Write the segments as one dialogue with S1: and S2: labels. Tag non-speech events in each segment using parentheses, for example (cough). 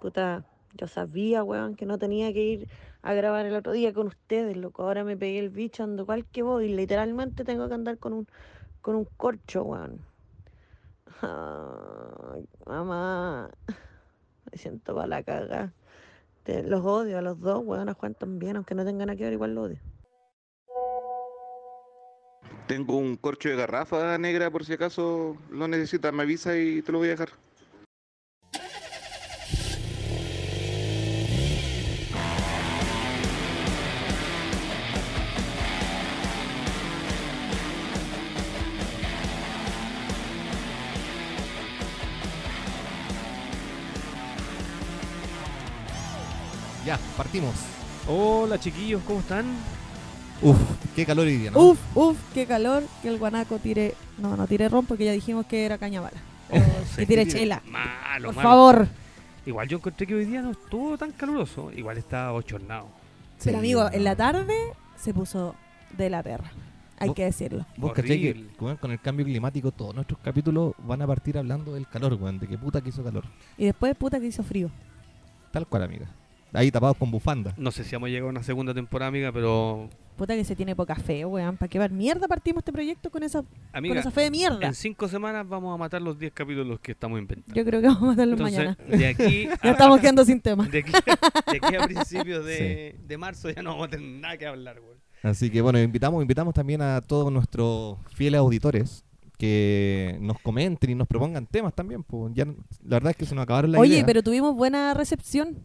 S1: Puta, yo sabía, weón, que no tenía que ir a grabar el otro día con ustedes, loco. Ahora me pegué el bicho ando cual que voy. y Literalmente tengo que andar con un, con un corcho, weón. (laughs) Ay, mamá. Me siento para la caga. Te- los odio a los dos, weón, a Juan también, aunque no tengan a que ver, igual lo odio.
S2: Tengo un corcho de garrafa negra por si acaso lo necesitas, me avisa y te lo voy a dejar.
S3: Ya, partimos.
S4: Hola chiquillos, ¿cómo están?
S3: Uf, qué calor hoy día, ¿no?
S5: Uf, uf, qué calor que el guanaco tire. No, no tire ron porque ya dijimos que era cañabala.
S4: Oh, Sí.
S5: Que tire chela.
S4: Malo,
S5: Por
S4: malo.
S5: favor.
S4: Igual yo encontré que hoy día no estuvo tan caluroso. Igual estaba bochornado.
S3: Sí,
S5: Pero amigo, en la
S3: no.
S5: tarde se puso de la perra.
S4: Oh.
S5: Hay
S3: Vos-
S5: que decirlo.
S3: Vos cachai que
S4: Horrible.
S3: weón, con el cambio climático todos nuestros capítulos van a partir hablando del calor, weón, de qué puta que hizo calor.
S5: Y después, puta, que hizo frío.
S3: Tal cual, amiga. Ahí tapados con bufanda.
S4: No sé si hemos llegado a una segunda temporada, amiga, pero.
S5: Puta que se tiene poca fe, weón. ¿Para qué va? Mierda partimos este proyecto con esa, con
S4: Amiga,
S5: esa fe de mierda.
S4: en cinco semanas vamos a matar los 10 capítulos que estamos inventando.
S5: Yo creo que vamos a matarlo
S4: Entonces,
S5: mañana.
S4: de
S5: (laughs)
S4: aquí.
S5: Ya
S4: a-
S5: estamos quedando sin tema.
S4: De aquí, de aquí a principios de, de marzo ya no vamos a tener nada que hablar, güey.
S3: Así que bueno, invitamos, invitamos también a todos nuestros fieles auditores que nos comenten y nos propongan temas también. Pues ya, la verdad es que se nos acabaron las
S5: Oye,
S3: ideas.
S5: pero tuvimos buena recepción.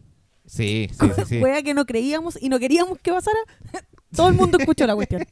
S3: Sí, sí,
S5: (laughs)
S3: sí. sí.
S5: Wea que no creíamos y no queríamos que pasara. (laughs) Todo el mundo escuchó la cuestión.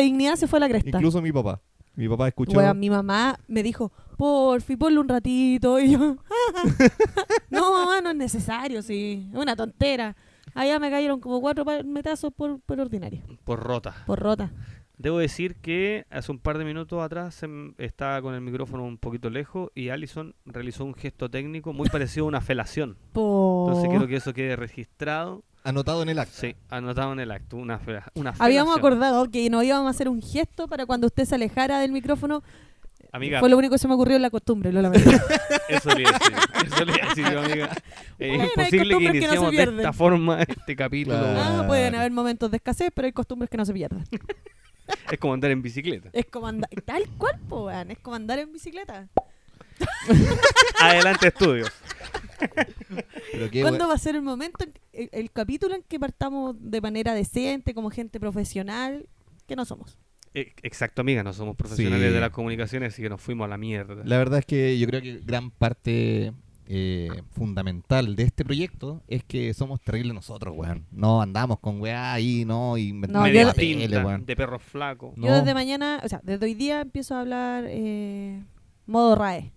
S4: (laughs) Igual-
S5: dignidad se fue a la cresta.
S3: Incluso mi papá. Mi papá escuchó.
S5: Weón, mi mamá me dijo, porfi, ponle un ratito. Y yo, (laughs) no, mamá, no es necesario, sí. Es una tontera. Allá me cayeron como cuatro pa- metazos por, por ordinario,
S4: Por rota.
S5: por rota.
S4: Debo decir que hace un par de minutos atrás se m- estaba con el micrófono un poquito lejos y Allison realizó un gesto técnico muy parecido a una felación.
S5: Po.
S4: Entonces quiero que eso quede registrado.
S3: Anotado en el acta.
S4: Sí, anotado en el acto, una, fela- una felación.
S5: Habíamos acordado que no íbamos a hacer un gesto para cuando usted se alejara del micrófono.
S4: Amiga,
S5: Fue lo único que se me ocurrió en la costumbre, lo lamento.
S4: eso le iba a
S5: (laughs)
S4: decir, eso le iba a decir yo, amiga. Es
S5: Bueno, hay
S4: imposible que
S5: costumbres que no se
S4: iniciemos de
S5: pierden.
S4: esta forma este capítulo.
S3: Claro.
S5: Ah, pueden haber momentos de escasez, pero hay costumbres que no se pierden.
S4: Es como andar en bicicleta.
S5: Es como andar, tal cual, po, weón, es como andar en bicicleta.
S4: Adelante, estudios.
S3: Pero qué
S5: ¿Cuándo va a ser el momento, en- el, el capítulo en que partamos de manera decente, como gente profesional, que no somos?
S4: E- Exacto, amiga, no somos profesionales
S3: Sí.
S4: de las comunicaciones, así que nos fuimos a la mierda.
S3: La verdad es que yo creo que gran parte eh, fundamental de este proyecto es que somos terribles nosotros, weón. No andamos con weá ahí, no, y
S5: No,
S3: inventamos
S4: Media
S5: yo-
S3: papeles,
S4: tinta,
S3: weón.
S4: de perro flaco.
S5: Yo
S3: No.
S5: desde mañana, o sea, desde hoy día empiezo a hablar eh, modo RAE.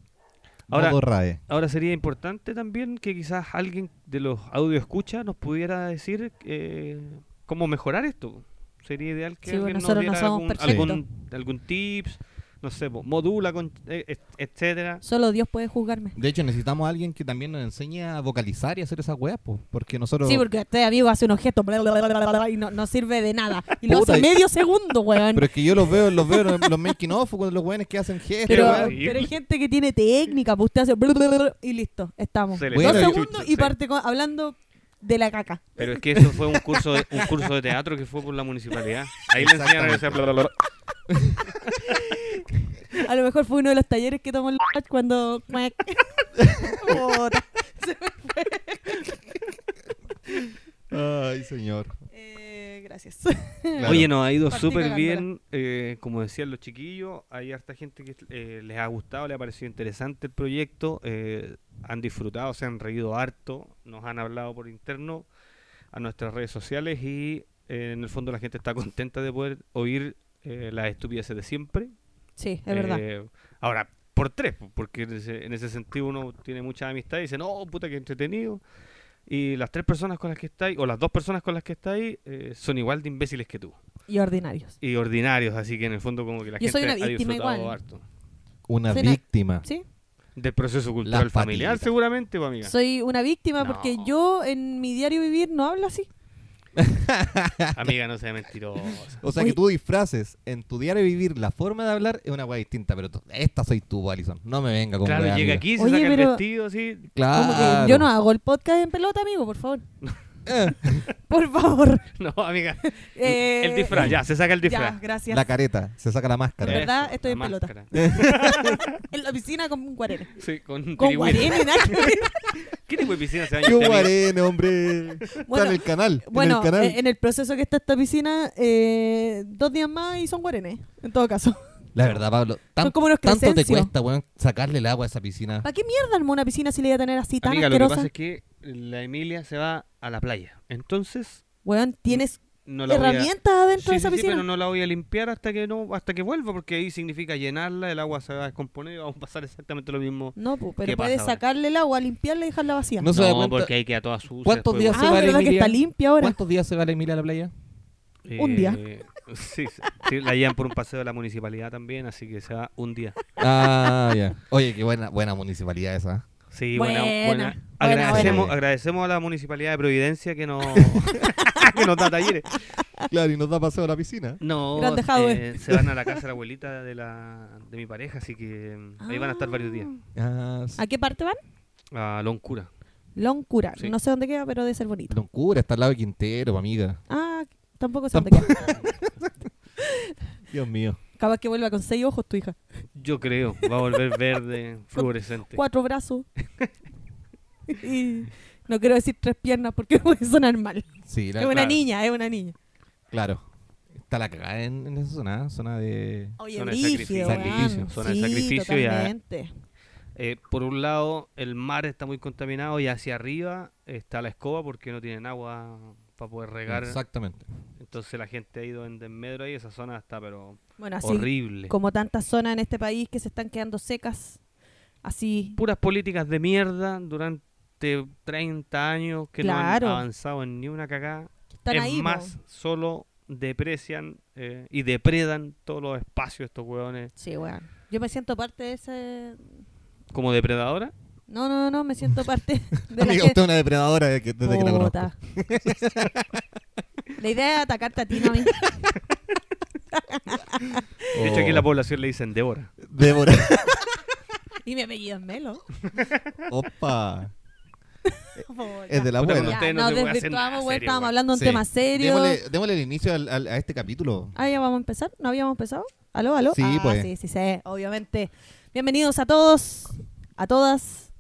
S4: Ahora-
S3: Modo RAE.
S4: Ahora sería importante también que quizás alguien de los audio escucha nos pudiera decir eh, cómo mejorar esto. Sería ideal que
S5: Sí,
S4: alguien
S5: bueno,
S4: nos
S5: nosotros no
S4: diera
S5: somos
S4: algún, algún, algún tips, no sé, po, modula, con, eh, et- etcétera.
S5: Solo Dios puede juzgarme.
S3: De hecho, necesitamos a alguien que también nos enseñe a vocalizar y hacer esas weas, po, porque nosotros...
S5: Sí, porque este amigo hace unos gestos bla, bla, bla, bla, bla, bla, y no, no sirve de nada. Y lo
S3: Puta,
S5: hace
S3: y-
S5: medio segundo, weón.
S3: Pero es que yo los veo, los veo
S5: (laughs)
S3: en los making off con los weones que hacen gestos,
S5: Pero,
S4: Qué
S3: weón.
S4: horrible.
S5: pero hay gente que tiene técnica, pues usted hace blu, blu, blu, y listo, estamos.
S4: Se le
S3: Bueno,
S5: Dos
S3: sale el
S5: segundos
S4: chucho,
S5: y
S4: sí.
S5: parte con- hablando de la caca.
S4: Pero es que eso fue un curso de, un curso de teatro que fue por la municipalidad. Ahí le enseñaron ese bla, bla, bla.
S5: A lo mejor fue uno de los talleres que tomó el (laughs) cuando. (laughs) Puta.
S3: Ay,
S5: (laughs)
S3: señor.
S5: Eh, gracias.
S3: Claro.
S4: Oye, nos ha ido
S5: Partí
S4: súper
S5: cagándola.
S4: bien, eh, como decían los chiquillos, hay harta gente que eh, les ha gustado, les ha parecido interesante el proyecto, eh, han disfrutado, se han reído harto, nos han hablado por interno a nuestras redes sociales y eh, en el fondo la gente está contenta de poder oír eh, las estupideces de siempre.
S5: Sí, es verdad.
S4: Eh, ahora, por tres, po, porque en ese, en ese sentido uno tiene mucha amistad y dice, no, puta, que entretenido. Y las tres personas con las que estáis, o las dos personas con las que estáis, eh, son igual de imbéciles que tú.
S5: Y ordinarios.
S4: Y ordinarios, así que en el fondo como que la gente
S5: Yo soy una
S4: ha
S5: víctima
S4: disfrutado
S5: igual.
S4: harto.
S3: Una
S5: Soy una- (laughs)
S3: víctima.
S5: ¿Sí?
S4: Del proceso cultural
S3: La
S4: familiar, pues,
S3: patita.
S4: seguramente, po, amiga.
S5: Soy una víctima
S4: No.
S5: porque yo en mi diario vivir no hablo así.
S4: (laughs) Amiga, no sea (laughs) mentirosa.
S3: O sea,
S5: Oye.
S3: que tú disfraces en tu diario vivir la forma de hablar es una weá distinta, pero tú- esta soy tú, Alison. No me venga con
S4: Claro,
S3: weá,
S4: llega
S3: amiga.
S4: aquí, se
S5: Oye,
S4: saca el
S5: pero-
S4: vestido, sí. (laughs)
S5: Como que
S3: Claro.
S5: yo no (laughs) hago el podcast en pelota, amigo, por favor. (laughs)
S3: Eh,
S5: Por favor.
S4: No, amiga.
S5: Eh,
S4: el disfraz, ya, se saca el
S5: Ya,
S4: disfraz.
S5: gracias.
S3: la careta, se saca la máscara.
S5: La verdad, estoy
S4: la
S5: en pelota.
S4: máscara.
S5: (laughs) En la piscina con un guarene.
S4: Sí, con,
S5: Con
S4: pirigüín.
S5: guarene, nada que ver.
S4: (laughs) ¿Qué tipo de piscina se baña
S3: ¡Qué
S4: este amigo?
S3: guarene, hombre! Está en
S5: Bueno,
S3: el canal.
S5: Bueno,
S3: en el canal.
S5: eh, en el proceso que está esta piscina, eh, dos días más y son guarenes, en todo caso.
S3: la verdad, Pablo, tan-
S5: son como los
S3: tanto te
S5: Crescencio.
S3: cuesta, weón, sacarle el agua a esa piscina.
S5: ¿Para qué mierda armó una piscina si le iba a tener así tan
S4: Amiga, lo que
S5: asquerosa?
S4: pasa es que la Emilia se va a la playa. Entonces,
S5: Weón, tienes
S4: no la voy a...
S5: herramientas adentro
S4: Sí, sí,
S5: de esa
S4: sí,
S5: piscina.
S4: pero no la voy a limpiar hasta que no hasta que vuelva, porque ahí significa llenarla, el agua se va a descomponer y vamos a pasar exactamente lo mismo.
S5: No, pues, pero
S4: ¿Qué pasa
S5: puedes
S4: ahora?
S5: sacarle el agua, limpiarla y dejarla vacía.
S3: No se da
S4: No,
S3: cuenta.
S4: porque ahí queda toda sucia.
S3: ¿Cuántos
S4: después,
S3: días se
S5: ah,
S3: va a la
S5: verdad que
S3: Emilia?
S5: está limpia ahora.
S3: ¿Cuántos días se va la Emilia a la playa?
S4: bueno.
S5: Un día.
S4: Eh, Sí, sí, sí, la llevan por un paseo de la municipalidad también, así que se va un día.
S3: Ah, ya. Oye, qué buena, buena municipalidad esa.
S4: Sí, buena, buena.
S5: Buena, buena,
S4: Agradecemos,
S3: buena.
S4: agradecemos a la municipalidad de
S3: (laughs)
S4: Providencia que nos, que nos da talleres.
S3: Claro, y nos da paseo a la piscina.
S4: No,
S5: Grande Jadwe.
S4: eh, se van a la casa de la abuelita de, la, de mi pareja, así que mm, ahí van a estar varios días.
S3: Ah, sí.
S5: ¿A qué parte van?
S4: A Loncura.
S5: Loncura.
S4: Sí.
S5: No sé dónde queda, pero debe ser bonito.
S3: Loncura, está al lado de Quintero, amiga.
S5: Ah, tampoco sé dónde queda.
S3: Dios mío.
S5: (laughs) Capaz que vuelva con seis ojos tu hija.
S4: Yo creo, va a volver verde, fluorescente.
S5: Cuatro brazos. (laughs) y no quiero decir tres piernas porque (laughs) puede sonar mal.
S3: Sí, la-
S5: es una
S4: claro.
S5: niña, es una niña.
S3: claro. Está la cagada en, en esa zona, ¿eh? zona de...
S5: Oye,
S4: Zona de
S5: brígido,
S4: sacrificio.
S3: Sacrificio,
S5: weón.
S4: zona de
S5: sí,
S4: sacrificio y a-
S5: totalmente.
S4: Eh, por un lado, el mar está muy contaminado y hacia arriba está la escoba porque no tienen agua para poder regar.
S3: Exactamente.
S4: Entonces la gente ha ido en desmedro ahí, esa zona está pero
S5: Bueno, así
S4: horrible.
S5: Ah, como tantas zonas en este país que se están quedando secas, así
S4: Puras políticas de mierda durante 30 años que
S5: Claro.
S4: no han avanzado en ni una cagada.
S5: están
S4: es
S5: ahí. po.
S4: más, solo deprecian eh, y depredan todos los espacios estos hueones.
S5: Sí, weón. Yo me siento parte de ese...
S4: Como depredadora,
S5: No, no, no,
S4: (laughs)
S5: me siento parte de la
S3: Amiga,
S5: gente.
S3: usted es una depredadora desde que, desde que la conozco.
S5: Puta. (laughs) La idea es atacarte a ti, no a mí.
S4: de hecho aquí en
S3: Oh,
S4: la población le dicen devora.
S3: Débora.
S5: (laughs) Y mi apellido es
S3: (laughs)
S5: Melo.
S3: Opa.
S5: Por favor,
S3: Es
S5: ya.
S3: de la
S4: Puta,
S3: buena.
S4: cuando
S5: Ya,
S4: Ustedes no
S5: nos
S4: se puede hacer
S5: desvirtuamos,
S4: nada
S5: weón,
S4: serio,
S5: estábamos
S4: weón.
S5: hablando de
S3: Sí.
S5: un tema serio.
S3: Démosle, démosle el inicio al- al- a este capítulo.
S5: Ah, ya vamos a empezar. ¿No habíamos empezado? ¿Aló, aló?
S3: Sí,
S5: Ah,
S3: pues.
S5: Sí, sí, sí, obviamente. Bienvenidos a todos, a todas,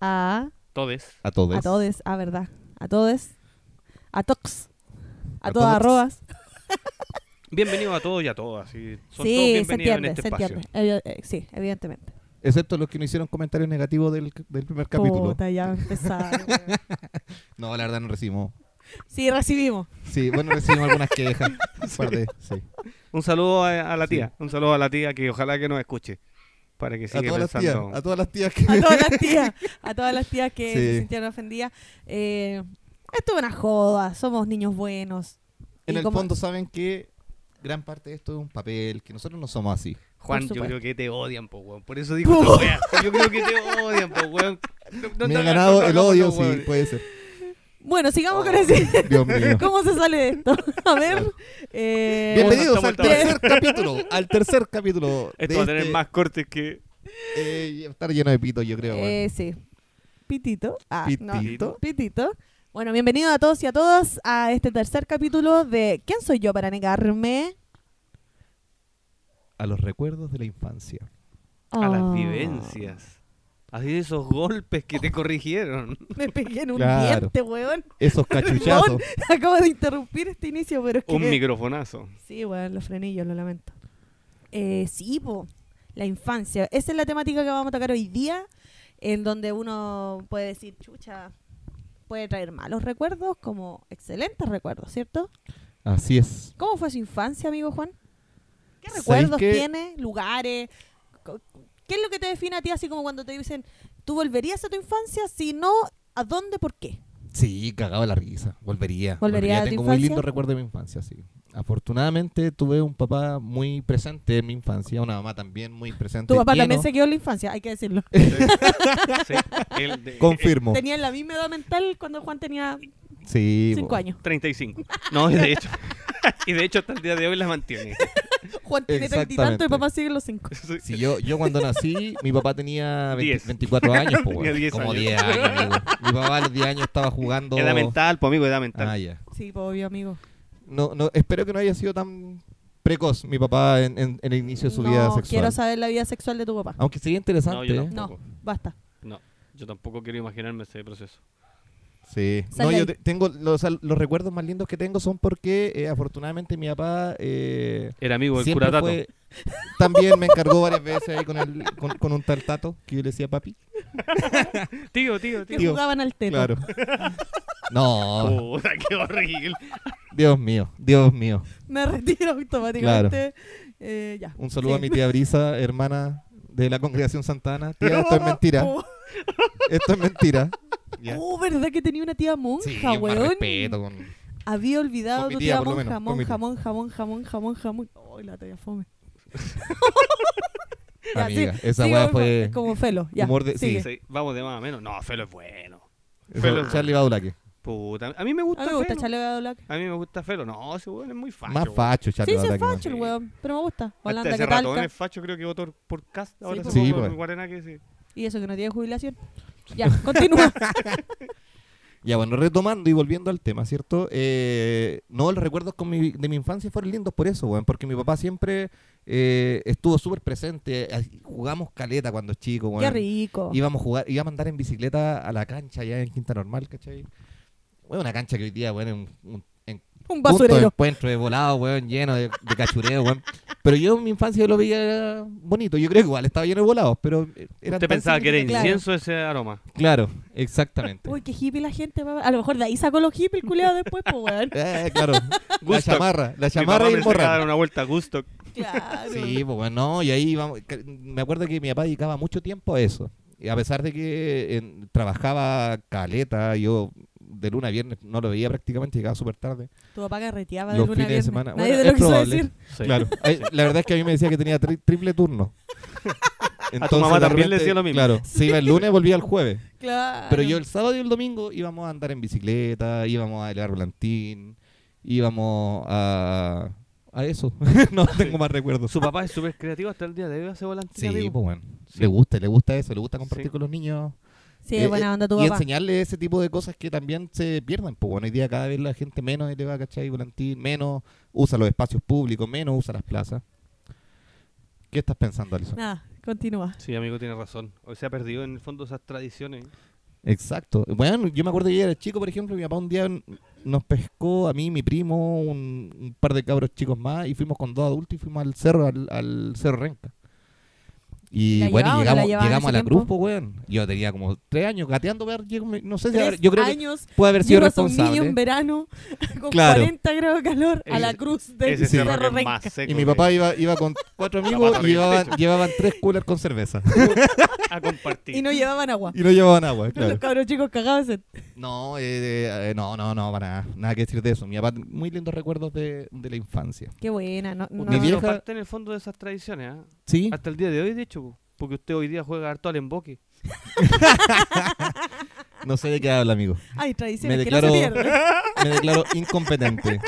S5: a,
S4: Todes.
S3: A todos.
S5: a todes, a verdad, a todes, a tox, a,
S3: A
S5: todas
S3: todos.
S5: arrobas.
S4: Bienvenidos a todos y a todas. y son todos
S5: Sí,
S4: bienvenidos
S5: se entiende,
S4: en este
S5: se
S4: espacio.
S5: entiende. Evi- eh, sí, evidentemente.
S3: Excepto los que no hicieron comentarios negativos del, del primer capítulo.
S5: Puta, ya empezaron.
S4: (laughs)
S3: No, la verdad no recibimos.
S5: sí, recibimos.
S3: Sí, bueno, recibimos algunas
S5: (laughs)
S3: quejas. Un par de- sí.
S4: Un saludo a, a la
S3: Sí.
S4: tía, un saludo a la tía que ojalá que nos escuche. Para que
S3: A
S4: siga
S3: todas las tías,
S4: pensando.
S3: a todas las tías que...
S5: A todas las tías, a todas las tías que se
S3: Sí.
S5: sintieron ofendidas. Eh, esto es una joda, somos niños buenos.
S3: (laughs) En
S5: Y
S3: el
S5: como-
S3: fondo saben que gran parte de esto es un papel, que nosotros no somos así.
S4: Juan,
S5: Por
S4: yo
S5: supuesto.
S4: creo que te odian, po, weón. Por eso
S3: (laughs)
S4: digo, esta wea. yo creo que te odian, po, weón. No- no
S3: Me
S4: te
S3: he
S4: hagas-
S3: ganado
S4: no te
S3: el
S4: hagamos
S3: odio,
S4: los
S3: sí, pues,
S4: weones.
S3: puede ser.
S5: Bueno, sigamos
S3: Oh.
S5: con ese. (laughs)
S3: Dios mío.
S5: ¿Cómo se sale de esto? (laughs) A ver. eh,
S3: Bienvenidos al
S4: Vuelta, vuelta,
S3: tercer capítulo, al tercer capítulo.
S4: (laughs) Esto
S3: de
S4: va a tener
S3: este,
S4: más cortes que.
S3: eh, y estar lleno de pito, yo creo.
S5: eh, sí. Pitito. Ah, no,
S3: Pitito.
S5: Pitito. Bueno, bienvenidos a todos y a todas a este tercer capítulo de ¿Quién soy yo para negarme?
S3: weón. A los recuerdos de la infancia.
S4: A
S5: Ah,
S4: las vivencias. Así de esos golpes que te corrigieron.
S5: (laughs) Me pegué en un
S3: Claro.
S5: diente, weón. (laughs)
S3: Esos cachuchazos.
S5: Acabo de interrumpir este inicio, pero es que...
S4: Un
S3: (laughs)
S4: microfonazo.
S5: Sí, weón, los frenillos, lo lamento. Eh, sí, po. La infancia. Esa es la temática que vamos a tocar hoy día, en donde uno puede decir, chucha, puede traer malos recuerdos como excelentes recuerdos, ¿cierto?
S3: Así es.
S5: ¿Cómo fue su infancia, amigo Juan? ¿Qué
S3: ¿Sabéis
S5: recuerdos
S3: qué?
S5: tiene? ¿Lugares? Co- ¿Qué es lo que te define a ti así como cuando te dicen, tú volverías a tu infancia? Si no, ¿a dónde? ¿Por qué?
S3: Sí, cagaba la risa. Volvería.
S5: ¿Volvería a tu
S3: Tengo muy
S5: infancia?
S3: lindo recuerdo de mi infancia, sí. Afortunadamente tuve un papá muy presente en mi infancia, una mamá también muy presente.
S5: Tu papá también
S3: lleno-
S5: se quedó en la infancia, hay que decirlo.
S4: Sí. Sí. El de-
S3: Confirmo.
S5: Tenía la misma edad mental cuando Juan tenía
S3: Sí.
S5: Cinco
S3: po.
S5: años.
S4: 35. No, y de hecho. (laughs) y de hecho, hasta el día de hoy la mantiene.
S5: Juan tiene veintitantos y
S3: Exactamente.
S5: papá sigue en los cinco.
S4: Sí.
S3: Si yo, yo cuando nací, mi papá tenía 20
S4: Diez.
S3: 24 años, po,
S4: (laughs) Tenía
S3: weón.
S4: diez
S3: como
S4: años.
S3: 10 años. amigo. Mi papá a los 10 años estaba
S4: (laughs)
S3: jugando.
S4: Edad mental, pues amigo, edad mental.
S3: Ah, ya.
S5: Sí, pues, obvio, amigo.
S3: No, no, espero que no haya sido tan precoz mi papá en, en- en el inicio de su vida
S5: No,
S3: sexual. Ah,
S5: quiero saber la vida sexual de tu papá.
S3: Aunque sería interesante.
S4: No, yo
S3: ¿eh?
S5: No,
S4: Tampoco.
S5: basta.
S4: No, yo tampoco quiero imaginarme ese proceso.
S3: Sí.
S5: Sal
S3: No,
S5: de
S3: yo
S5: ahí.
S3: te- tengo los, los recuerdos más lindos que tengo son porque eh, afortunadamente mi papá eh,
S4: Era amigo del
S3: siempre
S4: curatato.
S3: fue- también me encargó varias veces ahí con, el, con, con un tal tato que yo le decía papi.
S4: Tío, tío,
S3: (laughs)
S5: Que
S4: tío.
S3: Tío,
S5: jugaban al teto. (laughs)
S3: Claro. No,
S4: Puta, qué horrible.
S3: Dios mío, Dios mío.
S5: Me retiro (laughs) automáticamente. Eh, ya.
S3: Un saludo
S5: Sí.
S3: a mi tía Brisa, hermana de la congregación Santana.
S5: (laughs)
S3: Tía, esto es mentira.
S5: Oh,
S3: Esto es mentira. Ya.
S5: oh, ¿verdad que tenía una tía monja,
S3: Sí, más
S5: weón?
S3: respeto con-
S5: Había olvidado
S3: Con mi
S5: tu
S3: tía,
S5: tía,
S3: por lo
S5: monja,
S3: menos, con mi
S5: monja,
S3: tía.
S5: monja, monja, monja, monja, monja. Oh, la
S3: (laughs)
S5: tía fome. Ya,
S3: Amiga,
S5: sí,
S3: esa
S5: sigue,
S3: weá
S5: por favor.
S3: fue.
S5: Es Como Felo. Ya.
S3: humor de-
S5: sigue.
S3: sí.
S4: Sí, vamos de más a menos. No, Felo es bueno.
S3: eso-
S4: Felo.
S3: Charlie Badulaque.
S4: Puta, a mí me gusta
S5: A mí me gusta
S4: Felo.
S5: Charlie Black.
S4: A mí me gusta Felo. No, ese weón es muy facho.
S3: Más
S4: weón.
S3: facho, Charlie
S5: Sí, sí, es
S3: Badulaque, weón.
S5: facho el weón. Pero me gusta.
S4: Hasta ¿eh?
S5: Holanda,
S4: ese
S5: que
S4: ratón
S5: talca.
S4: es facho, creo que votó por cast. Ahora
S5: po.
S4: se fue
S3: Sí,
S4: por
S3: pues.
S4: Guaraná, que sí.
S5: Y eso que no tiene jubilación. Ya, (laughs) continúa.
S3: Ya, bueno, retomando y volviendo al tema, ¿cierto? Eh, no, los recuerdos con mi- de mi infancia fueron lindos por eso, weón, porque mi papá siempre eh, estuvo súper presente. Ay, Jugamos caleta cuando chicos, weón.
S5: Qué rico.
S3: Íbamos a jugar, íbamos a andar en bicicleta a la cancha allá en Quinta Normal, ¿cachai? Bueno, una cancha que hoy día, weón, es un, un- en-
S5: Un
S3: punto de
S5: basurero.
S3: encuentro de volado, weón, lleno de, de cachureo, weón. Pero yo en mi infancia yo lo veía bonito. Yo creo que igual estaba lleno de volados, pero eh, eran
S4: Usted
S3: tan
S4: pensaba que era
S3: significativos.
S5: Claro.
S4: incienso ese aroma.
S3: Claro, exactamente.
S5: Uy, qué hippie la gente. va- A lo mejor de ahí sacó los hippies el culeado después,
S3: (laughs)
S5: pues, weón.
S3: Eh, claro. la
S4: (laughs) Gusto.
S3: chamarra, la
S4: Mi papá
S3: chamarra y
S4: me
S3: el
S4: sacaba a dar
S3: morral.
S4: una vuelta a gusto.
S5: Claro.
S3: Sí, pues bueno, no, y ahí vamos. ca- Me acuerdo que mi papá dedicaba mucho tiempo a eso. Y a pesar de que en- trabajaba caleta, yo de luna a viernes no lo veía prácticamente, llegaba súper tarde.
S5: Tu papá carreteaba de
S3: Los
S5: luna a
S3: fines de
S5: viernes.
S3: semana.
S5: Nadie
S3: Bueno,
S5: te lo
S3: es
S5: quiso
S3: probable.
S5: decir.
S3: (laughs)
S4: Sí. (laughs)
S3: Claro. Ay, la verdad es que a mí me decía que tenía tri- triple turno.
S4: A tu mamá
S3: de
S4: también le decía lo mismo.
S3: Claro, se iba el lunes, volvía el jueves.
S5: Claro.
S3: Pero yo el sábado y el domingo íbamos a andar en bicicleta, íbamos a elevar volantín, íbamos a... a eso. (laughs) no tengo más recuerdos.
S4: Su papá es súper creativo hasta el día de hoy, hace volantín,
S3: Sí,
S4: amigo.
S3: pues bueno.
S4: Sí.
S3: Le gusta, le gusta eso, le gusta compartir
S4: Sí.
S3: con los niños.
S5: Sí,
S3: Eh,
S5: buena
S3: eh,
S5: onda tu
S3: Y
S5: papá.
S3: enseñarle ese tipo de cosas que también se pierden. Pues bueno, hoy día cada vez la gente menos eleva, ¿cachai? Volantín, menos usa los espacios públicos, menos usa las plazas. ¿Qué estás pensando, Alison?
S5: Nada, continúa.
S4: Sí, amigo, tiene razón. Hoy se ha perdido en el fondo esas tradiciones.
S3: Exacto. Bueno, yo me acuerdo que yo era chico, por ejemplo, y mi papá un día nos pescó a mí, mi primo, un, un par de cabros chicos más, y fuimos con dos adultos y fuimos al cerro, al, al cerro Renca. Y
S5: ¿La
S3: bueno,
S5: llevaba o no la
S3: llegamos,
S5: llevaba en
S3: llegamos a
S5: ese
S3: la
S5: tiempo?
S3: cruz, pues, weón. Yo tenía como tres años gateando, weón, yo me- no sé si
S5: Tres
S3: habrá- yo creo que
S5: años.
S3: puede haber sido
S5: llevas un niño
S3: responsable.
S5: en verano (laughs) con
S3: Claro.
S5: 40 grados de calor a la
S4: Ese-
S5: cruz del
S4: ese cerro que
S5: Cerro
S4: es
S5: Renca.
S4: más seco.
S3: Y mi
S4: que-
S3: papá iba, iba con cuatro amigos
S4: pata
S3: y
S4: arriba del
S3: llevaban,
S4: techo.
S3: llevaban tres coolers con cerveza.
S4: a compartir.
S5: Y no llevaban agua.
S3: y no llevaban agua, (laughs) claro.
S5: Los cabros chicos cagados. en-
S3: No, eh, eh, no, no, no, para nada. Nada que decir de eso. Mi papá, muy lindos recuerdos de, de la infancia.
S5: Qué buena. No, no-
S4: Usted
S3: Mi vieja-
S4: no parte en el fondo de esas tradiciones, ¿ah?
S3: ¿Sí?
S4: Hasta el día de hoy, de hecho, po, porque usted hoy día juega harto al emboque.
S3: No sé de qué habla, amigo.
S5: Hay tradiciones
S3: me
S5: que no se
S3: declaro-
S5: pierden.
S3: (laughs) Me declaro incompetente.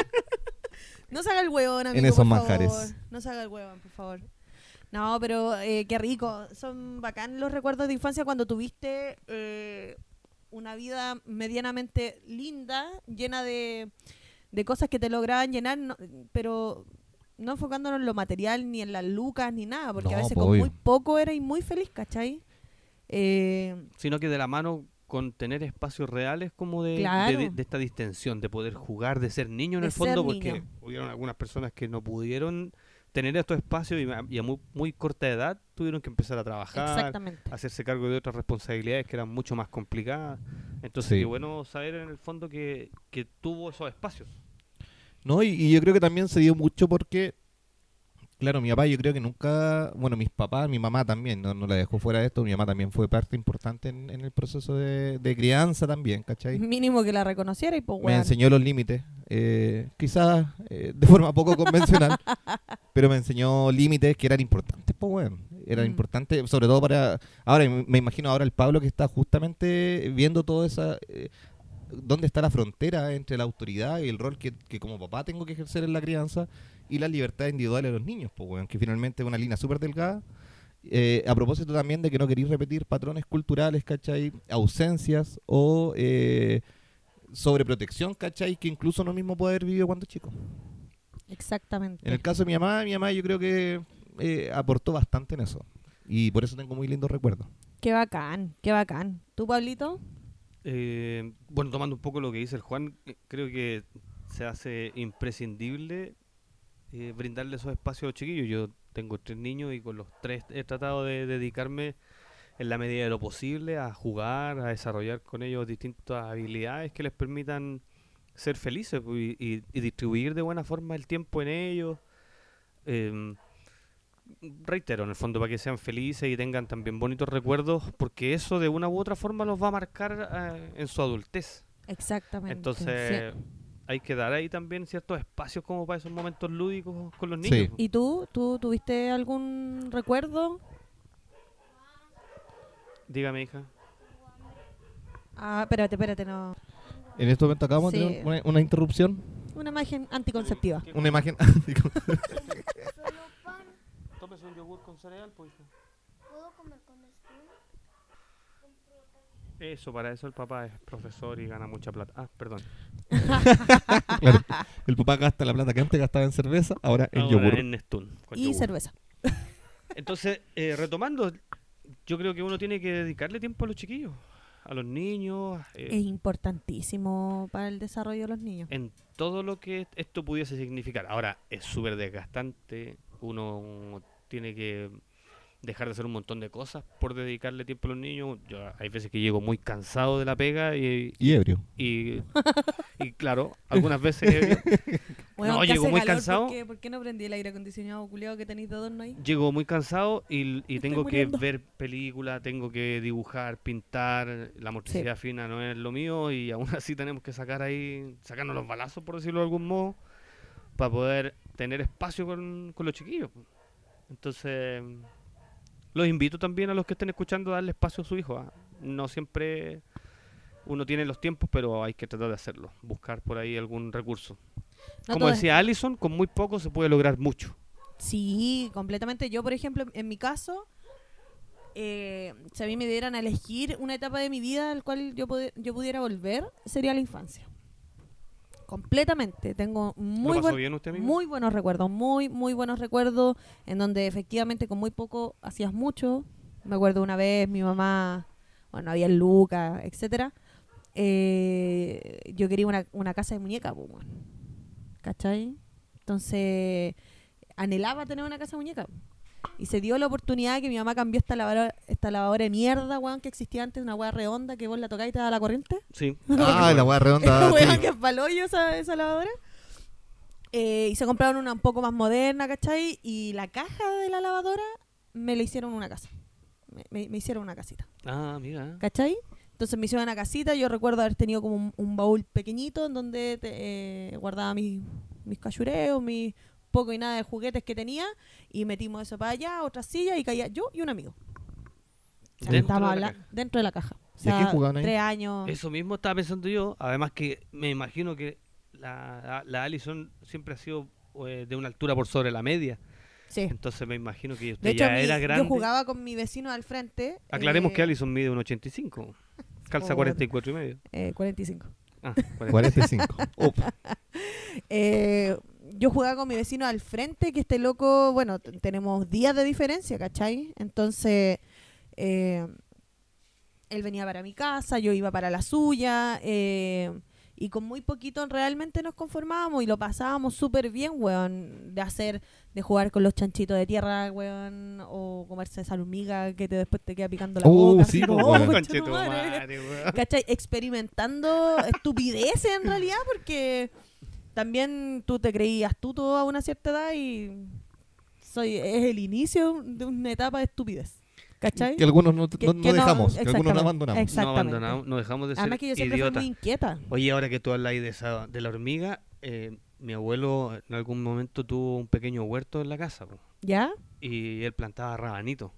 S5: No se haga el huevón, amigo,
S3: esos
S5: por
S3: manjares.
S5: favor. No se haga el huevón, por favor. No, pero eh, qué rico. Son bacán los recuerdos de infancia cuando tuviste eh, una vida medianamente linda, llena de, de cosas que te lograban llenar, no- pero no enfocándonos en lo material, ni en las lucas, ni nada, porque a
S3: No,
S5: veces
S3: po,
S5: con
S3: obvio.
S5: muy poco erais muy feliz, ¿cachai? Eh,
S4: Sino que de la mano con tener espacios reales como de, de-
S5: Claro.
S4: de, de esta distensión, de poder jugar, de ser niño en
S5: De
S4: el fondo,
S5: ser
S4: porque
S5: niño.
S4: hubieron algunas personas que no pudieron tener estos espacios y a, y a muy, muy corta edad tuvieron que empezar a trabajar,
S5: exactamente.
S4: hacerse cargo de otras responsabilidades que eran mucho más complicadas. Entonces,
S3: Sí.
S4: qué bueno saber en el fondo que, que tuvo esos espacios.
S3: No, y, y yo creo que también se dio mucho porque, claro, mi papá yo creo que nunca, bueno, mis papás, mi mamá también, no, no la dejó fuera de esto, mi mamá también fue parte importante en, en el proceso de, de crianza también, ¿cachai?
S5: Mínimo que la reconociera y pues,
S3: Me
S5: weón.
S3: enseñó los límites, eh, quizás eh, de forma poco convencional, pero me enseñó límites que eran importantes, pues bueno, eran
S5: Mm.
S3: importantes, sobre todo para, ahora me me imagino ahora el Pablo que está justamente viendo toda esa, eh, dónde está la frontera entre la autoridad y el rol que, que como papá tengo que ejercer en la crianza y la libertad individual de los niños, pues, weón, que finalmente es una línea súper delgada. Eh, a propósito también de que no queréis repetir patrones culturales, ¿cachai? Ausencias o eh, sobreprotección, ¿cachai? Que incluso uno mismo puede haber vivido cuando chico.
S5: Exactamente.
S3: En el caso de mi mamá, mi mamá yo creo que eh, aportó bastante en eso. Y por eso tengo muy lindos recuerdos.
S5: Qué bacán, qué bacán. ¿Tú, Pablito?
S4: Eh, bueno, tomando un poco lo que dice el Juan, eh, creo que se hace imprescindible eh, brindarle esos espacios a los chiquillos. Yo tengo tres niños y con los tres he tratado de dedicarme en la medida de lo posible a jugar, a desarrollar con ellos distintas habilidades que les permitan ser felices pues, y, y- y distribuir de buena forma el tiempo en ellos. Em, reitero, en el fondo, para que sean felices y tengan también bonitos recuerdos, porque eso de una u otra forma los va a marcar eh, en su adultez.
S5: Exactamente.
S4: Entonces, hay que dar ahí también ciertos espacios como para esos momentos lúdicos con los niños.
S5: ¿Y tú? ¿Tú tuviste algún recuerdo?
S4: Dígame, hija.
S5: Ah, espérate, espérate, no.
S3: En este momento acabamos de
S5: Sí.
S3: tener una, una interrupción,
S5: Una imagen anticonceptiva.
S3: una imagen. (laughs)
S5: (laughs)
S4: Tómese un yogur con cereal, pues.
S6: ¿Puedo comer con spoon?
S4: Eso, para eso el papá es profesor y gana mucha plata. Ah, perdón.
S3: Claro, el papá gasta la plata que antes gastaba en cerveza, ahora en
S4: Ahora
S3: yogur.
S4: en Nestlé, con
S5: Y
S4: yogur.
S5: cerveza.
S4: Entonces, eh, retomando, yo creo que uno tiene que dedicarle tiempo a los chiquillos, a los niños. eh,
S5: Es importantísimo para el desarrollo de los niños.
S4: en todo lo que esto pudiese significar. Ahora, es súper desgastante, uno tiene que dejar de hacer un montón de cosas por dedicarle tiempo a los niños. Yo, hay veces que llego muy cansado de la pega y,
S3: Y
S5: (laughs)
S3: ebrio.
S4: y, y claro, algunas veces No,
S5: que
S4: llego
S5: hace
S4: muy
S5: calor,
S4: cansado.
S5: ¿Por qué, por qué no prendí el aire acondicionado culiado que tenéis de adorno ahí?
S4: llego muy cansado y, y
S5: Me
S4: tengo
S5: estoy
S4: que
S5: muriendo.
S4: ver película, tengo que dibujar, pintar, la motricidad fina no es lo mío y aún así tenemos que sacar ahí, sacarnos los balazos por decirlo de algún modo, para poder tener espacio con, con los chiquillos. Entonces, los invito también a los que estén escuchando a darle espacio a su hijo. ¿ah? No siempre uno tiene los tiempos, pero hay que tratar de hacerlo, buscar por ahí algún recurso.
S5: No
S4: Como
S5: todo es-
S4: decía Allison, con muy poco se puede lograr mucho.
S5: Sí, completamente. Yo, por ejemplo, en mi caso, eh, si a mí me dieran a elegir una etapa de mi vida al cual yo, pudi- yo pudiera volver, sería la infancia. Completamente. Tengo
S4: ¿Lo
S5: muy,
S4: pasó
S5: buen-
S4: bien usted, amigo?
S5: muy buenos recuerdos, muy, muy buenos recuerdos, en donde efectivamente con muy poco hacías mucho. Me acuerdo una vez mi mamá, bueno, había Lucas, etcétera. Eh, yo quería una, una casa de muñeca, pues, weón. ¿cachai? Entonces, anhelaba tener una casa de muñeca. Y se dio la oportunidad que mi mamá cambió esta lavadora, esta lavadora de mierda, weón, que existía antes, una weá redonda que vos la tocáis y te da la corriente.
S4: Sí.
S3: Ah, la weá redonda.
S5: (laughs) Weón,
S3: sí.
S5: que palollo esa, esa lavadora. Eh, y se compraron una un poco más moderna, ¿cachai? Y la caja de la lavadora me la hicieron una casa. Me- me- me hicieron una casita.
S4: Ah, mira.
S5: ¿Cachai? Entonces me hicieron una casita, yo recuerdo haber tenido como un, un baúl pequeñito en donde te- eh, guardaba mis, mis cachureos, mis poco y nada de juguetes que tenía, y metimos eso para allá, otra silla, y caía yo y un amigo. O sea,
S4: Dentro
S5: estábamos
S4: de la
S5: habla- dentro de la caja. O
S3: ¿Y a qué
S5: sea,
S3: jugaban ahí?
S5: Tres años.
S4: Eso mismo estaba pensando yo. Además que me imagino que la, la- la Allison siempre ha sido eh, de una altura por sobre la media.
S5: Sí.
S4: Entonces me imagino que usted
S5: De hecho,
S4: ya
S5: mi-
S4: era grande.
S5: yo jugaba con mi vecino al frente.
S4: Aclaremos
S5: eh, Oh.
S4: que Allison mide un 85. Calza
S5: Por-
S4: 44 y medio.
S5: eh, 45. (laughs)
S4: Ah, 40.
S3: 45. Up.
S5: Eh, yo jugaba con mi vecino al frente, que este loco, bueno, t- tenemos días de diferencia, ¿cachai? Entonces, eh, él venía para mi casa, yo iba para la suya, eh, y con muy poquito realmente nos conformábamos y lo pasábamos súper bien, weón, de hacer, de jugar con los chanchitos de tierra, weón, o comerse esa hormiga que te, después te queda picando la
S3: Oh,
S5: boca. (laughs)
S3: sí,
S5: así
S3: po,
S5: como,
S3: weón.
S5: "Oh, concha tu madre".
S4: Conchetumare, weón.
S5: ¿cachai? Experimentando estupideces en realidad, porque también tú te creías astuto a una cierta edad y soy, es el inicio de una etapa de estupidez, ¿cachai?
S3: Que algunos no,
S5: Que-
S3: no- no
S5: que no-
S3: dejamos, que algunos
S5: exactamente,
S3: no abandonamos.
S5: exactamente.
S4: No abandonamos, no dejamos de ser
S5: Además que yo siempre
S4: idiotas.
S5: fui muy inquieta.
S4: Oye, ahora que tú hablas ahí de, esa, de la hormiga, eh, mi abuelo en algún momento tuvo un pequeño huerto en la casa. po.
S5: ¿Ya?
S4: y él plantaba rabanito.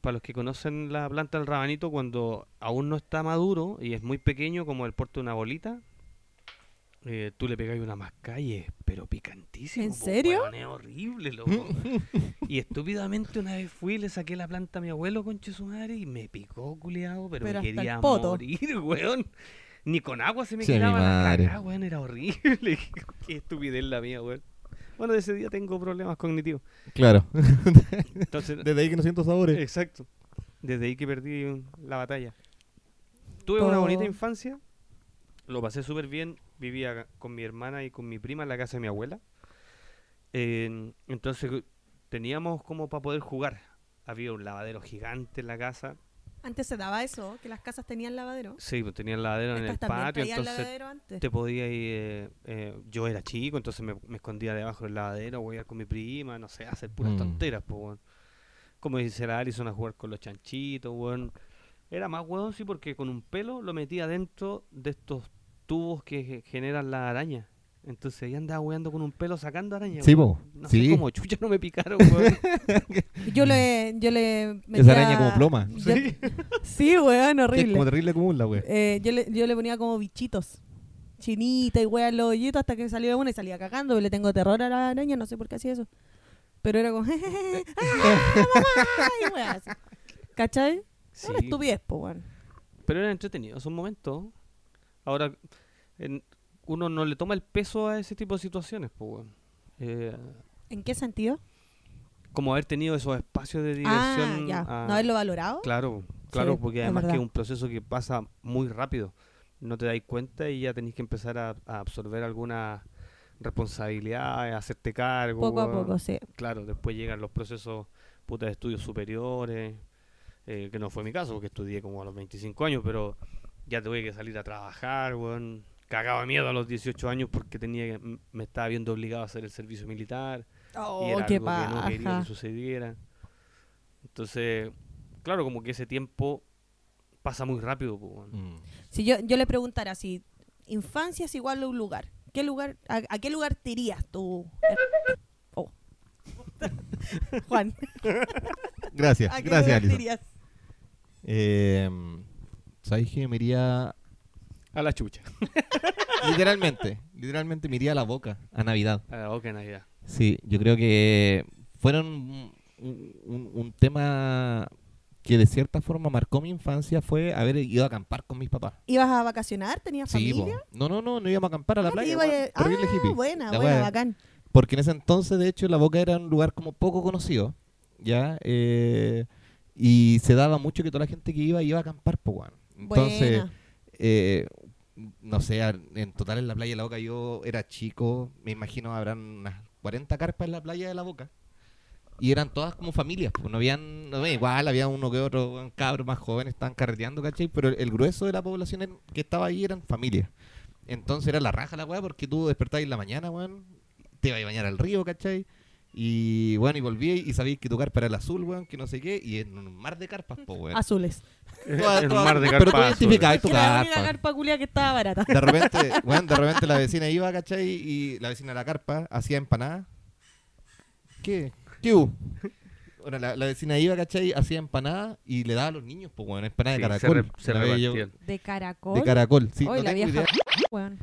S4: para los que conocen la planta del rabanito, cuando aún no está maduro y es muy pequeño, como el porte de una bolita, eh, tú le pegas una mascalle, pero picantísimo.
S5: ¿En
S4: po,
S5: serio?
S4: weón, es horrible,
S5: (laughs)
S4: loco. y estúpidamente una vez fui y le saqué la planta a mi abuelo, conche su madre, y me picó, culiado, pero,
S5: Pero
S4: me
S5: hasta el
S4: quería
S5: poto.
S4: morir, (laughs) weón. Ni con agua se me
S3: Sí, mi
S4: quedaba la
S3: madre.
S4: cagá, weón, era horrible. (laughs) Qué estupidez la mía, weón. Bueno, de ese día tengo problemas cognitivos.
S3: Claro. (laughs)
S4: Entonces,
S3: Desde ahí que no siento sabores.
S4: Exacto. Desde ahí que perdí um, la batalla. Tuve una bonita
S5: Po.
S4: infancia, lo pasé súper bien, vivía ca- con mi hermana y con mi prima en la casa de mi abuela. En- entonces cu- teníamos como para poder jugar. Había un lavadero gigante en la casa.
S5: Antes se daba eso, que las casas tenían lavadero.
S4: Sí, pues tenía el lavadero en
S5: Estas
S4: el
S5: también
S4: patio,
S5: traían
S4: entonces
S5: lavadero antes.
S4: te podía ir, eh, eh, yo era chico, entonces me, me escondía debajo del lavadero, voy a ir con mi prima, no sé, hacer puras
S3: Mm.
S4: tonteras, pues, weón. Como dice la Alison, a jugar con los chanchitos, weón. Era más weón, sí, porque con un pelo lo metía dentro de estos tubos que ge- generan la araña. Entonces ahí andaba weando con un pelo sacando araña.
S3: Sí,
S4: weón.
S3: po,
S4: No
S3: sí.
S4: sé cómo chucha no me picaron,
S3: (laughs)
S4: weón.
S5: Yo le, yo le
S3: Esa araña como ploma.
S5: yo- (laughs) sí, weón,
S3: Que Es
S5: horrible.
S3: como terrible común la wea.
S5: Eh, yo, le, yo le ponía como bichitos. Chinita y weón los hoyitos hasta que salió uno y salía cagando. Le tengo terror a la araña, no sé por qué hacía eso. Pero era como, (laughs) "Jejeje, ¡ah, mamá", y weón así. ¿Cachai?
S4: Sí,
S5: Una estupidez, po, weón.
S4: pero era entretenido, esos momentos. Ahora, en- uno no le toma el peso a ese tipo de situaciones, pues, weón. Eh,
S5: ¿En qué sentido?
S4: como haber tenido esos espacios de
S5: Ah,
S4: diversión.
S5: ya.
S4: a-
S5: ¿No haberlo valorado?
S4: Claro, claro,
S5: Sí,
S4: porque
S5: es
S4: además que es
S5: verdad.
S4: un proceso que pasa muy rápido. No te dais cuenta y ya tenéis que empezar a, a absorber alguna responsabilidad, a hacerte cargo.
S5: Poco a
S4: weón.
S5: poco, sí.
S4: Claro, después llegan los procesos puta, de estudios superiores, eh, que no fue mi caso porque estudié como a los 25 años, pero ya tuve que salir a trabajar, weón. Cagaba miedo a los 18 años porque tenía que- m- me estaba viendo obligado a hacer el servicio militar
S5: Oh,
S4: y era
S5: qué
S4: algo que no quería
S5: paja.
S4: que sucediera. Entonces, claro, como que ese tiempo pasa muy rápido. po, weón.
S3: Mm.
S5: Si yo, yo le preguntara si infancia es igual a un lugar, ¿qué lugar a, a qué lugar te irías tú? Oh. (laughs) Juan,
S3: Gracias,
S5: ¿a qué
S3: gracias,
S5: lugar te
S3: Alison.
S5: irías?
S3: Eh, ¿Sabes qué? Me iría.
S4: A la chucha.
S3: Literalmente, literalmente me iría a la boca a Navidad.
S4: A la boca de Navidad. (laughs)
S3: Sí, yo creo que fueron un, un- un tema que de cierta forma marcó mi infancia fue haber ido a acampar con mis papás.
S5: ¿Ibas a vacacionar? ¿Tenías
S3: Sí, po.
S5: familia?
S3: no, no, no, no íbamos a acampar a la
S5: Ah,
S3: playa.
S5: te iba
S3: weón.
S5: a-
S3: Terrible
S5: ah,
S3: hippie.
S5: buena,
S3: La
S5: buena,
S3: wea.
S5: bacán.
S3: Porque en ese entonces, de hecho, La Boca era un lugar como poco conocido, ¿ya? Eh, y se daba mucho que toda la gente que iba, iba a acampar, pues, weón. Entonces,
S5: buena.
S3: eh, no sé, a- en total en la playa de La Boca yo era chico, me imagino habrán unas 40 carpas en la playa de La Boca. Y eran todas como familias, pues no habían, no sé, igual había uno que otro, un cabro más joven, estaban carreteando, ¿cachai? Pero el, el grueso de la población en- que estaba ahí eran familias. Entonces era la raja la weá, porque tú despertabas en la mañana, weón, te ibas a bañar al río, ¿cachai? Y bueno, y volví y sabías que tu carpa era el azul, weón, que no sé qué, y en un mar de carpas, pues, weón.
S5: Azules.
S3: Todas-
S4: (laughs) En un
S3: todas-
S4: mar de
S3: Pero tú
S4: carpas azules.
S3: identificabas tu
S5: Que la única
S3: carpa.
S5: carpa culia que estaba barata.
S3: De repente, bueno, de repente la vecina iba, ¿cachai? Y la vecina de la carpa hacía empanadas. ¿Qué? ¿Qué hubo? Bueno, la, la vecina iba, ¿cachai? Hacía empanadas y le daba a los niños, pues, bueno, empanada
S4: Sí,
S3: de
S4: se
S3: caracol.
S4: re- se
S3: La veía yo-
S4: repartían.
S5: De caracol.
S3: de caracol, sí.
S5: Hoy
S3: no
S5: la
S3: tengo
S5: vieja.
S3: idea.
S5: (laughs)
S3: Uh,
S5: weón.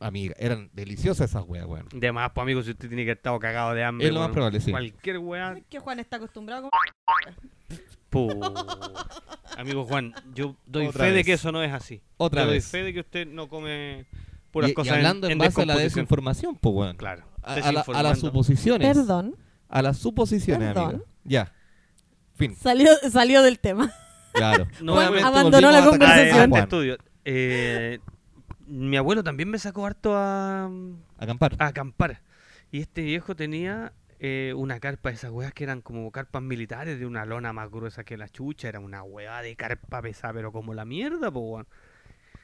S3: Amiga, eran deliciosas esas weas, weón.
S4: De más, pues, amigo, si usted tiene que haber estado cagado de hambre.
S3: Es lo más
S4: weón.
S3: probable, sí.
S4: Cualquier weá.
S5: Es que Juan
S3: (laughs)
S5: está acostumbrado
S4: pu. Amigo Juan, yo doy
S3: Otra
S4: fe de
S3: vez.
S4: que eso no es así.
S3: Otra
S4: yo
S3: vez.
S4: doy fe de que usted no come puras
S3: y, y
S4: cosas en-
S3: hablando en,
S4: en,
S3: base a la
S4: descomposición.
S3: desinformación, pues, weón.
S4: Claro.
S3: A, a la- a las
S4: desinformando.
S5: como.
S3: suposiciones.
S5: Perdón.
S3: A las suposiciones,
S5: Perdón.
S3: amiga. Ya. Fin.
S5: Salió, salió del
S3: (laughs)
S5: tema.
S3: Claro.
S4: (laughs)
S3: Ah,
S4: Nuevamente
S5: abandonó la
S3: volvimos a atacar a
S5: (laughs) conversación.
S4: Adelante,
S3: Juan.
S4: Ah, estudio. Eh, mi abuelo también me sacó harto a,
S3: Acampar.
S4: a acampar. Y este viejo tenía eh, una carpa de esas weas que eran como carpas militares de una lona más gruesa que la chucha. Era una wea de carpa pesada, pero como la mierda, po, weón.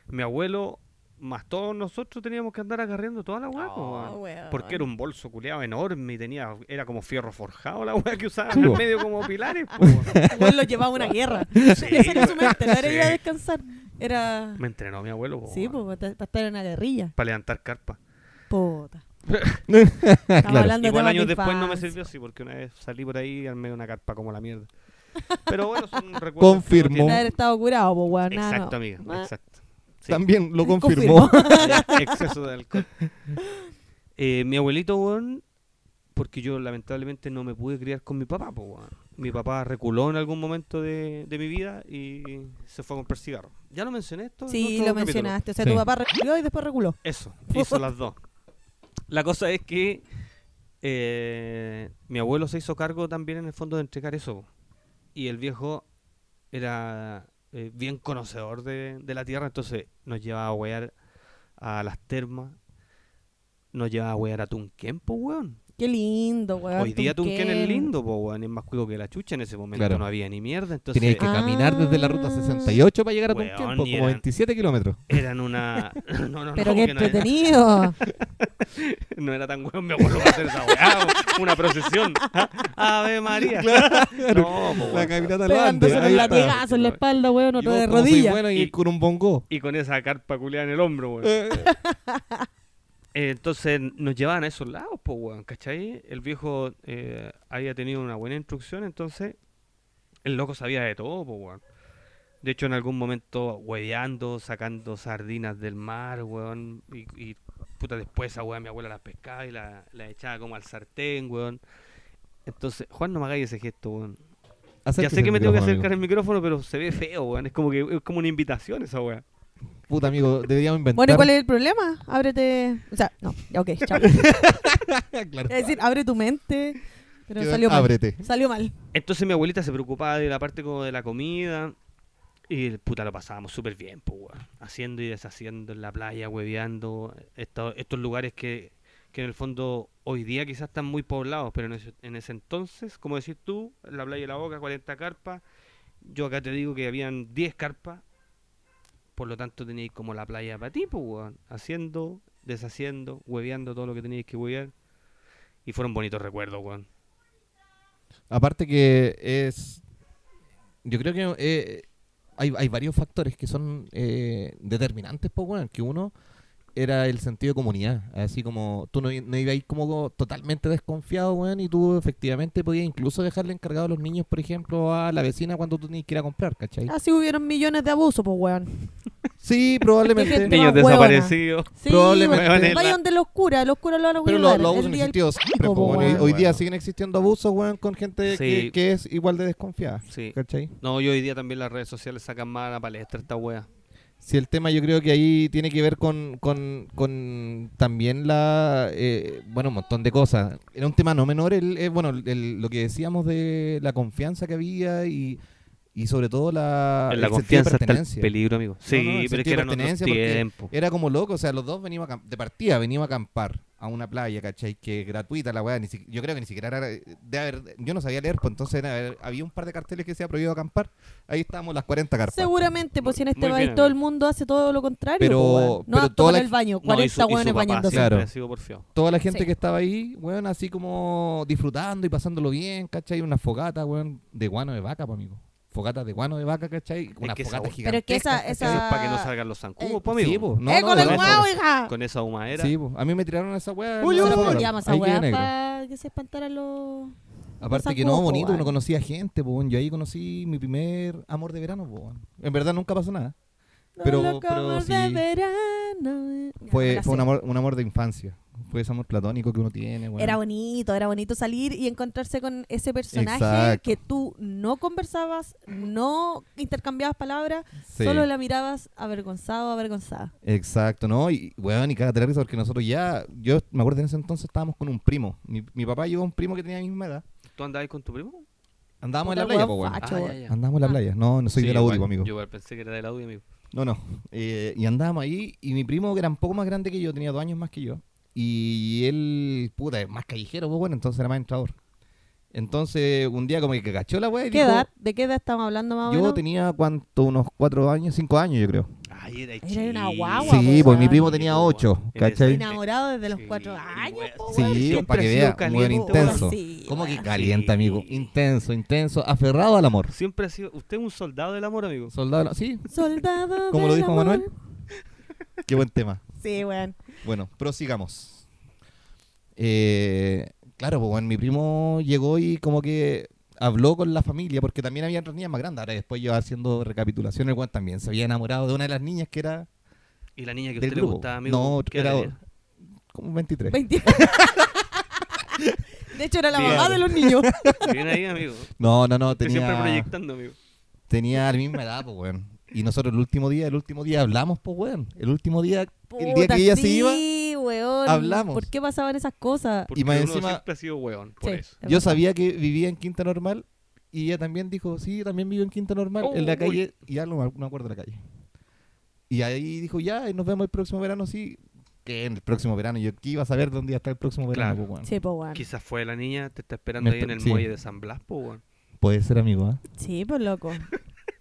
S4: Mi abuelo, más todos nosotros teníamos que andar agarreando toda la wea, po,
S5: Oh,
S4: weón. Porque era un bolso culeado enorme y tenía, era como fierro forjado la wea que usaba en
S3: Sí,
S4: el
S3: po.
S4: medio como pilares. po,
S3: (laughs)
S4: weón.
S5: Juan lo llevaba a una guerra. (laughs) Esa era su mente, no era ir a
S4: Sí.
S5: descansar. Era.
S4: Me entrenó mi abuelo. po,
S5: Sí,
S4: weón.
S5: pues para estar en una guerrilla.
S4: para levantar carpa.
S5: Puta.
S3: Claro.
S5: Estamos hablando
S3: (laughs)
S5: de
S4: Igual
S5: temas de
S4: años después no me
S5: infancia. (laughs)
S4: sirvió así porque una vez salí por ahí y armé una carpa como la mierda. Pero bueno, son recuerdos. que uno
S3: Confirmo.
S5: De
S4: tiene.
S5: haber estado curado, pues, weón. nada,
S4: Exacto,
S5: no.
S4: amiga.
S1: Ah.
S4: Exacto. Sí. (laughs)
S3: También lo
S5: Confirmo.
S3: (laughs) confirmó.
S4: Eh, exceso de alcohol. Eh, mi abuelito, weón, porque yo lamentablemente no me pude criar con mi papá, po, weón. Mi papá reculó en algún momento de, de mi vida y se fue a comprar cigarro. ¿Ya lo mencioné esto? en
S5: Sí,
S4: otro
S5: lo
S4: capítulo?
S5: mencionaste. O sea,
S3: Sí.
S5: tu papá reculó y después reculó.
S4: Eso, hizo las dos. La cosa es que eh, mi abuelo se hizo cargo también en el fondo de entregar eso. po. Y el viejo era eh, bien conocedor de, de la tierra, entonces nos llevaba a huear a las termas, nos llevaba a huear a Tunquén, po, weón.
S5: Qué lindo, weón.
S4: Hoy día Tunquén es lindo, po, weón, es más cuico que la chucha, en ese momento
S3: Claro.
S4: no había ni mierda, entonces
S3: Tenía que
S5: Ah.
S3: caminar desde la ruta 68 para llegar a
S4: Weón,
S3: Tunquén, po,
S4: y
S3: como
S4: eran-
S3: 27 kilómetros.
S4: eran una... (laughs) No, no,
S5: Pero
S4: no,
S5: qué
S4: que no
S3: (laughs)
S4: era-
S5: entretenido.
S4: (laughs) No era tan weón mi abuelo para hacer esa weá, (laughs) o una procesión. (laughs)
S3: (laughs)
S4: Ave María. No, po,
S3: La
S4: weón.
S3: caminata lo
S5: Pegándose
S4: ahí
S5: un
S4: está.
S5: latigazo en la espalda, weón, otro de rodillas.
S3: Bueno, y,
S4: Y-
S3: con un bongo.
S4: Y con esa carpa culiada en el hombro, weón.
S3: Eh,
S4: Eh, entonces nos llevaban a esos lados, pues, weón, ¿cachai? El viejo eh, había tenido una buena instrucción, entonces el loco sabía de todo, pues, weón. De hecho, en algún momento, hueveando, sacando sardinas del mar, weón. Y, y, puta, después esa weá mi abuela las pescaba y la- las echaba como al sartén, weón. Entonces, Juan, no me hagáis ese gesto, weón. Ya
S3: acérquese
S4: sé que
S3: al
S4: me tengo que
S3: micrófono,
S4: acercar
S3: amigo.
S4: al micrófono, pero se ve feo, weón. Es como que es como una invitación esa weá.
S3: Puta, amigo, deberíamos inventar.
S5: Bueno, ¿y cuál es el problema? Ábrete. O sea, no, ya, ok,
S4: (laughs)
S5: chao.
S3: (laughs) Claro.
S5: Es decir, abre tu mente. Pero
S3: Quedan-
S5: salió mal.
S3: Ábrete.
S5: Salió mal.
S4: Entonces mi abuelita se preocupaba de la parte como de la comida. Y el puta lo pasábamos súper bien, pues, weón. Haciendo y deshaciendo en la playa, hueveando. Esto- estos lugares que, que en el fondo hoy día quizás están muy poblados, pero en ese, en ese entonces, como decís tú, la playa de la Boca, 40 carpas. Yo acá te digo que habían 10 carpas. Por lo tanto teníais como la playa para ti, pues, weón. Haciendo, deshaciendo, hueveando todo lo que teníais que huevear. Y fueron bonitos recuerdos, weón.
S3: Aparte que es... Yo creo que eh, hay, hay varios factores que son eh, determinantes, pues, bueno, que uno era el sentido de comunidad, así como tú no, i- no ibas ahí como totalmente desconfiado, weón, y tú efectivamente podías incluso dejarle encargado a los niños, por ejemplo, a la vecina cuando tú tenías que ir a comprar, ¿cachai?
S5: Así hubieron millones de abusos, pues, weón.
S3: Sí,
S5: Qué
S3: probablemente.
S5: gente-
S4: Niños
S5: Niños huevona.
S4: desaparecidos.
S5: Sí,
S3: Probablemente.
S5: weón. Vaya donde los curas, los curas lo van a
S3: Pero los
S5: cuidar.
S3: lo abusos
S5: El
S3: han
S5: día del-
S3: existido siempre, po,
S5: pico, po,
S3: weón, y
S5: weón.
S3: Hoy día siguen existiendo abusos, weón, con gente
S4: Sí.
S3: que, que es igual de desconfiada,
S4: Sí.
S3: ¿cachai?
S4: No, y hoy día también las redes sociales sacan más a la palestra esta wea.
S3: Sí, el tema yo creo que ahí tiene que ver con, con, con también la... eh, bueno, un montón de cosas. Era un tema no menor, el, eh, bueno, el- lo que decíamos de la confianza que había y, y sobre todo la...
S4: En la
S3: el sentido de
S4: confianza está el
S3: Ah, pertenencia.
S4: peligro, amigo. Sí,
S3: no, el
S4: pero es que
S3: sentido de
S4: eran otros
S3: pertenencia, porque-
S5: Eh,
S4: tiempos.
S3: Era como loco, o sea, los dos venimos a acamp- de partida, venimos a acampar a una playa, ¿cachai? Que es gratuita la weá, ni si- yo creo que ni siquiera era... De haber, yo no sabía leer, pues entonces era- había, un par de carteles que decía prohibido acampar, ahí estábamos las 40 carpas.
S5: Seguramente, pues si en este
S4: Muy bien,
S5: país
S4: amigo.
S5: todo el mundo hace todo lo contrario.
S3: Pero-
S5: po, weón. no
S3: pero
S5: apto
S3: toda
S5: para
S3: la-
S5: el baño,
S4: No, y
S5: 40
S4: su, y
S5: weones
S4: su papá
S5: bañándose.
S4: siempre
S3: Claro.
S4: ha sido porfiado.
S3: toda la gente
S5: Sí.
S3: que estaba ahí, weón, así como disfrutando y pasándolo bien, ¿cachai? Una fogata, weón, de guano de vaca, pues, amigo. Fogata de guano de vaca, ¿cachai? Una
S4: que esa
S3: fogata
S4: hue-
S5: Pero es
S3: gigante.
S5: que esa.
S4: Eso
S5: esa...
S4: es para que no salgan los zancudos,
S5: eh,
S4: po, amigo.
S3: Sí, po. No,
S5: ¡Eh,
S3: no,
S5: con
S3: no,
S5: el
S3: no.
S5: guau, hija!
S4: Con esa humadera.
S3: Sí, po. a mí me tiraron esa weá.
S5: Uy, uy,
S3: esa
S5: uy,
S3: fogata.
S5: llama esa
S3: Ahí quedé
S5: weá
S3: negro.
S5: para que se espantaran los.
S3: Aparte que
S5: zancudos,
S3: no,
S5: po,
S3: bonito, uno
S5: weón.
S3: conocía gente, po, weón. Yo ahí conocí mi primer amor de verano, po, weón. En verdad nunca pasó nada. Pero-
S5: Los
S3: pero
S5: locos
S3: sí.
S5: de verano. Ya, me
S3: Fue,
S5: la
S3: fue un,
S5: sé.
S3: amor, un amor de infancia. Fue ese amor platónico que uno tiene, weón.
S5: Era bonito, era bonito salir y encontrarse con ese personaje
S3: Exacto.
S5: que tú no conversabas, no intercambiabas palabras,
S3: Sí.
S5: solo la mirabas avergonzado, avergonzada.
S3: Exacto, ¿no? Y, weón, y cagate la risa porque nosotros ya, yo me acuerdo en ese entonces estábamos con un primo. Mi, mi papá llevó a un primo que tenía la misma edad.
S4: ¿Tú andabas ahí con tu primo?
S3: Andábamos en
S5: Puta
S3: la playa,
S5: weón,
S3: po, weón.
S5: facho,
S4: Ah, ya,
S5: weón.
S4: ya.
S3: Andábamos en la
S5: Ah.
S3: playa. No, no soy
S4: Sí,
S3: de la
S4: igual-
S3: UDI, po, amigo.
S4: Yo igual pensé que era de la UDI, amigo.
S3: No, no. Eh, y andábamos ahí y mi primo, que era un poco más grande que yo, tenía dos años más que yo. Y él, puta, es más callejero, pues bueno, entonces era más entrador. Entonces, un día como que cachó la weá y
S5: ¿Qué
S3: Eh, dijo,
S5: edad? ¿De qué edad estamos hablando más o
S3: yo
S5: menos?
S3: tenía, ¿cuánto? Unos cuatro años, cinco años, yo creo.
S4: Ay, era
S5: Era una
S4: chico.
S5: guagua,
S3: Sí, pues,
S5: ah,
S3: mi primo
S4: weón.
S3: tenía
S4: Sí,
S3: ocho,
S4: weón.
S3: ¿cachai?
S5: Enamorado desde los cuatro
S4: weón,
S5: años, po,
S3: Sí,
S5: weón.
S4: siempre
S3: para que
S4: ha sido
S3: vea, un weón
S4: caliente,
S3: intenso.
S4: weón.
S5: Sí,
S3: ¿Cómo que
S5: weón.
S3: caliente,
S4: Sí.
S3: amigo? Intenso, intenso, aferrado al amor.
S4: Siempre ha sido... Usted es un soldado del amor, amigo.
S3: Soldado, no- sí,
S5: Soldado
S3: como lo
S5: del
S3: dijo
S5: amor.
S3: Manuel. Qué buen tema.
S5: Sí, weón.
S3: Bueno, prosigamos. Eh, claro, pues bueno, mi primo llegó y como que habló con la familia, porque también había otras niñas más grandes. Ahora después yo haciendo recapitulación, el weón también se había enamorado de una de las niñas que era
S4: Y la niña que a
S3: del
S4: usted le
S3: grupo.
S4: gustaba, amigo.
S3: no,
S4: ¿qué
S3: era
S4: edad tenía?
S3: como 23. (laughs)
S5: 20. De hecho, era la
S4: Claro.
S5: mamá de los niños.
S4: Bien ahí,
S3: (laughs)
S4: amigo. Usted
S3: No, no, no,
S4: siempre
S3: tenía,
S4: proyectando, amigo.
S3: tenía la misma edad, pues, weón. Y nosotros el último día, el último día hablamos, pues, weón. El último día, (laughs) el día
S5: Puta,
S3: que ella se
S5: sí,
S3: iba,
S5: weón.
S3: hablamos.
S5: ¿Por qué pasaban esas cosas?
S4: Porque
S3: más
S4: uno
S3: encima-
S4: siempre ha sido weón, por
S5: Sí.
S4: eso.
S5: Es
S3: yo
S5: verdad.
S3: sabía que vivía en Quinta Normal y ella también dijo, sí, yo también vivo en Quinta Normal, en la
S5: Oh,
S4: Uy.
S3: calle, y ya no me no me acuerdo de la calle. Y ahí dijo, ya, y nos vemos el próximo verano, sí. Que en el próximo verano, yo que iba a saber dónde iba a estar el próximo verano,
S4: Claro.
S3: pues, weón.
S5: Sí, pues, weón.
S4: Quizás fue la niña, te está esperando
S3: Me
S4: ahí en
S3: espe-
S4: el
S3: sí.
S4: muelle de San Blas, po, weón.
S3: Puede ser amigo, ¿ah?
S5: Sí,
S3: (laughs)
S5: pues, loco.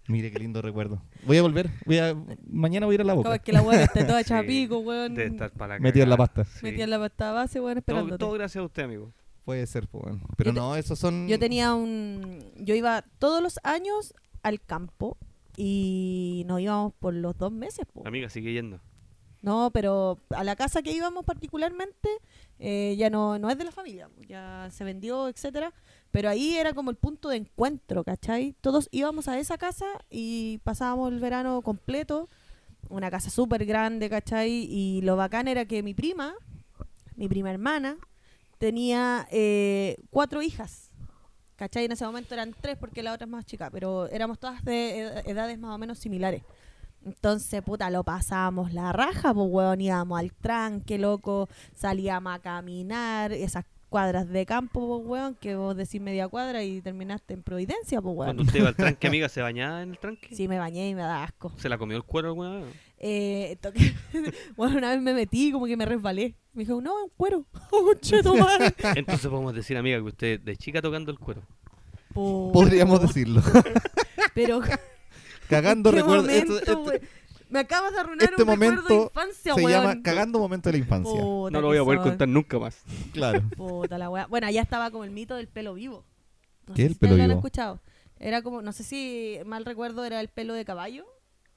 S3: Mire qué lindo recuerdo. Voy a volver, voy a, mañana voy a ir a la
S5: Como
S3: boca.
S5: es que la weón está toda
S4: (laughs)
S5: hecha
S4: Sí,
S5: pico, weón.
S4: Debe estar para la
S3: Metido en la
S4: cagada.
S3: pasta.
S4: Sí.
S5: Metía en la pasta base, weón,
S4: todo,
S5: esperándote.
S4: todo gracias a usted, amigo.
S3: Puede ser, pues, weón. Pero
S5: Yo te-
S3: no, esos son...
S5: Yo tenía un. Yo iba todos los años al campo y nos íbamos por los dos meses, po.
S4: Amiga, sigue yendo.
S5: No, pero a la casa que íbamos particularmente eh, ya no, no es de la familia, pues, ya se vendió, etcétera. Pero ahí era como el punto de encuentro, ¿cachai? Todos íbamos a esa casa y pasábamos el verano completo, una casa súper grande, ¿cachai? Y lo bacán era que mi prima, mi prima hermana, tenía eh, cuatro hijas, ¿cachai? En ese momento eran tres porque la otra es más chica, pero éramos todas de ed- edades más o menos similares. Entonces, puta, lo pasábamos la raja, pues, weón, íbamos al tranque, loco, salíamos a caminar, esas cuadras de campo, pues, weón, que vos decís media cuadra y terminaste en Providencia, pues,
S4: Cuando
S5: weón.
S4: usted iba al
S5: (laughs)
S4: tranque, amiga, ¿se bañaba en el tranque?
S5: Sí, me bañé y me da asco.
S4: ¿Se la comió el cuero alguna vez?
S5: (laughs) Eh, toqué- (laughs) bueno, una vez me metí, como que me resbalé. Me dijo, no, es un cuero. (laughs) ¡Oh, che, tu madre!
S4: Entonces podemos decir, amiga, que usted de chica tocando el cuero.
S5: Po-
S3: Podríamos decirlo. (laughs)
S5: Pero, (laughs)
S3: Cagando
S5: ¿qué
S3: recuerdo. esto-
S5: momento,
S3: esto-
S5: weón? Me acabas de arruinar
S3: este
S5: un recuerdo de
S3: momento
S5: infancia,
S3: se
S5: weón.
S3: llama Cagando Momento de la Infancia.
S5: Puta
S4: No lo
S5: que
S4: voy a poder
S5: son.
S4: contar nunca más.
S3: Claro.
S5: Puta la weá. Bueno, allá estaba como el mito del pelo vivo. No
S3: ¿Qué
S5: sé
S3: es el
S5: si ustedes
S3: pelo
S5: lo han
S3: vivo?
S5: escuchado. Era como, no sé si mal recuerdo, era el pelo de caballo,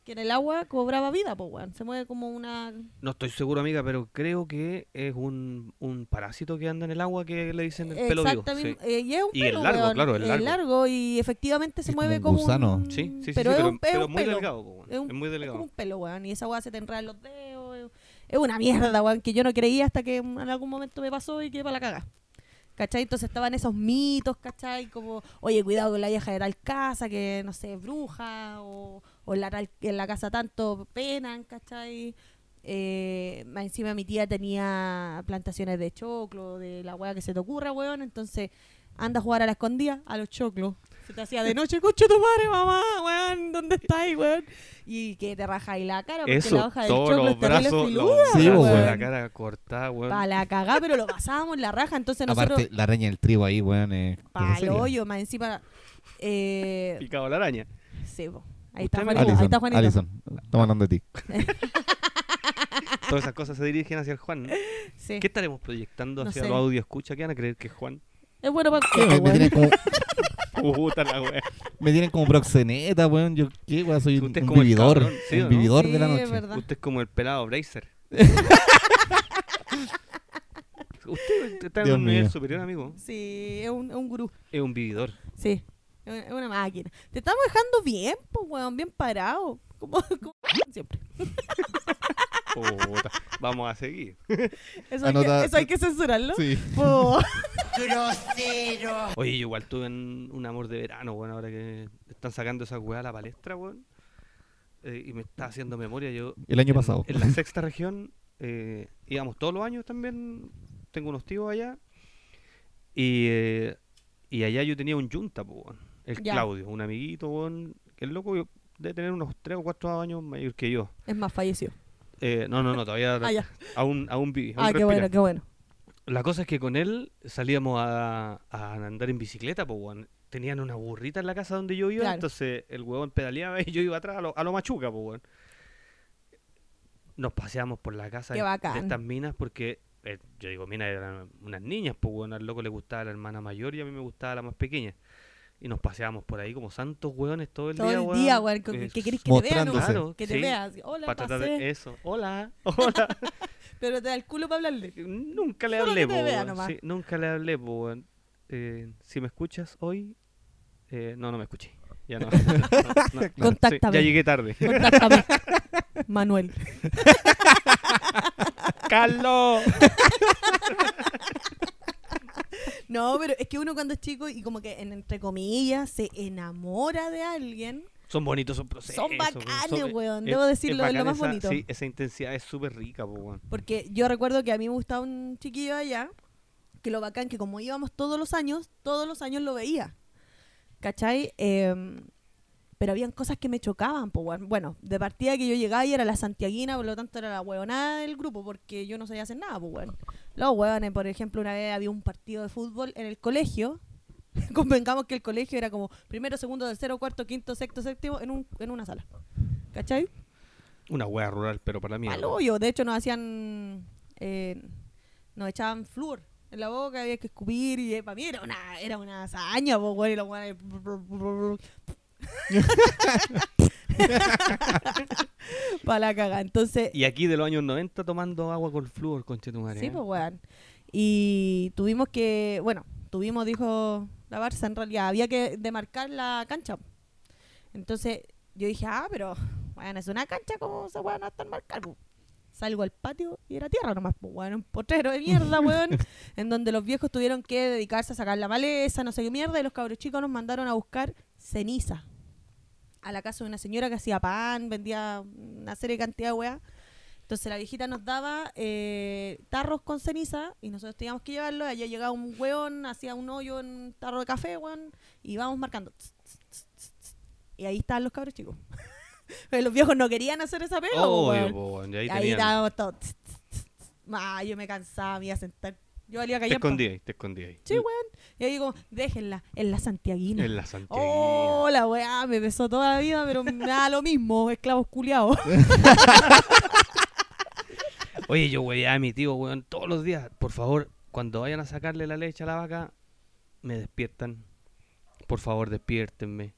S5: que en el agua cobraba vida, pues weón. Se mueve como una...
S4: No estoy seguro, amiga, pero creo que es un, un parásito que anda en el agua que le dicen el pelo vivo.
S5: Exactamente.
S4: sí.
S5: Eh, y es un
S4: Y el
S5: pelo,
S4: largo,
S5: weón.
S4: claro, el largo.
S5: y efectivamente se
S3: Es
S5: mueve
S3: como un
S5: como
S3: gusano.
S5: un...
S4: Sí, sí, sí, sí,
S5: pero
S4: pero,
S5: es un, es
S4: pero
S5: un
S4: muy
S5: pelo.
S4: delgado, po, weón.
S5: Es,
S4: Es,
S5: un-
S4: muy
S5: es
S4: delgado.
S5: como un pelo, weón. Y esa weá se te enreda en los dedos. es- Es una mierda, weón, que yo no creía hasta que en algún momento me pasó y quedé para la caga. ¿Cachai? Entonces estaban esos mitos, ¿cachai? Como, oye, cuidado con la vieja de tal casa, que no sé, es bruja, o, o en, la, tal- en la casa tanto penan, ¿cachai? Eh, más encima mi tía tenía plantaciones de choclo, de la weá que se te ocurra, weón. Entonces, anda a jugar a la escondida, a los choclos. Se te hacía de noche, coche tu madre, mamá, weón, ¿dónde estáis, weón? Y que te rajáis la cara, porque la
S4: Eso,
S5: hoja del
S4: todos
S5: choclo
S4: los
S5: es terrible
S4: brazos, los
S5: filuda,
S3: Sí,
S4: brazos,
S3: weón.
S4: la cara cortada, weón.
S5: Para la cagá, pero lo pasábamos la raja. Entonces (laughs) nosotros,
S3: Aparte, la reña del trigo ahí, weón, eh, es cosa
S5: para el
S3: seria.
S5: hoyo, más encima. Eh,
S4: Picado la araña.
S5: sí, po. Ahí
S4: Usted
S5: está
S4: me-
S5: Juanito.
S3: Alison,
S5: ahí está Juanito.
S3: Alison, estamos hablando de ti.
S4: Todas esas cosas se dirigen hacia el Juan. ¿no?
S5: Sí.
S4: ¿Qué estaremos proyectando
S5: No
S4: hacia
S5: sé.
S4: los audio escucha? ¿Qué van a creer que es
S5: (laughs)
S4: Juan?
S5: Es bueno para
S3: Eh, me, me tienen como,
S4: Puta la wea.
S3: me tienen como proxeneta, weón. Yo, ¿qué, weón? Soy un,
S4: Usted es
S3: un
S4: como el
S3: vividor.
S4: cabrón, ¿sí o
S3: un
S4: no?
S3: vividor
S5: Sí,
S3: de la
S5: es
S3: noche.
S5: verdad.
S4: Usted es como el pelado
S5: (laughs)
S4: Bracer. Usted está en
S3: Dios
S4: un nivel
S3: mío.
S4: superior, amigo.
S5: Sí, es un, es un gurú.
S4: Es un vividor.
S5: Sí, es una- es una máquina. Te estamos dejando bien, pues, weón, bien parado. Como, (laughs) como siempre.
S4: Puta. Vamos a seguir.
S5: Eso, hay
S3: Anota-
S5: que, eso hay que censurarlo.
S3: Sí.
S5: (laughs) Po.
S4: Oye, yo igual tuve un, un amor de verano, bueno, ahora que están sacando esa weá a la palestra, weón. Eh, y me está haciendo memoria. Yo
S3: El año
S4: en-
S3: pasado. (laughs)
S4: En la sexta región eh, íbamos todos los años también. Tengo unos tíos allá. Y, eh, y allá yo tenía un yunta, po, weón. el
S5: Ya.
S4: Claudio, un amiguito, weón, que el loco yo- debe tener unos 3 o 4 años mayor que yo.
S5: Es más, falleció.
S4: Eh, no, no, no, todavía
S5: Ah, ya.
S4: aún, aún viví. aún
S5: Ah, qué
S4: respira.
S5: bueno, qué bueno.
S4: La cosa es que con él salíamos a, a andar en bicicleta, pues, weón. Tenían una burrita en la casa donde yo iba,
S5: Claro.
S4: entonces el huevón pedaleaba (laughs) y yo iba atrás a lo, a lo machuca, pues, weón. Nos paseamos por la casa
S5: Qué
S4: de- de
S5: bacán.
S4: estas minas porque, eh, yo digo, minas eran unas niñas, pues, weón. Al loco le gustaba la hermana mayor y a mí me gustaba la más pequeña. Y nos paseábamos por ahí como santos hueones todo el
S5: Todo
S4: día,
S5: el
S4: weón.
S5: día, weón.
S4: Eh,
S5: ¿Qué qué querés que te vean?
S3: mostrándose.
S4: Claro,
S5: Que te
S4: sí.
S5: veas. Hola,
S4: para tratar
S5: pasé.
S4: de eso.
S5: (laughs)
S4: Hola, hola.
S5: Pero te da el culo para hablarle.
S4: Nunca le
S5: Solo
S4: hablé,
S5: que te
S4: po,
S5: vea
S4: weón.
S5: nomás.
S4: Sí, nunca le hablé, po, weón. Eh, si me escuchas hoy, Eh, no, no me escuché. Ya no. (laughs) no, no, sí,
S5: Contáctame.
S4: ya llegué
S5: (laughs)
S4: tarde.
S5: Contáctame. Manuel.
S4: ¡Carlos!
S5: No, pero es que uno cuando es chico y como que en- entre comillas se enamora de alguien.
S4: Son bonitos esos procesos.
S5: Son bacanes, weón.
S4: eh,
S5: Debo decirlo, es lo
S4: bacán
S5: más
S4: esa-
S5: bonito.
S4: Sí, esa intensidad es súper rica, po, weón.
S5: Porque yo recuerdo que a mí me gustaba un chiquillo allá, que lo bacán, que como íbamos todos los años, todos los años lo veía. ¿Cachai? Eh, pero habían cosas que me chocaban, po, weón. Bueno, de partida que yo llegaba y era la santiaguina, por lo tanto era la huevonada del grupo, porque yo no sabía hacer nada, po, weón. Los huevones, por ejemplo, una vez había un partido de fútbol en el colegio. (laughs) Convengamos que el colegio era como primero, segundo, tercero, cuarto, quinto, sexto, séptimo, en, un, en una sala. ¿Cachai?
S4: Una wea rural, pero para mí.
S5: al hoyo. De hecho, nos hacían. eh, nos echaban flúor en la boca, había que escupir. Y para mí era una, era una hazaña, po, weón, y los weones- (laughs) Pa' la caga. Entonces,
S4: Y aquí de los años 90 tomando agua con flúor, conchetumare.
S5: Sí,
S4: ¿eh?
S5: pues, weón. Y tuvimos que, bueno, tuvimos, dijo la Barça, en realidad, había que demarcar la cancha. Entonces yo dije, ah, pero, bueno, es una cancha, ¿cómo se pueden hasta marcar? po? Salgo al patio y era tierra nomás, pues, weón, un potrero de mierda, weón, en donde los viejos tuvieron que dedicarse a sacar la maleza, no sé qué mierda, y los cabros chicos nos mandaron a buscar ceniza a la casa de una señora que hacía pan, vendía una serie de cantidad de weas. Entonces la viejita nos daba eh, tarros con ceniza y nosotros teníamos que llevarlo. Allá llegaba un hueón, hacía un hoyo en un tarro de café, hueón, y íbamos marcando. Tss, tss, tss, tss, tss. Y ahí estaban los cabros chicos. (laughs) Pero los viejos no querían hacer esa pega. po,
S4: Obvio,
S5: hueón.
S4: po, weón. Y
S5: Y
S4: ahí,
S5: ahí
S4: tenían-
S5: estábamos todos. tss, tss, tss, tss. Ah, yo me cansaba, me iba a sentar. Yo valía
S4: Te
S5: callar. po.
S4: escondí ahí, te escondí ahí.
S5: Sí, weón. Y ahí como, déjenla, en la santiaguina.
S4: En la Santiago.
S5: Oh, la weá, me besó toda la vida, pero me da lo mismo, esclavos
S4: (laughs)
S5: culiados.
S4: Oye, yo weá a mi tío, weón, todos los días. Por favor, cuando vayan a sacarle la leche a la vaca, me despiertan. Por favor, despiértenme.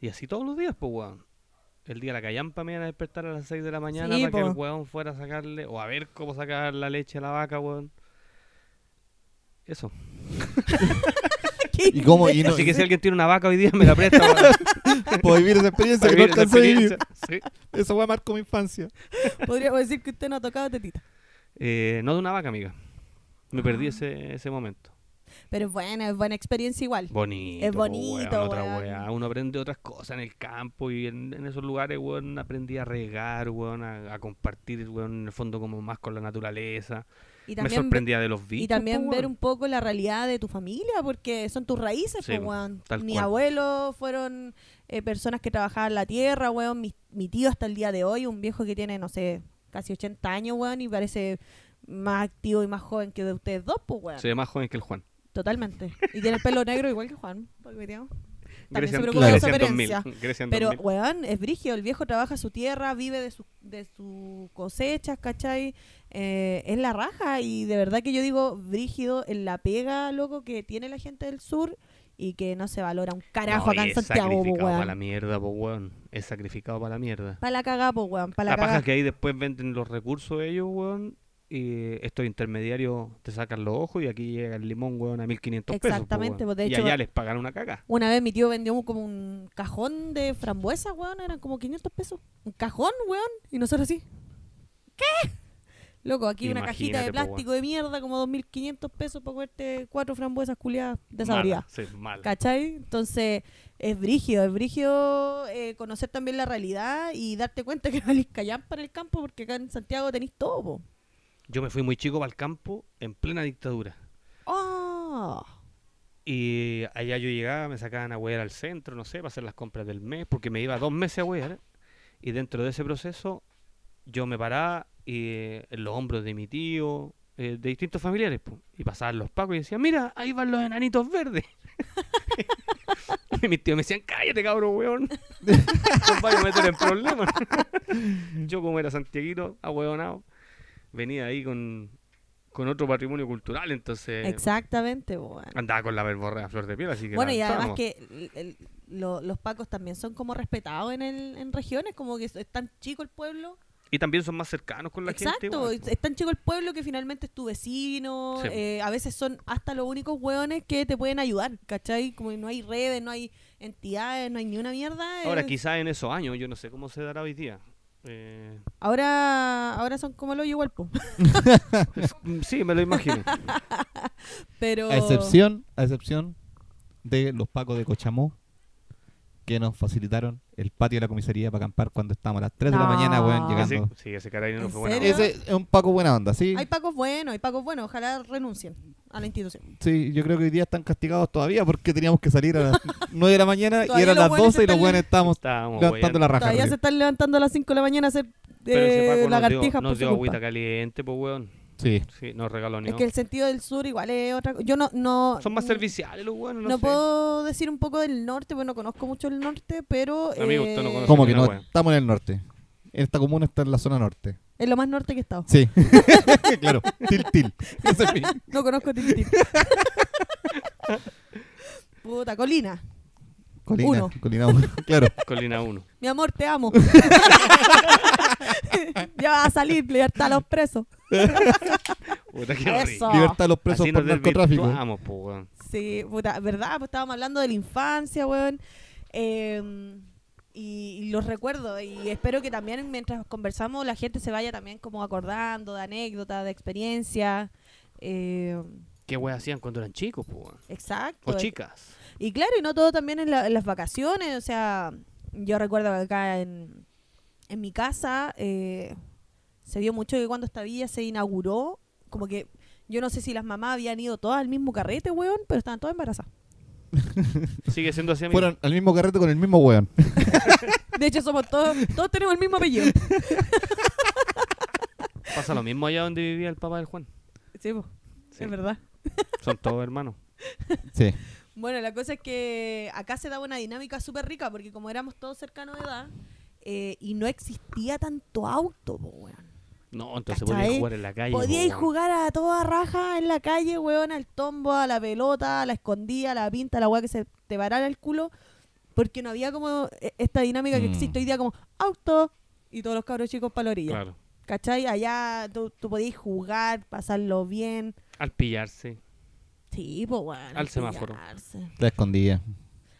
S4: Y así todos los días, pues, weón. El día de la callampa me iban a despertar a las 6 de la mañana
S5: Sí,
S4: para que el
S5: po.
S4: weón fuera a sacarle, o a ver cómo sacar la leche a la vaca, weón. Eso.
S3: ¿Y cómo? Y no,
S4: Así que si alguien tiene una vaca hoy día, me la presta,
S5: (laughs)
S4: weón.
S3: puedo vivir esa experiencia
S4: para
S3: que no
S4: vivir esa
S3: alcancé a vivir.
S4: experiencia. Sí.
S3: Esa weá marcó mi infancia.
S5: Podríamos decir que usted no ha tocado tetita.
S4: Eh, no de una vaca, amiga. Me perdí
S5: Ah.
S4: ese, ese momento.
S5: Pero es buena, es buena experiencia igual.
S4: Bonito.
S5: Es
S4: po,
S5: bonito,
S4: weón, otra
S5: weón.
S4: weá. Uno aprende otras cosas en el campo y en, en esos lugares, weón, aprendí a regar, weón, a, a compartir, weón, en el fondo como más con la naturaleza.
S5: Y
S4: Me
S5: también,
S4: sorprendía de los bichos.
S5: y también
S4: po,
S5: ver
S4: weón.
S5: un poco la realidad de tu familia, porque son tus raíces,
S4: Sí,
S5: po,
S4: po,
S5: weón.
S4: tal
S5: Mi
S4: cual.
S5: abuelo fueron eh, personas que trabajaban la tierra, weón. Mi, mi tío hasta el día de hoy, un viejo que tiene, no sé, casi 80 años, weón, y parece más activo y más joven que de ustedes dos, pues, weón.
S4: Se ve más joven que el Juan.
S5: Totalmente. Y tiene el pelo negro igual que Juan, porque me tiramos. También se
S4: Grecia,
S5: preocupa de
S4: Grecia
S5: su
S4: en 2000.
S5: apariencia.
S4: Grecia en
S5: Pero,
S4: 2000.
S5: weón, es brigio. El viejo trabaja su tierra, vive de sus de su cosechas, ¿cachai? Eh, es la raja. Y de verdad que yo digo, brígido, en la pega, loco, que tiene la gente del sur y que no se valora un carajo
S4: No,
S5: acá en
S4: es
S5: Santiago, po,
S4: sacrificado para la
S5: weón.
S4: mierda, po, weón. Es sacrificado para la mierda.
S5: Para la cagá, po, weón. Para
S4: La
S5: la,
S4: paja
S5: cagá.
S4: que ahí después venden los recursos ellos, weón. Y estos intermediarios te sacan los ojos y aquí llega el limón, weón, a 1500 pesos. po,
S5: Exactamente,
S4: weón.
S5: pues, de
S4: y
S5: hecho-
S4: allá les pagan una caca.
S5: Una vez mi tío vendió un- como un cajón de frambuesas, weón. Eran como 500 pesos. Un cajón, weón. Y nosotros así. ¿Qué? Loco, aquí una cajita de
S4: Imagínate, po, weón.
S5: plástico de mierda, como 2.500 pesos para comerte cuatro frambuesas culiadas
S4: Mala,
S5: desabridas.
S4: sí, mala.
S5: ¿Cachai? Entonces, es brígido, es brígido eh, conocer también la realidad y darte cuenta que (laughs) valís callar para el campo porque acá en Santiago tenéis todo, po.
S4: Yo me fui muy chico para el campo en plena dictadura.
S5: ¡Oh!
S4: Y allá yo llegaba, me sacaban a huear al centro, no sé, para hacer las compras del mes, porque me iba dos meses a huear. Y dentro de ese proceso, yo me paraba y, eh, en los hombros de mi tío, eh, de distintos familiares, po, y pasaban los pacos y decían, mira, ahí van los enanitos verdes. (laughs) y mis tíos me decían, cállate, cabrón, (laughs) weón. Nos vayas a meter en problemas. (laughs) yo, como era santiaguito, ahueonado, venía ahí con, con otro patrimonio cultural, entonces...
S5: Exactamente, po, weón.
S4: Andaba con la verborrea a flor de piel, así que.
S5: Bueno,
S4: la
S5: y además
S4: lanzamos.
S5: que el- el- lo- los pacos también son como respetados en, el, en regiones, como que es tan chico el pueblo
S4: Y también son más cercanos con la gente.
S5: Exacto,
S4: weón.
S5: es- es tan chico el pueblo que finalmente es tu vecino,
S4: Sí.
S5: eh, a veces son hasta los únicos hueones que te pueden ayudar, ¿cachai? Como no hay redes, no hay entidades, no hay ni una mierda.
S4: Ahora,
S5: eh,
S4: quizás en esos años, yo no sé cómo se dará hoy día. Eh,
S5: ahora, ahora son como lo igual, po. (laughs)
S4: mm, sí, me lo imagino.
S5: pero...
S3: A excepción, a excepción de los pacos de Cochamó que nos facilitaron el patio de la comisaría para acampar cuando estábamos a las 3 de la
S5: No.
S3: mañana, weón,
S4: Ese-
S3: (laughs) llegando.
S4: ¿Ah, sí, ese carabinero
S5: ¿En
S4: fue buena.
S5: serio?
S4: onda.
S3: Ese es un paco buena onda, sí.
S5: Hay pacos buenos, hay pacos buenos, ojalá renuncien a la institución.
S3: Sí, yo creo que hoy día están castigados todavía porque teníamos que salir a
S5: (laughs)
S3: las 9 de la mañana y
S5: Todavía
S3: eran
S5: los
S3: las
S5: buenos
S3: 12 y los
S5: están-
S3: buenos estábamos
S4: Estábamos
S3: levantando
S4: hueveando.
S3: la raja.
S5: Todavía se
S3: creo.
S5: están levantando a las 5 de la mañana a hacer
S4: Pero ese
S5: eh,
S4: Paco nos dio,
S5: lagartijas por
S4: nos
S5: su
S4: dio
S5: culpa.
S4: agüita caliente, pues, weón.
S3: Sí.
S4: Sí, nos regaló
S5: Es
S4: ni
S5: que el sentido del sur igual es otra cosa. Yo no, no...
S4: Son más
S5: no-
S4: serviciales los weones, no,
S5: No
S4: sé.
S5: puedo decir un poco del norte, porque no conozco mucho el norte, pero
S4: Amigo,
S5: eh,
S4: usted no conoce.
S3: Como que
S4: Una
S3: no
S4: wea.
S3: estamos en el norte. Esta comuna está en la zona norte.
S5: es lo más norte que he estado. (laughs)
S3: Sí. claro. Til, til. Ese es mi-
S5: No
S4: (laughs)
S5: conozco Tintín. Puta, Colina.
S3: Colina.
S5: Uno.
S3: Colina uno. Claro.
S4: Colina 1.
S5: Mi amor, te
S3: (laughs)
S5: amo. (laughs) ya vas a salir, libertad a los presos.
S4: Puta, qué
S5: Eso.
S4: rico.
S3: Libertad a los presos
S4: Así
S3: por
S4: nos
S3: narcotráfico.
S4: desvirtuamos, po, weón.
S5: Sí, puta, ¿verdad? Pues estábamos hablando de la infancia, weón. Eh, y, y los recuerdo. Y espero que también mientras conversamos la gente se vaya también como acordando de anécdotas, de experiencias. Eh,
S4: ¿Qué weas hacían cuando eran chicos, po, weón?
S5: exacto.
S4: O chicas.
S5: Y claro, y no todo también en, la- en las vacaciones. O sea, yo recuerdo que acá en, en mi casa eh, se dio mucho que cuando esta villa se inauguró, como que yo no sé si las mamás habían ido todas al mismo carrete, weón, pero estaban todas embarazadas.
S4: Sigue siendo así, amigo.
S3: Fueron al mismo carrete con el mismo weón.
S5: De hecho, somos todos, todos tenemos el mismo apellido.
S4: Pasa lo mismo allá donde vivía el papá del Juan.
S5: Sí, po,
S4: Sí.
S5: es verdad.
S4: Son todos hermanos.
S3: Sí.
S5: Bueno, la cosa es que acá se daba una dinámica súper rica, porque como éramos todos cercanos de edad, eh, y no existía tanto auto, po, weón.
S4: No, entonces
S5: ¿Cachai?
S4: podías jugar en la calle. po,
S5: Podíais
S4: weón.
S5: jugar a toda raja en la calle, weón, al tombo, a la pelota, a la escondida, a la pinta, a la weá que se te parara el culo, porque no había como eh, esta dinámica que
S3: Mm.
S5: existe hoy día como auto y todos los cabros chicos para la orilla.
S4: Claro.
S5: ¿Cachai? Allá tú, tú podías jugar, pasarlo bien.
S4: Al pillarse.
S5: Sí, pues weón.
S4: Al semáforo.
S5: pillarse,
S3: La escondía.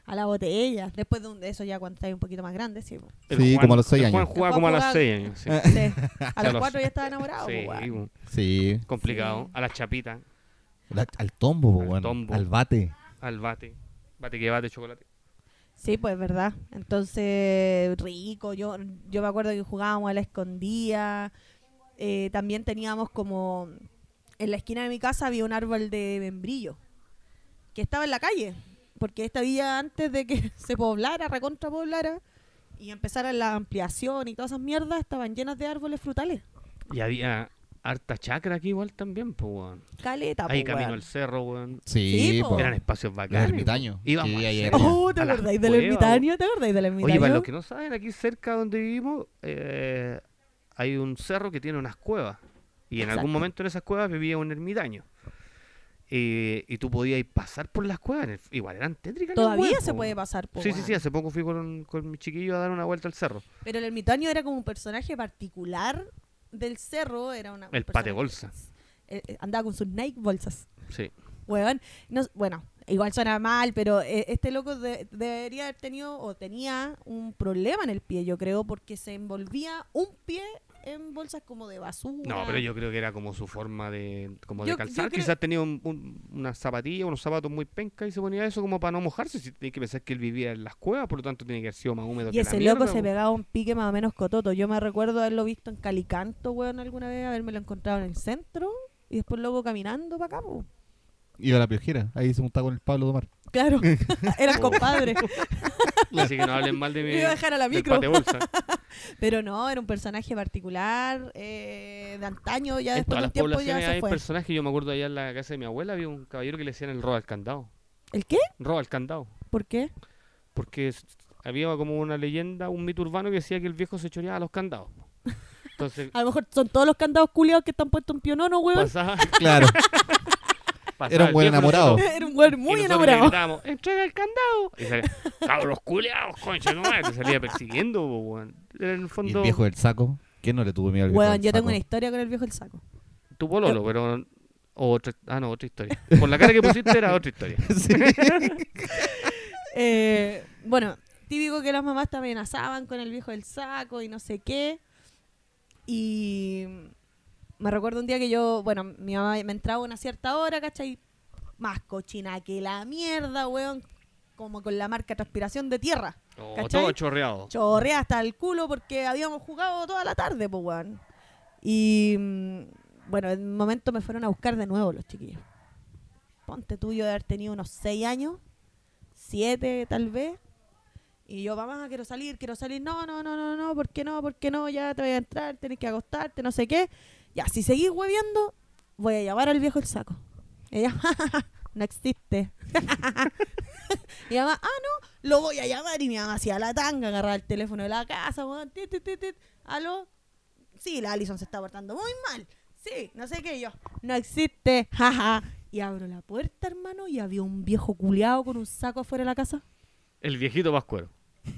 S5: A la botella. Después de, un- de eso ya cuando estás un poquito más grande, sí. po.
S4: El
S3: Sí,
S4: Juan-
S3: como a los seis
S4: el Juan
S3: años. Eh,
S4: jugaba
S5: El
S4: como a
S5: Juan
S4: las
S5: jugaba-
S4: 6 años. Sí.
S5: Sí. A
S4: (laughs) Ya
S5: los
S4: lo
S5: cuatro
S4: sé.
S5: ya estaba enamorado, pues, po,
S4: Sí, pues.
S5: weón.
S4: weón.
S3: Sí.
S4: complicado.
S5: Sí.
S4: A las chapitas,
S3: La- al tombo, po,
S4: Al
S3: weón.
S4: tombo.
S3: Al bate.
S4: al bate. Bate que bate, chocolate.
S5: Sí, pues verdad. Entonces, rico. Yo, yo me acuerdo que jugábamos a la escondida. Eh, también teníamos como. En la esquina de mi casa había un árbol de membrillo que estaba en la calle. Porque esta villa, antes de que (laughs) se poblara, recontra poblara, y empezara la ampliación y todas esas mierdas, estaban llenas de árboles frutales.
S4: Y había harta chacra aquí igual también, pues, weón.
S5: Caleta,
S4: Ahí
S5: po,
S4: camino
S5: Ah, pues, weón.
S4: al cerro, weón.
S3: Sí,
S5: Sí, po.
S3: po.
S4: Eran espacios bacanes.
S3: Los ermitaños.
S4: Íbamos
S3: Sí,
S4: al
S3: ahí
S4: cerro.
S3: había.
S5: Oh, ¿te
S4: a la
S5: acordáis del
S4: cueva,
S5: ermitaño? ¿Te acordáis del ermitaño?
S4: Oye, para los que no saben, aquí cerca donde vivimos eh, hay un cerro que tiene unas cuevas. Y en algún
S5: Exacto.
S4: momento en esas cuevas vivía un ermitaño. Eh, y tú podías ir pasar por las cuevas. en el- Igual eran tétricas. las
S5: Todavía
S4: cuevas,
S5: se
S4: po,
S5: puede
S4: weón.
S5: pasar, po,
S4: Sí, sí,
S5: weón.
S4: sí. Hace poco fui con, con mi chiquillo a dar una vuelta al cerro.
S5: Pero el ermitaño era como un personaje particular del cerro, era una... un
S4: El
S5: personaje-
S4: pate bolsa.
S5: Eh, eh, andaba con sus Nike bolsas.
S4: Sí.
S5: Weón, no- bueno, igual suena mal, pero eh, este loco de- debería haber tenido o tenía un problema en el pie, yo creo, porque se envolvía un pie en bolsas como de basura.
S4: No, pero yo creo que era como su forma de, como
S5: Yo-
S4: de
S5: yo
S4: calzar.
S5: creo-
S4: Quizás tenía un, un- una zapatilla, unos zapatos muy penca y se ponía eso como para no mojarse. Si tenía que pensar que él vivía en las cuevas, por lo tanto tiene que haber sido más húmedo
S5: Y
S4: que la
S5: ese
S4: mierda,
S5: loco se
S4: po.
S5: pegaba un pique más o menos cototo. Yo me recuerdo haberlo visto en Calicanto, weón, alguna vez, haberme lo encontrado en el centro y después loco caminando para acá, po.
S3: Iba a la piojera. Ahí se juntaba con el Pablo Domar.
S5: Claro, (laughs) eran
S4: (laughs) Oh.
S5: compadres.
S4: Así que no hablen mal
S5: (laughs)
S4: de mi.
S5: Me iba a dejar a la
S4: (laughs) del
S5: micro.
S4: pate bolsa.
S5: Pero no, era un personaje particular eh, de antaño, (laughs) ya
S4: En
S5: después
S4: todas
S5: de un
S4: las
S5: tiempo ya
S4: poblaciones
S5: se
S4: hay
S5: fue.
S4: personajes. Yo me acuerdo allá en la casa de mi abuela había un caballero que le decían el roba al candado.
S5: ¿El qué?
S4: Roba al candado.
S5: ¿Por qué?
S4: Porque s- había como una leyenda, un mito urbano que decía que el viejo se choreaba los candados. po. Entonces (laughs)
S5: (laughs) A lo mejor son todos los candados culiados que están puestos en pionono, weón.
S4: pasaba. (laughs)
S3: Claro.
S4: pasaba
S3: Era un
S4: el
S3: buen
S4: viejo,
S3: enamorado.
S4: nosotros-
S5: (laughs) era un weón
S4: y
S5: muy
S4: nosotros le
S5: enamorado.
S4: gritábamos, ¡Entrega el candado! Y
S5: (laughs)
S4: salía, ¡Cabros culiados, concha! No, te salía persiguiendo, po, weón. Era en el
S3: Y
S4: fondo.
S3: el viejo del saco. ¿Qué no le tuve miedo al viejo
S5: Bueno,
S3: del
S5: yo tengo
S3: saco?
S5: una historia con el viejo del saco.
S4: Tu pololo, pero... Otra, ah, no, otra historia. Por la cara que pusiste era otra
S5: (laughs)
S4: historia.
S3: (laughs)
S5: Eh, bueno, típico que las mamás te amenazaban con el viejo del saco y no sé qué. Y me recuerdo un día que yo, bueno, mi mamá me entraba a una cierta hora, ¿cachai? Más cochina que la mierda, weón. Como con la marca transpiración de tierra.
S4: Oh,
S5: ¿Cachai?
S4: todo chorreado.
S5: Chorré hasta el culo porque habíamos jugado toda la tarde, pues, weón. Y mm, bueno, en un momento me fueron a buscar de nuevo los chiquillos. Ponte tuyo de haber tenido unos seis años, siete tal vez. Y yo, mamá, quiero salir, quiero salir. No, no, no, no, no, ¿por qué no? ¿Por qué no? Ya te voy a entrar, tenés que acostarte, no sé qué. Ya, si seguís hueviando, voy a llamar al viejo el saco. Y ella, (laughs) no existe. (laughs) y mamá, ah, no, lo voy a llamar. Y mi mamá hacía la tanga, agarraba el teléfono de la casa, weón, tit, tit, tit, tit. aló. Sí, la Alison se está portando muy mal. Sí, no sé qué y yo. No existe, jaja. Y abro la puerta, hermano, y había un viejo culeado con un saco afuera de la casa.
S4: El viejito pascuero.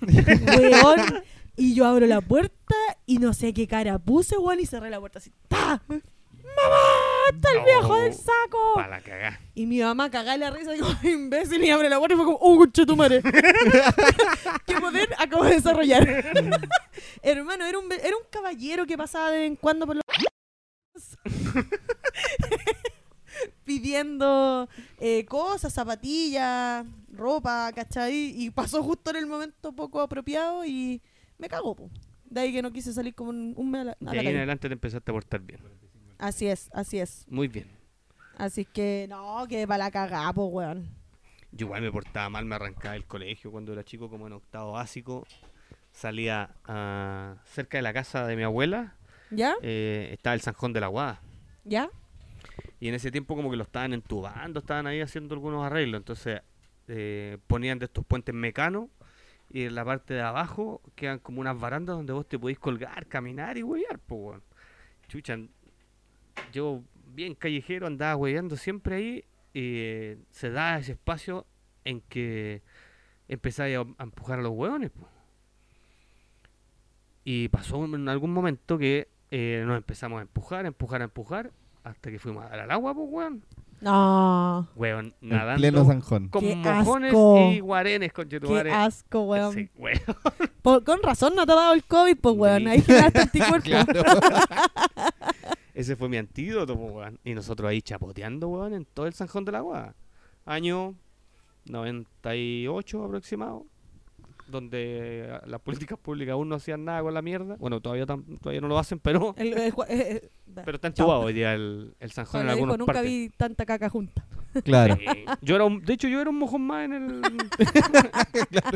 S5: Weón. Y yo abro la puerta y no sé qué cara puse, weón, y cerré la puerta así. ¡Ta! ¡Mamá! ¡Está el
S4: No.
S5: viejo del saco!
S4: Para la cagá.
S5: Y mi mamá cagaba la risa como imbécil y abre la puerta y fue como, ¡oh, concha tu madre! (laughs) ¿Qué poder acabo de desarrollar? (laughs) Hermano, era un, ve- era un caballero que pasaba de vez en cuando por los... (laughs) pidiendo eh, cosas, zapatillas, ropa, ¿cachai? Y pasó justo en el momento poco apropiado y me cagó, po. De ahí que no quise salir como un, un mes a la, a
S4: De
S5: la
S4: ahí en
S5: calle.
S4: adelante te empezaste a portar bien.
S5: Así es, así es.
S4: Muy bien.
S5: Así que, no, que para la cagada, po, weón.
S4: Yo igual me portaba mal, me arrancaba del colegio cuando era chico, como en octavo básico. Salía a- cerca de la casa de mi abuela,
S5: ¿Ya?
S4: eh, estaba el Sanjón de la Guada.
S5: ¿Ya?
S4: Y en ese tiempo como que lo estaban entubando, estaban ahí haciendo algunos arreglos. Entonces eh, ponían de estos puentes mecanos y en la parte de abajo quedan como unas barandas donde vos te podís colgar, caminar y huevear, po, weón. Chucha, n- yo bien callejero andaba hueveando siempre ahí y eh, se da ese espacio en que empezáis a, a empujar a los hueones, po. Y pasó en algún momento que eh, nos empezamos a empujar, a empujar, a empujar hasta que fuimos a dar al agua, pues, weón.
S5: No.
S4: Weón,
S3: En
S4: (laughs) nadando.
S3: pleno zanjón.
S4: Con
S5: ¡Qué
S4: mojones
S5: asco!
S4: y guarenes,
S5: Qué
S4: conchetumares.
S5: asco, weón.
S4: Sí, (laughs) weón.
S5: Por- con razón no te ha dado el COVID, pues, weón.
S4: Sí.
S5: Ahí
S4: (laughs)
S5: generaste anticuerpos.
S4: Ese fue mi antídoto, po, weón. Y nosotros ahí chapoteando, weón, en todo el Sanjón de la Guada. Año 98 aproximado, donde eh, las políticas públicas aún no hacían nada con la mierda. Bueno, todavía, tam- todavía no lo hacen,
S5: (laughs)
S4: pero,
S5: El- el ju- eh, eh, da-
S4: pero está
S5: chao.
S4: entubado hoy día el, el Sanjón
S5: Solo
S4: en
S5: dijo,
S4: algunos
S5: nunca
S4: partes.
S5: vi tanta caca junta.
S3: Claro.
S4: Sí. Yo era un- de hecho, yo era un mojón más en el,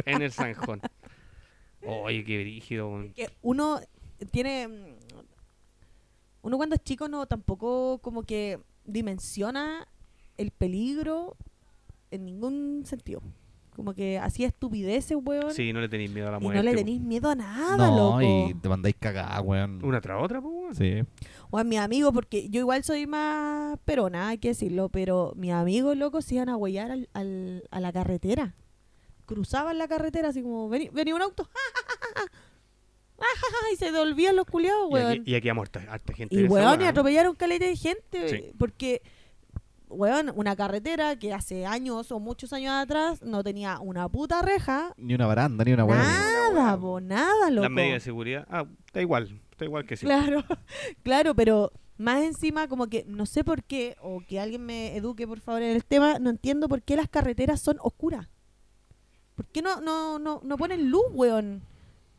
S4: en el Sanjón. Oye, qué brígido. weón.
S5: Que uno tiene... mm, Uno cuando es chico no tampoco como que dimensiona el peligro en ningún sentido. Como que hacía estupideces, weón.
S4: Sí, no le tenéis miedo a la
S5: y
S4: muerte.
S5: no le
S4: po.
S5: tenéis miedo a nada,
S3: No,
S5: loco.
S3: y te mandáis cagada, weón.
S4: Una tras otra, pues, weón.
S3: Sí.
S5: O a mis amigos, porque yo igual soy más perona, hay que decirlo, pero mis amigos locos se iban a huellar al, al- a la carretera. Cruzaban la carretera así como, vení, vení un auto. (laughs) y se devolvían los culiados,
S4: Y aquí,
S5: weón.
S4: y aquí ha muerto harta gente.
S5: Y
S4: de esa
S5: weón, y
S4: weá, ¿eh?
S5: atropellaron caleta de gente,
S4: Sí.
S5: porque, weón, una carretera que hace años o muchos años atrás no tenía una puta reja.
S3: Ni una baranda, ni una weón.
S5: Nada, po, nada, loco.
S4: Las medidas de seguridad. Ah, está igual. Está igual que sí.
S5: Claro, (laughs) claro, pero más encima como que no sé por qué, o que alguien me eduque por favor en el tema, no entiendo por qué las carreteras son oscuras. ¿Por qué no, no, no, no ponen luz, weón?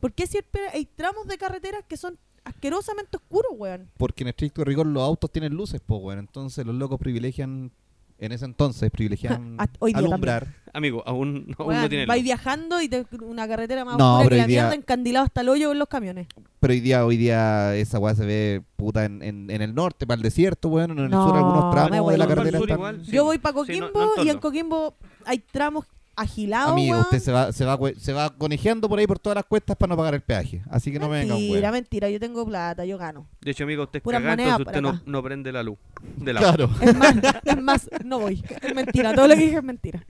S5: ¿Por qué siempre hay tramos de carreteras que son asquerosamente oscuros, weón?
S3: Porque en estricto rigor los autos tienen luces, pues, weón. Entonces los locos privilegian, en ese entonces, privilegian
S5: (laughs) Ah, hoy día
S3: alumbrar.
S4: Amigo, aún, aún
S5: Weón,
S4: no tiene
S5: vais
S4: luz.
S5: viajando y te, una carretera más
S3: No, pero
S5: oscura que la
S3: hoy día-
S5: mierda, encandilado hasta el hoyo en los camiones.
S3: Pero hoy día, hoy día esa weá se ve puta en, en, en el norte, para el desierto, weón. En el
S5: No,
S3: sur algunos
S5: me
S3: tramos
S5: voy.
S3: de la
S5: Para el
S3: carretera
S4: sur
S3: están-
S4: igual, Sí,
S5: Yo voy para
S4: sí, no-
S5: Coquimbo
S4: no
S5: y
S4: entorno.
S5: en Coquimbo hay tramos agilados,
S3: Amigo,
S5: Ah, weón.
S3: usted se va, se va, we- se va conejeando por ahí por todas las cuestas para no pagar el peaje. Así que no me venga un
S5: Mentira,
S3: weón.
S5: mentira, yo tengo plata, yo gano.
S4: De hecho, amigo, usted es
S5: Puras
S4: cagado,
S5: monedas
S4: entonces usted
S5: por
S4: no,
S5: acá.
S4: no prende la luz. De la
S3: Claro.
S5: Es más, es más, no voy. Es mentira, todo lo que dije es mentira.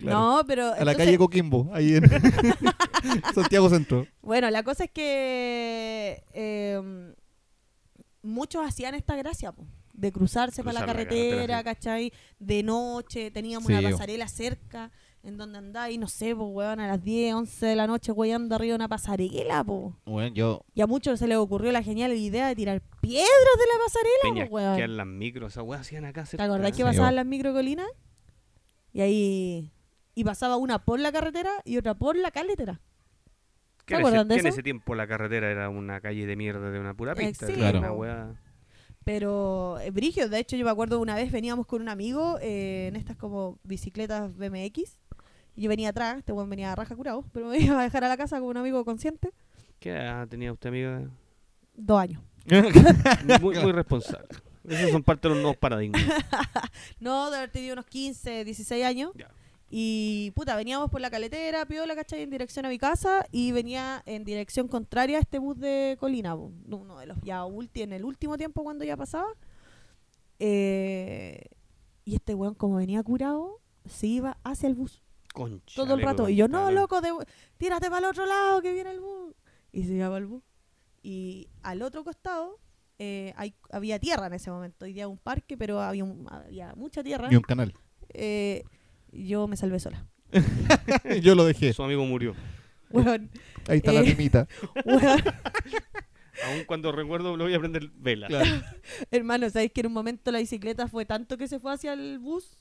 S3: Claro.
S5: No, pero.
S3: A la
S5: entonces,
S3: calle Coquimbo, ahí en (laughs) Santiago Centro.
S5: Bueno, la cosa es que. eh, muchos hacían esta gracia, po, de cruzarse para la
S4: Cruzar la
S5: carretera,
S4: carretera, sí.
S5: ¿cachai? De noche, teníamos
S3: Sí,
S5: una
S3: yo.
S5: pasarela cerca en donde andáis, no sé, pues, weón, a las 10, 11 de la noche, weyando arriba de una pasarela, po.
S3: Bueno, (laughs) yo.
S5: Y a muchos se les ocurrió la genial idea de tirar piedras de la pasarela,
S4: Peñas
S5: po, weón.
S4: que eran las micros, esas weas hacían acá.
S5: ¿Te
S4: cerca.
S5: acordás que
S3: Sí,
S5: pasaban
S3: bo.
S5: las microcolinas? Y ahí. Y pasaba una por la carretera y otra por la carretera.
S4: Que en
S5: ¿Te acuerdas
S4: ese-
S5: de
S4: que en
S5: eso?
S4: ese tiempo la carretera era una calle de mierda de una pura
S5: Eh,
S4: pista.
S5: sí,
S4: era
S3: Claro.
S4: Una
S5: po.
S4: wea.
S5: Pero, eh, Brigio, de hecho, yo me acuerdo una vez veníamos con un amigo eh, en estas como bicicletas BMX. Y yo venía atrás, este buen venía a raja curado, pero me iba a dejar a la casa con un amigo consciente.
S4: ¿Qué edad tenía usted, amiga?
S5: Dos años.
S4: Muy, muy responsable. Esos son parte de los nuevos paradigmas.
S5: (laughs) No, de haber tenido unos 15, 16 años.
S4: Ya.
S5: Y puta, veníamos por la caletera, piola, ¿cachai? En dirección a mi casa y venía en dirección contraria este bus de Colina, po, uno de los ya ulti, en el último tiempo cuando ya pasaba. Eh, y este weón, como venía curado, se iba hacia el bus
S4: Concha.
S5: todo el
S4: le
S5: rato. Y yo, no,
S4: contaron.
S5: loco, de- tírate para el otro lado que viene el bus. Y se iba para el bus. Y al otro costado eh, hay, había tierra en ese momento. Hoy día un parque, pero había, un- había mucha tierra.
S3: Y un canal.
S5: Eh, yo me salvé sola.
S3: (laughs) yo lo dejé.
S4: Su amigo murió.
S5: Weón,
S3: Ahí está la
S5: Eh.
S3: limita.
S5: weón.
S4: Aún cuando recuerdo, lo voy a prender vela.
S5: Hermano, ¿sabéis que en un momento la bicicleta fue tanto que se fue hacia el bus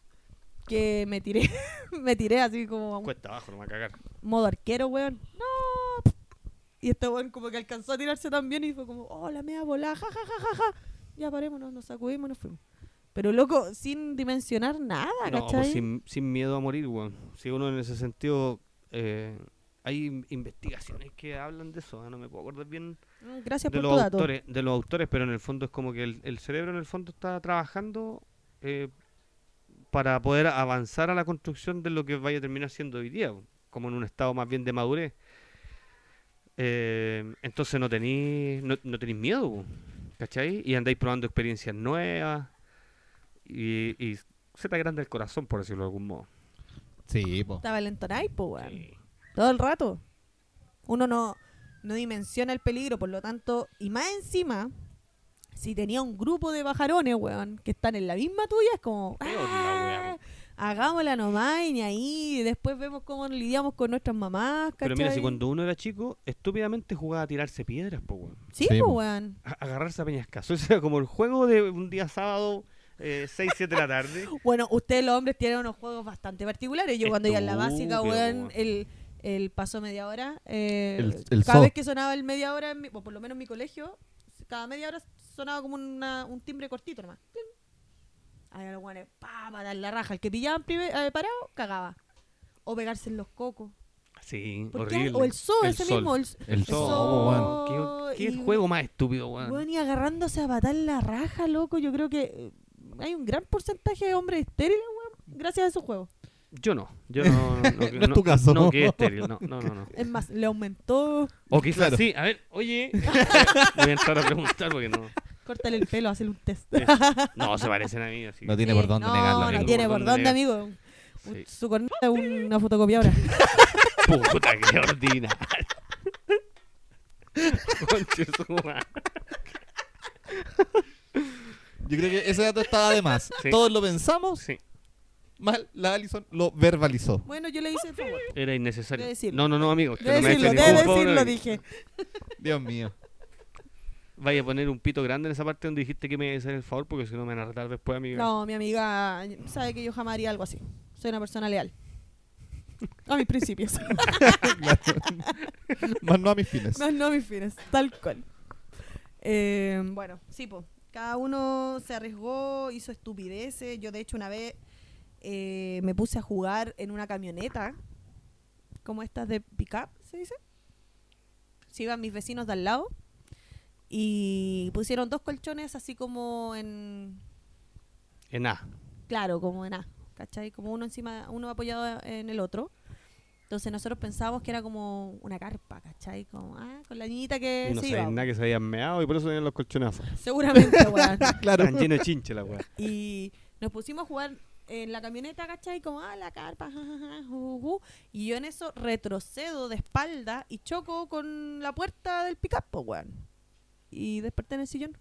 S5: que me tiré, (laughs) me tiré así como a un
S4: Cuesta abajo, no me va a cagar.
S5: modo arquero, weón. ¡No! Y este weón como que alcanzó a tirarse también y fue como, oh, la mea volada, ja, ja, ja, ja, ja. Ya parémonos, nos sacudimos y nos fuimos. Pero loco, sin dimensionar nada,
S4: No,
S5: Ah,
S4: pues
S5: ¿cachai?
S4: sin, sin miedo a morir, weón. Si uno en ese sentido. eh, hay in- investigaciones que hablan de eso, ¿eh? no me puedo acordar bien
S5: Mm, Gracias
S4: de
S5: por
S4: los
S5: tu dato.
S4: autores, de los autores, pero en el fondo es como que el, el cerebro en el fondo está trabajando eh, para poder avanzar a la construcción de lo que vaya a terminar siendo hoy día, po, como en un estado más bien de madurez. Eh, entonces no tenéis no, no tenéis miedo, po, ¿cachai? Y andáis probando experiencias nuevas y, y se te agranda el corazón, por decirlo de algún modo.
S3: Sí, po.
S5: Estaba valentonay, po, weón.
S4: Sí.
S5: Todo el rato. Uno no, no dimensiona el peligro, por lo tanto, y más encima, si tenía un grupo de bajarones, weón, que están en la misma tuya, es como,
S4: Peor la
S5: "Ah,
S4: weá,
S5: hagámosla nomás y ni ahí, y después vemos cómo lidiamos con nuestras mamás,
S4: Pero mira, si
S5: ¿cachai?
S4: cuando uno era chico, estúpidamente jugaba a tirarse piedras, po, weón.
S5: Sí,
S3: Sí,
S5: po,
S3: po.
S5: weón.
S4: a- agarrarse a peñascaso. (laughs) Eso era como el juego de un día sábado, eh, 6, 7 de la tarde.
S5: Bueno, ustedes los hombres tienen unos juegos bastante particulares. Yo cuando iba en la básica,
S4: Estúpido,
S5: weón,
S4: weón.
S5: el, el paso media hora, eh,
S3: El- el
S5: cada
S3: so.
S5: vez que sonaba el media hora, en mi- o por lo menos en mi colegio, cada media hora sonaba como una- un timbre cortito nomás. Plim. Ahí a los weones, pa, pa, dar la raja. El que pillaban prime- eh, parado, cagaba. O pegarse en los cocos.
S4: (laughs) Sí,
S5: ¿Por qué?
S4: horrible.
S5: O el zoo, ese
S4: sol.
S5: mismo. El,
S3: El oh,
S4: Sol,
S5: sol,
S4: weón. ¿Qué- ¿Qué,
S5: y-
S4: juego más estúpido, weón?
S5: Weón, y agarrándose a patar la raja, loco. Yo creo que eh, hay un gran porcentaje de hombres estériles, weón, gracias a esos juegos.
S4: Yo no. Yo no.
S5: (laughs)
S4: No,
S3: es tu caso.
S4: No, que estéril. No, no, no. no.
S5: Es más, le aumentó.
S4: O quizás
S3: Claro.
S4: sí. A ver,
S5: (laughs)
S4: oye. Voy a entrar a preguntar porque no.
S5: Córtale el pelo, hacerle un test.
S4: es- no se parecen a mí. Así.
S3: No
S4: que-
S3: tiene por dónde
S5: no,
S3: negarlo.
S5: No
S3: amigo.
S5: tiene por dónde,
S4: negar.
S5: amigo. Un-
S4: Sí.
S5: Su corneta es una fotocopiadora.
S4: (laughs) Puta, qué ordina. Conche su madre.
S3: Yo creo que ese dato estaba de más.
S4: Sí.
S3: Todos lo pensamos,
S4: Sí.
S3: mal la Alison lo verbalizó.
S5: (laughs) Bueno, yo le hice el favor.
S4: Era innecesario.
S5: De decirlo.
S4: No, no, no, amigo. usted
S5: De
S4: no me ha hecho
S5: decirlo, de
S4: ningún favor,
S5: decirlo,
S4: amigo.
S5: dije.
S3: Dios mío.
S4: Vaya a poner un pito grande en esa parte donde dijiste que me ibas a hacer el favor porque si no me van a retar después, amigo.
S5: No, mi amiga sabe que yo jamás haría algo así. Soy una persona leal. A mis principios.
S3: Más no a mis fines.
S5: no, no a mis fines. Tal cual. Eh, bueno, sí, po. Cada uno se arriesgó, hizo estupideces. Yo, de hecho, una vez eh, me puse a jugar en una camioneta, como estas de pick-up, se dice. Se iban mis vecinos de al lado y pusieron dos colchones así como en,
S4: En A.
S5: claro, como en A, ¿cachai? Como uno encima, uno apoyado en el otro. Entonces nosotros pensábamos que era como una carpa, ¿cachai? Como, ah, con la niñita que
S4: Y no
S5: se
S4: sabía
S5: iba.
S4: nada que se habían meado y por eso tenían los colchones afuera.
S5: Seguramente, weón.
S3: Claro.
S4: Están llenos de chinche la weá.
S5: Y nos pusimos a jugar en la camioneta, ¿cachai? Como, ah, la carpa, ja, ja, ja, ju, ju. Y yo en eso retrocedo de espalda y choco con la puerta del pick-up, po, weón. y desperté en el sillón.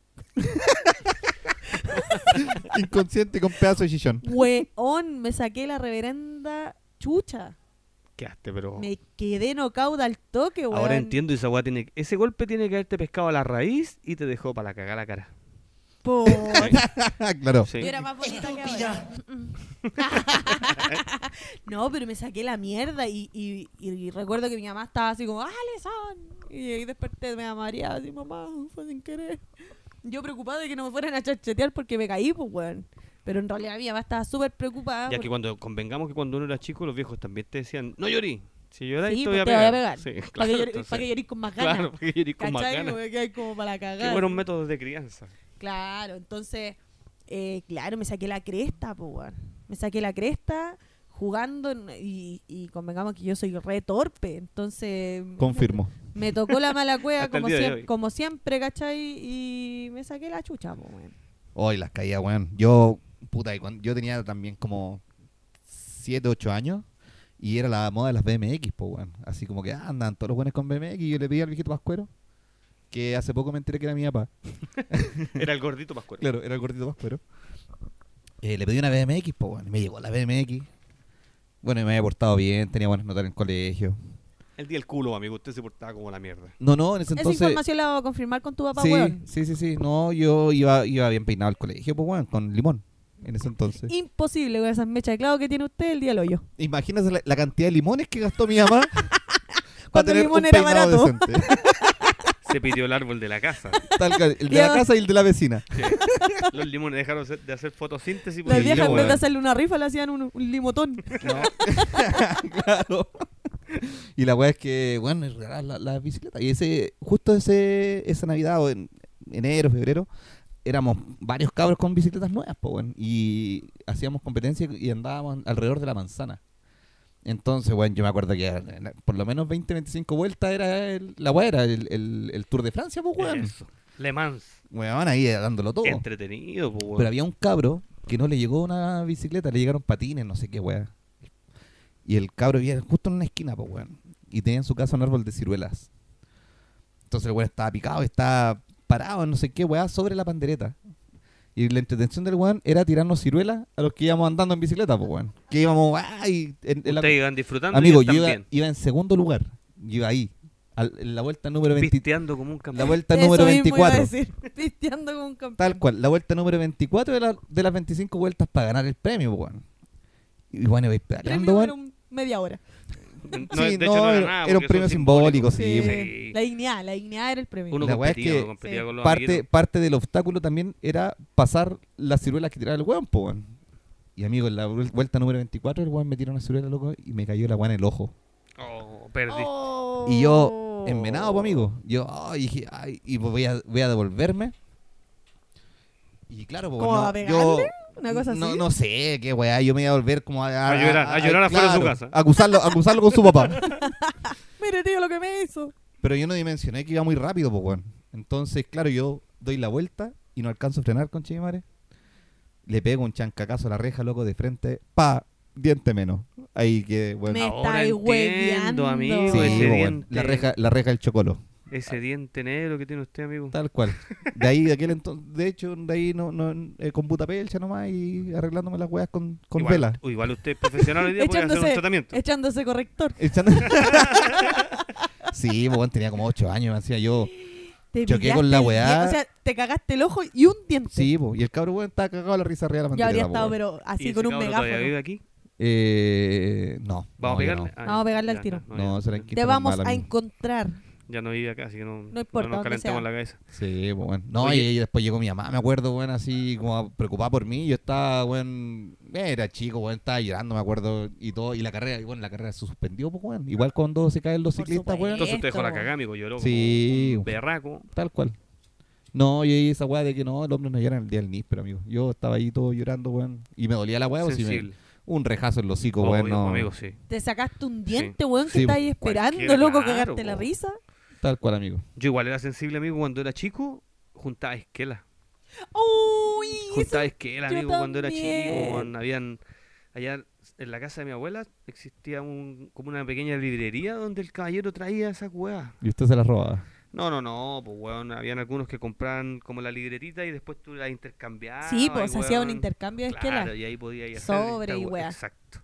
S3: Inconsciente con pedazo de
S5: (laughs)
S3: chillón.
S5: Weón, me saqué la reverenda chucha.
S4: Quedaste, pero.
S5: Me quedé nocauda al toque, weón.
S4: Oh. Ahora entiendo, esa weá tiene. Ese golpe tiene que haberte pescado a la raíz y te dejó para la cagada la cara. (laughs)
S5: Po-
S3: Ah, claro.
S4: Sí.
S5: Yo era más bonita que ahora. Mm, (laughs) no, pero me saqué la mierda y, y- y- y recuerdo que mi mamá estaba así como, ¡Alison! Y ahí desperté, me amaría, así, mamá, fue sin querer. Yo preocupada de que no me fueran a chachetear porque me caí, pues, weón. Pero en realidad mi mamá estaba súper preocupada.
S4: Ya
S5: porque-
S4: que cuando convengamos que cuando uno era chico, los viejos también te decían, no llorí. Si lloráis,
S5: Sí,
S4: te voy a
S5: pues, te voy a
S4: pegar.
S5: pegar.
S4: Sí,
S5: para
S4: claro,
S5: que, llor-
S4: entonces-
S5: para que llorís con más ganas.
S4: Claro, para que llorí con más
S5: ¿Cachai?
S4: ganas.
S5: Como que hay como para cagar.
S4: Qué buenos métodos de crianza.
S5: Claro, entonces, eh, claro, me saqué la cresta, pues, weón. Me saqué la cresta jugando en- y, y convengamos que yo soy re torpe, entonces...
S3: Confirmo.
S5: Me tocó la mala cueva
S4: Hasta el
S5: como,
S4: día de
S5: siem-
S4: hoy.
S5: como siempre, ¿cachai? Y me saqué la chucha, pues, weón.
S3: Hoy las caía, weón. Yo, puta, y cuan- yo tenía también como 7, 8 años y era la moda de las BMX, po, weón. Así como que ah, andan todos los buenos con BMX y yo le pedí al viejito Pascuero, que hace poco me enteré que era mi papá.
S4: Era el gordito más cuerdo.
S3: Claro, era el gordito Pascuero. Eh, le pedí una BMX, po, weón. Y me llegó la BMX. Bueno, y me había portado bien, tenía buenas notas en el colegio.
S4: El día del culo, amigo. Usted se portaba como la mierda.
S3: No, no, en ese
S5: Esa
S3: entonces.
S5: información la voy a confirmar con tu papá,
S3: sí,
S5: weón.
S3: sí, sí, sí. No, yo iba, iba bien peinado al colegio, pues, weón, con limón. En ese entonces.
S5: Imposible con esas mechas de clavo que tiene usted el día del hoyo.
S3: Imagínese la, la cantidad de limones que gastó mi
S5: (laughs)
S3: mamá. para
S5: Cuando el
S3: tener
S5: limón
S3: un
S5: era
S3: peinado
S5: barato.
S3: decente.
S5: (laughs)
S4: Se pidió el árbol de la casa.
S3: Tal cual, el de la
S5: Yo-
S3: casa y el de la
S5: (laughs)
S3: vecina.
S4: Sí. Los limones dejaron se- de hacer fotosíntesis. pues,
S5: Las
S4: porque-
S5: viejas en
S3: weón.
S5: vez de hacerle una rifa le hacían un, un limotón.
S3: (laughs) claro. Y la weá es que, bueno, es regalar la, la bicicleta. Y ese, justo ese, esa Navidad, o en enero, febrero, éramos varios cabros con bicicletas nuevas, po, weón. Y hacíamos competencia y andábamos alrededor de la manzana. Entonces, bueno, yo me acuerdo que eh, por lo menos 20, 25 vueltas era el- la weá, era el, el- el Tour de Francia, pues, weón.
S4: Eso. Le Mans.
S3: Weón, ahí dándolo todo.
S4: Entretenido, pues, weón.
S3: Pero había un cabro que no le llegó una bicicleta, le llegaron patines, no sé qué, weá. Y el cabro vivía justo en una esquina, pues, weón. Y tenía en su casa un árbol de ciruelas. Entonces el weón estaba picado, estaba parado, no sé qué, weá, sobre la pandereta. Y la entretención del weón era tirarnos ciruelas a los que íbamos andando en bicicleta, pues, weón. Que íbamos, weá, y en- en la-
S4: Ustedes iban disfrutando.
S3: Amigo,
S4: y
S3: yo iba,
S4: también.
S3: iba en segundo lugar. Yo iba ahí, al- en la vuelta número 20,
S4: Pisteando como un
S3: la
S4: campeón.
S3: vuelta
S5: Eso
S3: número
S5: mismo iba a
S3: 24.
S5: decir. (laughs) Pisteando con un campeón.
S3: Tal cual, la vuelta número 24 de, la- de las 25 vueltas para ganar el premio, pues, weón. Y bueno, vais pedaleando,
S5: Premio
S3: weón.
S5: era un- media hora.
S4: No,
S3: sí,
S4: de
S3: no,
S4: hecho, no era,
S3: era-
S4: nada,
S3: era un
S4: porque
S3: premio
S4: son
S3: simbólico,
S4: simbólicos.
S3: sí. pues.
S5: Sí.
S4: Sí.
S5: La dignidad, la dignidad era el premio.
S4: Uno
S3: La weá es
S4: competía,
S3: que
S4: uno competía
S5: sí.
S4: con los
S3: Parte,
S4: amiguitos.
S3: parte del obstáculo también era pasar las ciruelas que tiraba el weón, pues, weón. Y amigo, en la vuel- vuelta número 24, el weón me tiró una ciruela, loco, y me cayó la weón en el ojo.
S4: Oh, perdí.
S3: Y
S5: Oh.
S3: yo, envenado, pues, amigo. Yo, ay, dije, ay, y pues voy a, voy a devolverme. Y claro, pues,
S5: ¿Cómo
S3: no,
S5: va a pegarle?
S3: yo-
S5: Una cosa
S3: no,
S5: así.
S3: No sé, qué weá, yo me iba a volver como a...
S4: A llorar, a llorar afuera de su casa.
S3: a Acusarlo, a acusarlo con su
S4: (laughs)
S3: papá.
S5: Mire, tío, lo que me hizo.
S3: Pero yo no dimensioné que iba muy rápido, pues weón. Entonces, claro, yo doy la vuelta y no alcanzo a frenar con Chimare. Le pego un chancacazo a la reja, loco, de frente. Pa, diente menos. Ahí que, weón.
S5: Me
S4: Ahora
S5: estáis
S4: entiendo,
S5: hueveando.
S4: amigo,
S3: Sí,
S4: ese
S3: weón,
S4: diente.
S3: La reja, la reja del chocolo.
S4: Ese diente negro que tiene usted, amigo.
S3: Tal cual. De ahí, de aquel entonces, de hecho, de ahí no, no, eh, con butapelcha nomás y arreglándome las weas con, con
S4: igual,
S3: vela.
S4: o igual usted es profesional
S5: (laughs)
S4: hoy día puede hacer un
S5: Echándose,
S4: tratamiento.
S5: echándose corrector.
S3: Echando- (laughs) sí, pues, weón, tenía como 8 años, me hacía yo.
S5: Te
S3: Choqué
S5: pillaste
S3: con la
S5: el
S3: weá.
S5: dien- O sea, te cagaste el ojo y un diente.
S3: Sí, po, y el cabro weón estaba cagado a la risa arriba de la pues,
S5: Yo
S3: bandera.
S5: habría estado, pero así con un
S4: ¿Todavía vive
S5: megáfono.
S4: aquí?
S3: Eh, no.
S4: Vamos
S3: no,
S4: a
S3: yo
S4: pegarle. Ah,
S5: Vamos a
S4: ya,
S5: pegarle al
S4: ya,
S5: tiro.
S3: No,
S4: ya.
S3: no se la han
S5: Te
S3: quitado
S5: vamos
S3: mal,
S5: a
S3: amigo.
S5: encontrar.
S4: Ya no vive acá, así que no, no
S5: importa
S4: nos
S5: dónde
S4: calentemos
S5: sea.
S4: la cabeza.
S3: Sí, po, weón. No,
S4: Oye.
S3: y, y después llegó mi mamá, me acuerdo, weón, así como preocupada por mí. Yo estaba, weón, era chico, weón, estaba llorando, me acuerdo, y todo. Y la carrera, y bueno, la carrera se suspendió, pues, weón. Igual cuando se caen los
S5: Por
S3: ciclistas, weón.
S5: supuesto.
S4: Entonces usted dejó la
S5: Esto.
S4: cagada, amigo. Lloró
S3: Sí.
S4: como un berraco.
S3: Tal cual. No, y ahí esa weá de que no, el hombre no llora en el día del pero amigo. Yo estaba ahí todo llorando, weón. Y me dolía la weá, pues, y me-
S4: sensible.
S3: un rejazo en los hocico,
S4: Obvio,
S3: weón. no.
S4: amigo, sí.
S5: Te sacaste un diente, weón, que
S3: Sí,
S5: estáis
S4: cualquiera,
S5: esperando, loco,
S4: claro,
S5: cagarte la
S4: po.
S5: risa.
S3: Tal cual, amigo.
S4: Yo igual era sensible, amigo, cuando era chico. Juntaba esquelas.
S5: Uy, eso-
S4: Juntaba esquelas,
S5: yo
S4: amigo, cuando era chico.
S5: también.
S4: weón. Habían... Allá en la casa de mi abuela existía un, como una pequeña librería donde el caballero traía esas weas.
S3: Y usted se la robaba.
S4: No, no, no, pues weón, habían algunos que compraban como la libretita y después tú la intercambiabas.
S5: sí,
S4: y,
S5: pues se hacía un
S4: weón,
S5: intercambio de esquelas.
S4: Claro, y ahí podía ir a
S5: Sobre y weá.
S4: Exacto.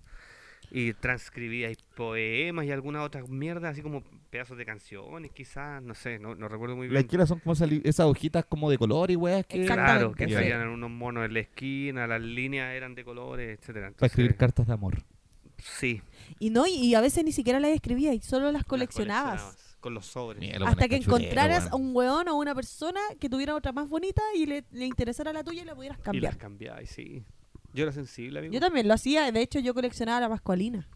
S4: Y transcribía ahí poemas y algunas otras mierdas, así como pedazos de canciones, quizás, no sé, no, no recuerdo muy
S3: Las
S4: bien.
S3: esquinas son como esas, li- esas hojitas como de color y weas que.
S5: Exacto.
S4: Claro,
S5: Exactamente,
S4: que
S3: sí.
S4: salían unos monos en la esquina, las líneas eran de colores, etcétera.
S3: Para escribir
S4: Entonces,
S3: cartas de amor.
S4: Sí.
S5: Y no, y, y a veces ni siquiera las escribías y solo las
S4: las
S5: coleccionabas.
S4: coleccionabas Con los sobres.
S3: Mira, lo
S5: Hasta
S3: bueno,
S5: que
S3: cachureo,
S5: encontraras
S3: weón.
S5: a un weón o una persona que tuviera otra más bonita y le, le interesara la tuya y la pudieras
S4: Y las
S5: cambiar.
S4: cambiabas, sí. Yo era sensible, amigo.
S5: Yo también lo hacía, de hecho yo coleccionaba la pascualina.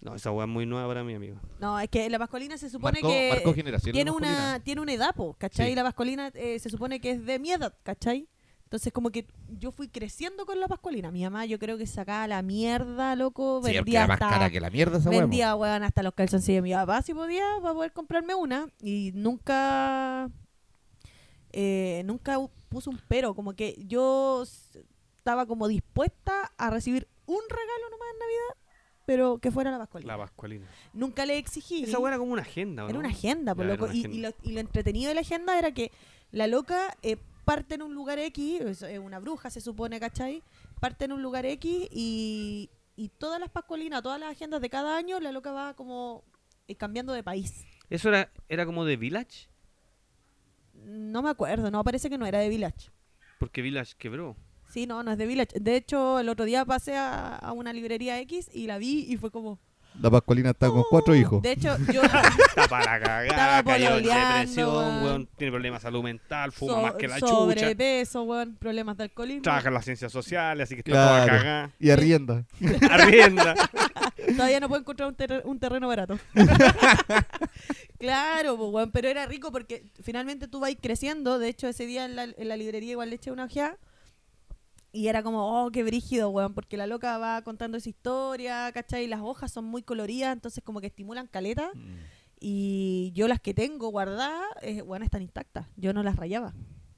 S4: No, esa weá es muy nueva para mí, amigo.
S5: No, es que la pascualina se supone
S3: Marcó-
S5: que
S3: marcó generaciones
S5: tiene
S3: la
S5: una
S3: Pascualina.
S5: tiene una edad, po, ¿cachai?
S3: Sí.
S5: Y la pascualina eh, se supone que es de mi edad, ¿cachai? Entonces como que yo fui creciendo con la pascualina. Mi mamá yo creo que sacaba la mierda, loco,
S3: Sí, porque
S5: vendía
S3: era más
S5: hasta-
S3: cara que la mierda esa wea. po.
S5: vendía, weón, hasta los calzoncillos de mi papá si podía para poder comprarme una. Y nunca. eh, nunca u- puse un pero. Como que yo s- estaba como dispuesta a recibir un regalo nomás en Navidad, pero que fuera la pascualina.
S4: La Pascualina.
S5: Nunca le exigí.
S4: Esa weá era como una agenda, ¿o
S5: Era
S4: no?
S5: una agenda, por
S4: Ya, era
S5: loco.
S4: una
S5: Y,
S4: agenda.
S5: y lo, y lo entretenido de la agenda era que la loca eh, parte en un lugar X, es es una bruja se supone, ¿cachai? Parte en un lugar X y, y todas las pascualinas, todas las agendas de cada año, la loca va como eh, cambiando de país.
S4: Eso era, era como de Village,
S5: No me acuerdo, no, parece que no era de Village.
S4: porque Village quebró.
S5: Sí, no, no es de Village. De hecho, el otro día pasé a, a una librería X y la vi y fue como...
S3: La Pascualina está con cuatro
S5: "Oh".
S3: hijos.
S5: De hecho,
S4: (laughs)
S5: yo...
S4: Está para cagar,
S5: Estaba
S4: cayó en
S5: pololeando,
S4: depresión,
S5: weón.
S4: weón. Tiene problemas de salud mental, fuma
S5: so-
S4: más que la chucha.
S5: sobrepeso, weón, problemas de alcoholismo.
S4: Trabaja en las ciencias sociales, así que está
S3: Claro.
S4: toda cagada. (laughs)
S3: Y arrienda.
S4: Arrienda.
S5: Todavía no puedo encontrar un, terre- un terreno barato. claro, pues, weón, pero era rico porque finalmente tú vas creciendo. De hecho, ese día en la, en la librería igual le eché una ojeada. Y era como, oh, qué brígido, weón, porque la loca va contando esa historia, ¿cachai? Y las hojas son muy coloridas, entonces como que estimulan caleta. Y yo las que tengo guardadas, eh, weón, están intactas. Yo no las rayaba.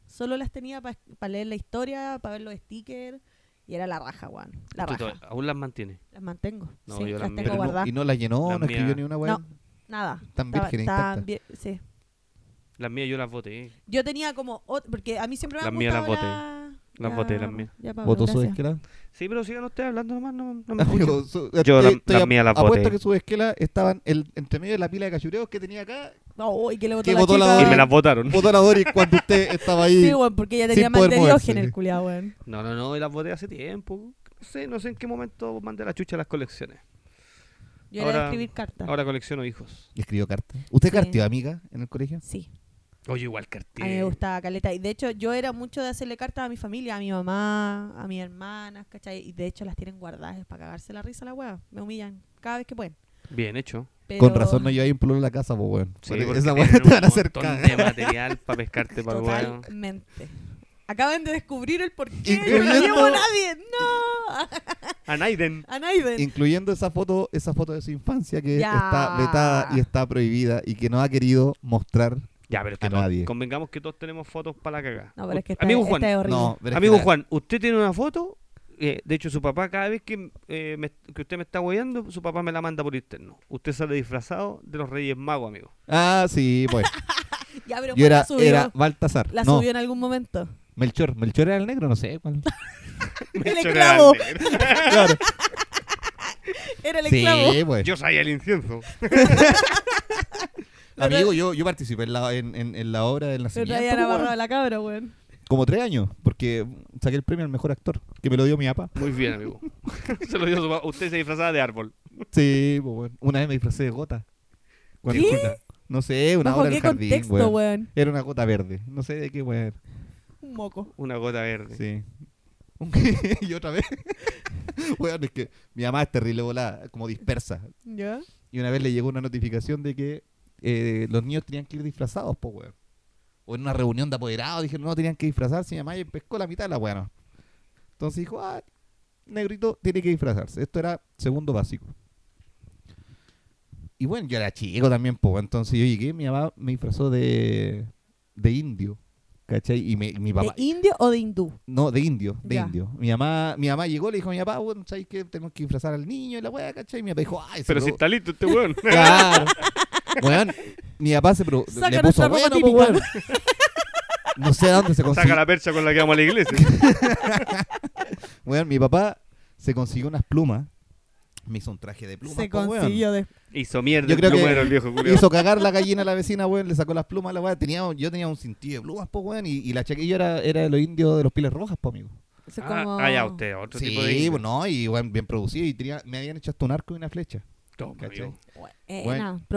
S5: Solo las tenía para leer la historia, para ver los stickers. Y era la raja, weón. La
S4: Tú to-
S5: raja.
S4: Aún las mantiene.
S5: Las mantengo.
S4: No,
S5: sí,
S4: yo las
S5: las tengo
S4: mías-
S3: Pero no-
S5: guardadas.
S3: y no la llenó,
S4: La
S3: no escribió
S4: mía-
S3: ni una wea.
S5: No. Nada.
S3: Tan
S5: Estaba-
S3: virgen e
S5: estaban
S3: intacta.
S5: vi- sí.
S4: Las mías yo las boté.
S5: Yo tenía como. ot- Porque a mí siempre me
S4: Las
S5: han
S4: mías las
S5: gustado
S4: boté. Las boté, las mías.
S5: Ya, Pablo,
S3: ¿Votó su
S5: gracias.
S3: esquela?
S4: Sí, pero sigan ustedes hablando nomás, no, no me
S3: Amigo,
S4: escuchan.
S3: su-
S4: Yo la-
S3: estoy- estoy
S4: la
S3: a-
S4: mía la boté.
S3: Apuesto que sus esquelas estaban el- entre medio de la pila de cachureos que tenía acá.
S5: No, y que le botó
S3: Que
S5: la
S3: botó la
S5: chica,
S3: Dori.
S4: Y
S5: weón.
S4: me las botaron.
S3: Votó la Doris cuando usted estaba ahí.
S5: Sí, weón, porque ella tenía
S3: sin
S5: mal
S3: poder
S5: de
S3: moverse.
S5: diógenes, el culiado, weón.
S4: No, no, no, y las boté hace tiempo. No sé, no sé en qué momento mandé la chucha a las colecciones.
S5: Yo era
S4: Ahora-
S5: de escribir cartas.
S4: Ahora colecciono hijos.
S3: Y escribió cartas. ¿Usted
S5: Sí.
S3: cartió, amiga, en el colegio?
S5: Sí,
S4: Oye, igual
S5: a mí me
S4: cartier.
S5: gustaba caleta. Y de hecho, yo era mucho de hacerle cartas a mi familia, a mi mamá, a mis hermanas, ¿cachai? Y de hecho, las tienen guardadas para cagarse la risa la weá. Me humillan cada vez que pueden.
S4: Bien hecho.
S5: Pero-
S3: Con razón no lleváis un pulón a la casa, pues, weón.
S4: Sí,
S3: Porque
S4: porque
S3: (laughs) Esa
S4: tienen
S3: weá te
S4: un
S3: van a hacer
S4: montón
S3: cagar.
S4: de material para pescarte para weón.
S5: Totalmente. Acaban de descubrir el porqué. No
S3: Incluyendo-
S5: lo llevo a nadie. No.
S4: A Naiden.
S5: A Naiden.
S3: (laughs) Incluyendo esa foto, esa foto de su infancia que
S5: Ya.
S3: está vetada y está prohibida y que no ha querido mostrar.
S4: Ya, pero es que
S3: A
S4: todos-
S3: nadie.
S4: Convengamos que todos tenemos fotos para la cagada.
S5: No, pero es que esta,
S4: Amigo
S5: esta
S4: Juan,
S5: es horrible.
S3: No, pero es
S4: amigo
S3: que la-
S4: Juan, usted tiene una foto. eh, de hecho, su papá, cada vez que, eh, me- que usted me está guiando, su papá me la manda por interno. Usted sale disfrazado de los Reyes Magos, amigo.
S3: Ah, sí, pues.
S5: Ya, pero
S3: Yo
S5: Juan la
S3: era,
S5: subió.
S3: era Baltasar.
S5: La
S3: no,
S5: subió en
S4: (laughs)
S5: algún momento.
S3: Melchor. Melchor era el negro, no sé.
S5: (laughs)
S3: cuál.
S5: (laughs) El
S4: Yo era
S5: esclavo.
S4: Ander.
S3: Claro.
S5: Era el
S3: Sí,
S5: esclavo.
S3: pues.
S4: Yo sabía el incienso.
S3: Amigo, yo, yo participé en la, en, en- en la obra del
S5: Pero
S3: nacimiento.
S5: traía la
S3: pues,
S5: barra de
S3: weón.
S5: la cabra, weón.
S3: Como tres años, porque saqué el premio al mejor actor, que me lo dio mi papá.
S4: Muy bien, amigo. (laughs) se lo dio su papá. Usted se disfrazaba de árbol.
S3: Sí, pues, weón. Una vez me disfracé de gota. Cuando- No sé, una
S5: ¿Bajo
S3: hora en
S5: qué
S3: el jardín,
S5: contexto,
S3: weón.
S5: weón?
S3: Era una gota verde. No sé de qué, weón.
S5: Un moco.
S4: Una gota verde.
S3: Sí. (laughs) y otra vez. (laughs) weón, es que mi mamá es terrible volada, como dispersa.
S5: ¿Ya?
S3: Y una vez le llegó una notificación de que eh, los niños tenían que ir disfrazados, po, weón. O en una reunión de apoderados, dijeron, no, tenían que disfrazarse. Y mi mamá y pescó la mitad de la weón. Entonces dijo, ah, negrito tiene que disfrazarse. Esto era segundo básico. Y bueno, yo era chico también, po. Entonces yo llegué, mi mamá me disfrazó de, de indio. ¿Cachai? Y me- mi
S5: ¿De
S3: papá.
S5: indio o de hindú?
S3: No, de indio, de
S5: Ya.
S3: indio. Mi mamá, mi mamá llegó, le dijo a mi papá, bueno, ¿sabes qué? Tenemos que disfrazar al niño y la weá, ¿cachai? Y mi papá dijo, ay, se (laughs)
S4: Pero si
S3: lo-
S4: está listo este weón.
S3: Claro. Weón, mi papá se pro,
S5: Saca
S3: le
S5: nuestra
S3: puso
S5: ropa
S3: bueno, pues,
S5: típica".
S3: weón. No sé dónde se
S4: Saca
S3: consiguió.
S4: la percha con la que vamos a la iglesia.
S3: (laughs) Weón, mi papá se consiguió unas plumas. Me hizo un traje de plumas.
S5: Se
S3: pues, weón.
S5: consiguió de...
S4: Hizo mierda
S3: Yo
S4: el
S3: creo que
S4: plumero, el viejo culiao.
S3: Hizo cagar la gallina a la vecina, weón. Le sacó las plumas a la weá. Tenía, yo tenía un cintillo de plumas, pues, weón. Y, y la chaquilla era, era de los indios de los piles rojas, pues, amigo.
S5: se
S4: Ah,
S5: como-
S4: ah, ya, usted, otro
S3: sí,
S4: tipo de.
S3: pues, no, y weón, bien producido. Y tenía- me habían hecho hasta un arco y una flecha.
S4: Toma,
S3: ¿cachai?
S4: amigo.
S5: Buena,
S3: Bueno, Yo llego,
S5: Eh,
S3: (laughs)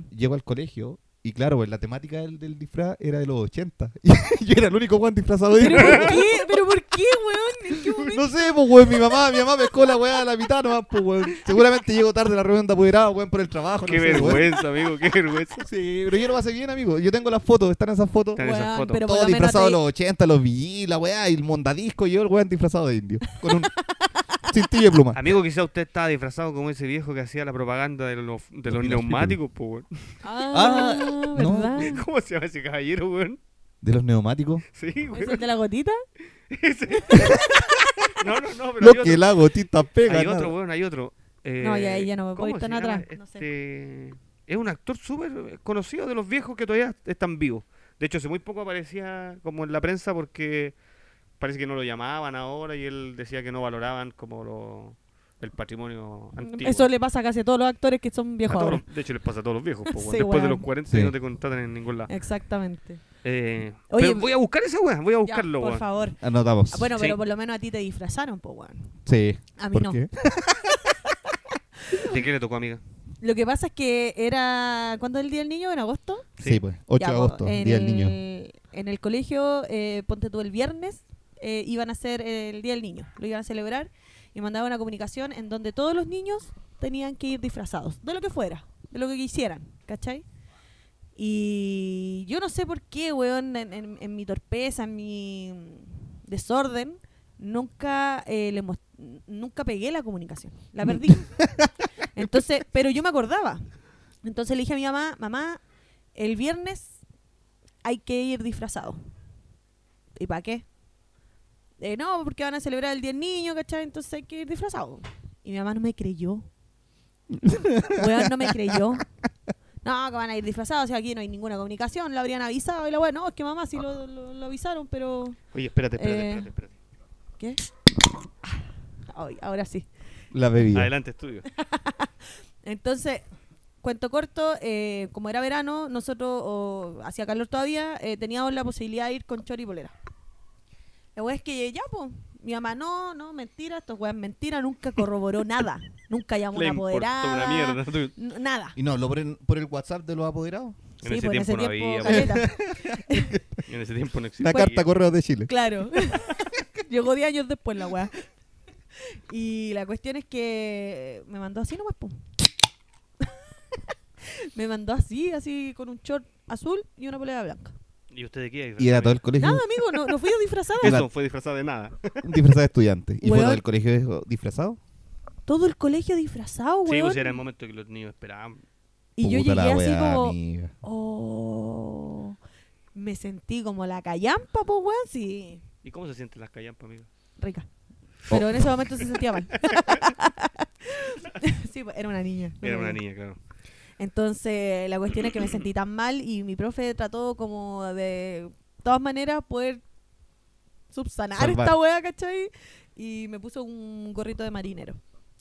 S5: producción.
S3: llego al colegio y claro, pues, la temática del, del disfraz era de los (laughs) 80. yo era el único weón disfrazado de
S5: ¿Pero por qué? ¿Pero por qué, weón? ¿En qué momento?
S3: No sé, pues, weón, mi mamá, mi mamá me escola la weá a la mitad nomás, pues, weón. Seguramente llego tarde a la reunión de apoderado, weón, por el trabajo.
S4: Qué
S3: no sé, weón.
S4: vergüenza, amigo, qué vergüenza.
S3: Sí, pero yo lo pasé bien, amigo. Yo tengo las fotos, están esas fotos.
S4: Están esas
S5: Weón,
S4: fotos.
S5: pero por
S3: Todo
S5: lo menos
S3: disfrazado de
S5: te-
S3: los 80, los VG, la weá, y el mondadisco, y yo el weón disfrazado de indio.
S5: (laughs)
S3: Con un cintillo de pluma.
S4: Amigo, quizá usted estaba disfrazado como ese viejo que hacía la propaganda de los, de los
S3: Los
S4: neumáticos, po, weón.
S5: Ah,
S3: Ah, no.
S5: ¿verdad?
S4: (laughs) ¿Cómo se llama ese caballero, weón?
S3: De los neumáticos.
S4: Sí, weón.
S5: ¿Es el de la gotita?
S4: (laughs) Ese. (laughs) No, no, no, pero
S3: Lo
S4: hay
S3: que
S4: otro,
S3: la gotita pega.
S4: hay
S3: nada.
S4: otro, weón, hay otro. Eh,
S5: No, ya- ya no me puedo ir
S4: ¿cómo
S5: tan
S4: se llama?
S5: atrás, no sé.
S4: Este, Es un actor súper conocido de los viejos que todavía están vivos. De hecho, hace muy poco aparecía como en la prensa porque parece que no lo llamaban ahora y él decía que no valoraban como lo, el patrimonio antiguo.
S5: Eso le pasa casi a todos los actores que son
S4: A
S5: viejos
S4: todos
S5: ahora.
S4: los- de hecho, les pasa a todos los viejos. po, weón.
S5: (laughs) Sí,
S4: Después de
S5: weón.
S4: los 40
S3: Sí.
S4: no te contratan en ningún lado.
S5: Exactamente.
S4: Eh,
S5: Oye,
S4: pero voy a buscar esa weá, voy a
S5: Ya,
S4: buscarlo,
S5: por
S4: weón.
S5: favor.
S3: Anotamos.
S5: Ah, Bueno,
S4: Sí.
S5: pero por lo menos a ti te disfrazaron, po, weón.
S3: sí.
S5: A mí
S3: ¿Por
S5: no.
S3: qué?
S4: ¿De qué le tocó, amiga?
S5: Lo que pasa es que era. ¿Cuándo era el día del niño? ¿En agosto?
S3: Sí,
S4: Sí.
S3: pues. 8
S5: Ya,
S3: de
S5: po,
S3: agosto,
S5: en
S3: Día del Niño.
S5: el- En el colegio, eh, ponte tú el viernes, eh, iban a hacer el día del niño. Lo iban a celebrar y mandaban una comunicación en donde todos los niños tenían que ir disfrazados, de lo que fuera, de lo que quisieran, ¿cachai? Y yo no sé por qué, weón, en, en- en mi torpeza, en mi mm, desorden, nunca eh, le mos- n- nunca pegué la comunicación. La perdí.
S3: (laughs)
S5: Entonces, pero yo me acordaba. Entonces le dije a mi mamá, mamá, el viernes hay que ir disfrazado. ¿Y para qué? Eh, no, porque van a celebrar el Día del Niño, ¿cachai? Entonces hay que ir disfrazado. Y mi mamá no me creyó. Weón, no me creyó. No, que van a ir disfrazados, o sea, aquí no hay ninguna comunicación, lo habrían avisado y la weá, no, es que mamá sí lo, lo- lo avisaron, pero...
S4: Oye, espérate, espérate,
S5: Eh,
S4: espérate, espérate.
S5: ¿Qué? Ay, ahora sí.
S3: La bebida.
S4: Adelante, estudio.
S5: Entonces, cuento corto, eh, como era verano, nosotros, o hacía calor todavía, eh, teníamos la posibilidad de ir con chori y polera. La wea es que ya, pues, mi mamá, no, no, mentira, estos weas mentira, nunca corroboró (laughs) nada. Nunca llamó
S4: Le
S5: a una
S4: importó
S5: apoderada.
S4: una mierda. tú.
S5: n- Nada.
S3: Y no, lo ponen por el WhatsApp de los apoderados.
S4: En ese
S5: pues,
S4: tiempo no había,
S5: caleta.
S4: En ese tiempo no
S3: La
S4: existía.
S3: carta correo de Chile.
S5: Pues, Claro. Llegó 10 años después la weá. Y la cuestión es que me mandó así nomás, pum. (laughs) me mandó así, así con un short azul y una polera blanca.
S4: ¿Y usted de qué? era
S3: Y era todo el
S4: disfrazado,
S3: colegio
S5: Nada, amigo, no, no fui
S4: (laughs)
S5: disfrazada.
S4: amigo? Eso,
S3: la-
S4: fue disfrazado de nada.
S3: disfrazado de estudiante. ¿Y fue
S5: Weón.
S3: todo el colegio disfrazado?
S5: Todo el colegio disfrazado,
S4: Sí,
S5: weón.
S4: pues era el momento que los niños esperaban.
S5: y
S3: Puta
S5: yo llegué
S3: la
S5: así
S3: weá,
S5: como,
S3: amiga.
S5: oh, me sentí como la callampa, pues, weón, sí,
S4: ¿Y cómo se sienten las callampas, amigo?
S5: rica.
S4: Oh.
S5: Pero en ese momento se
S4: (laughs)
S5: sentía mal. (laughs) sí, pues, era una niña. no
S4: Era
S5: me
S4: una
S5: digas.
S4: niña, claro.
S5: Entonces, la cuestión es que me sentí tan mal y mi profe trató como de todas maneras poder subsanar
S3: Salvar.
S5: esta wea, ¿cachai? Y me puso un gorrito de marinero,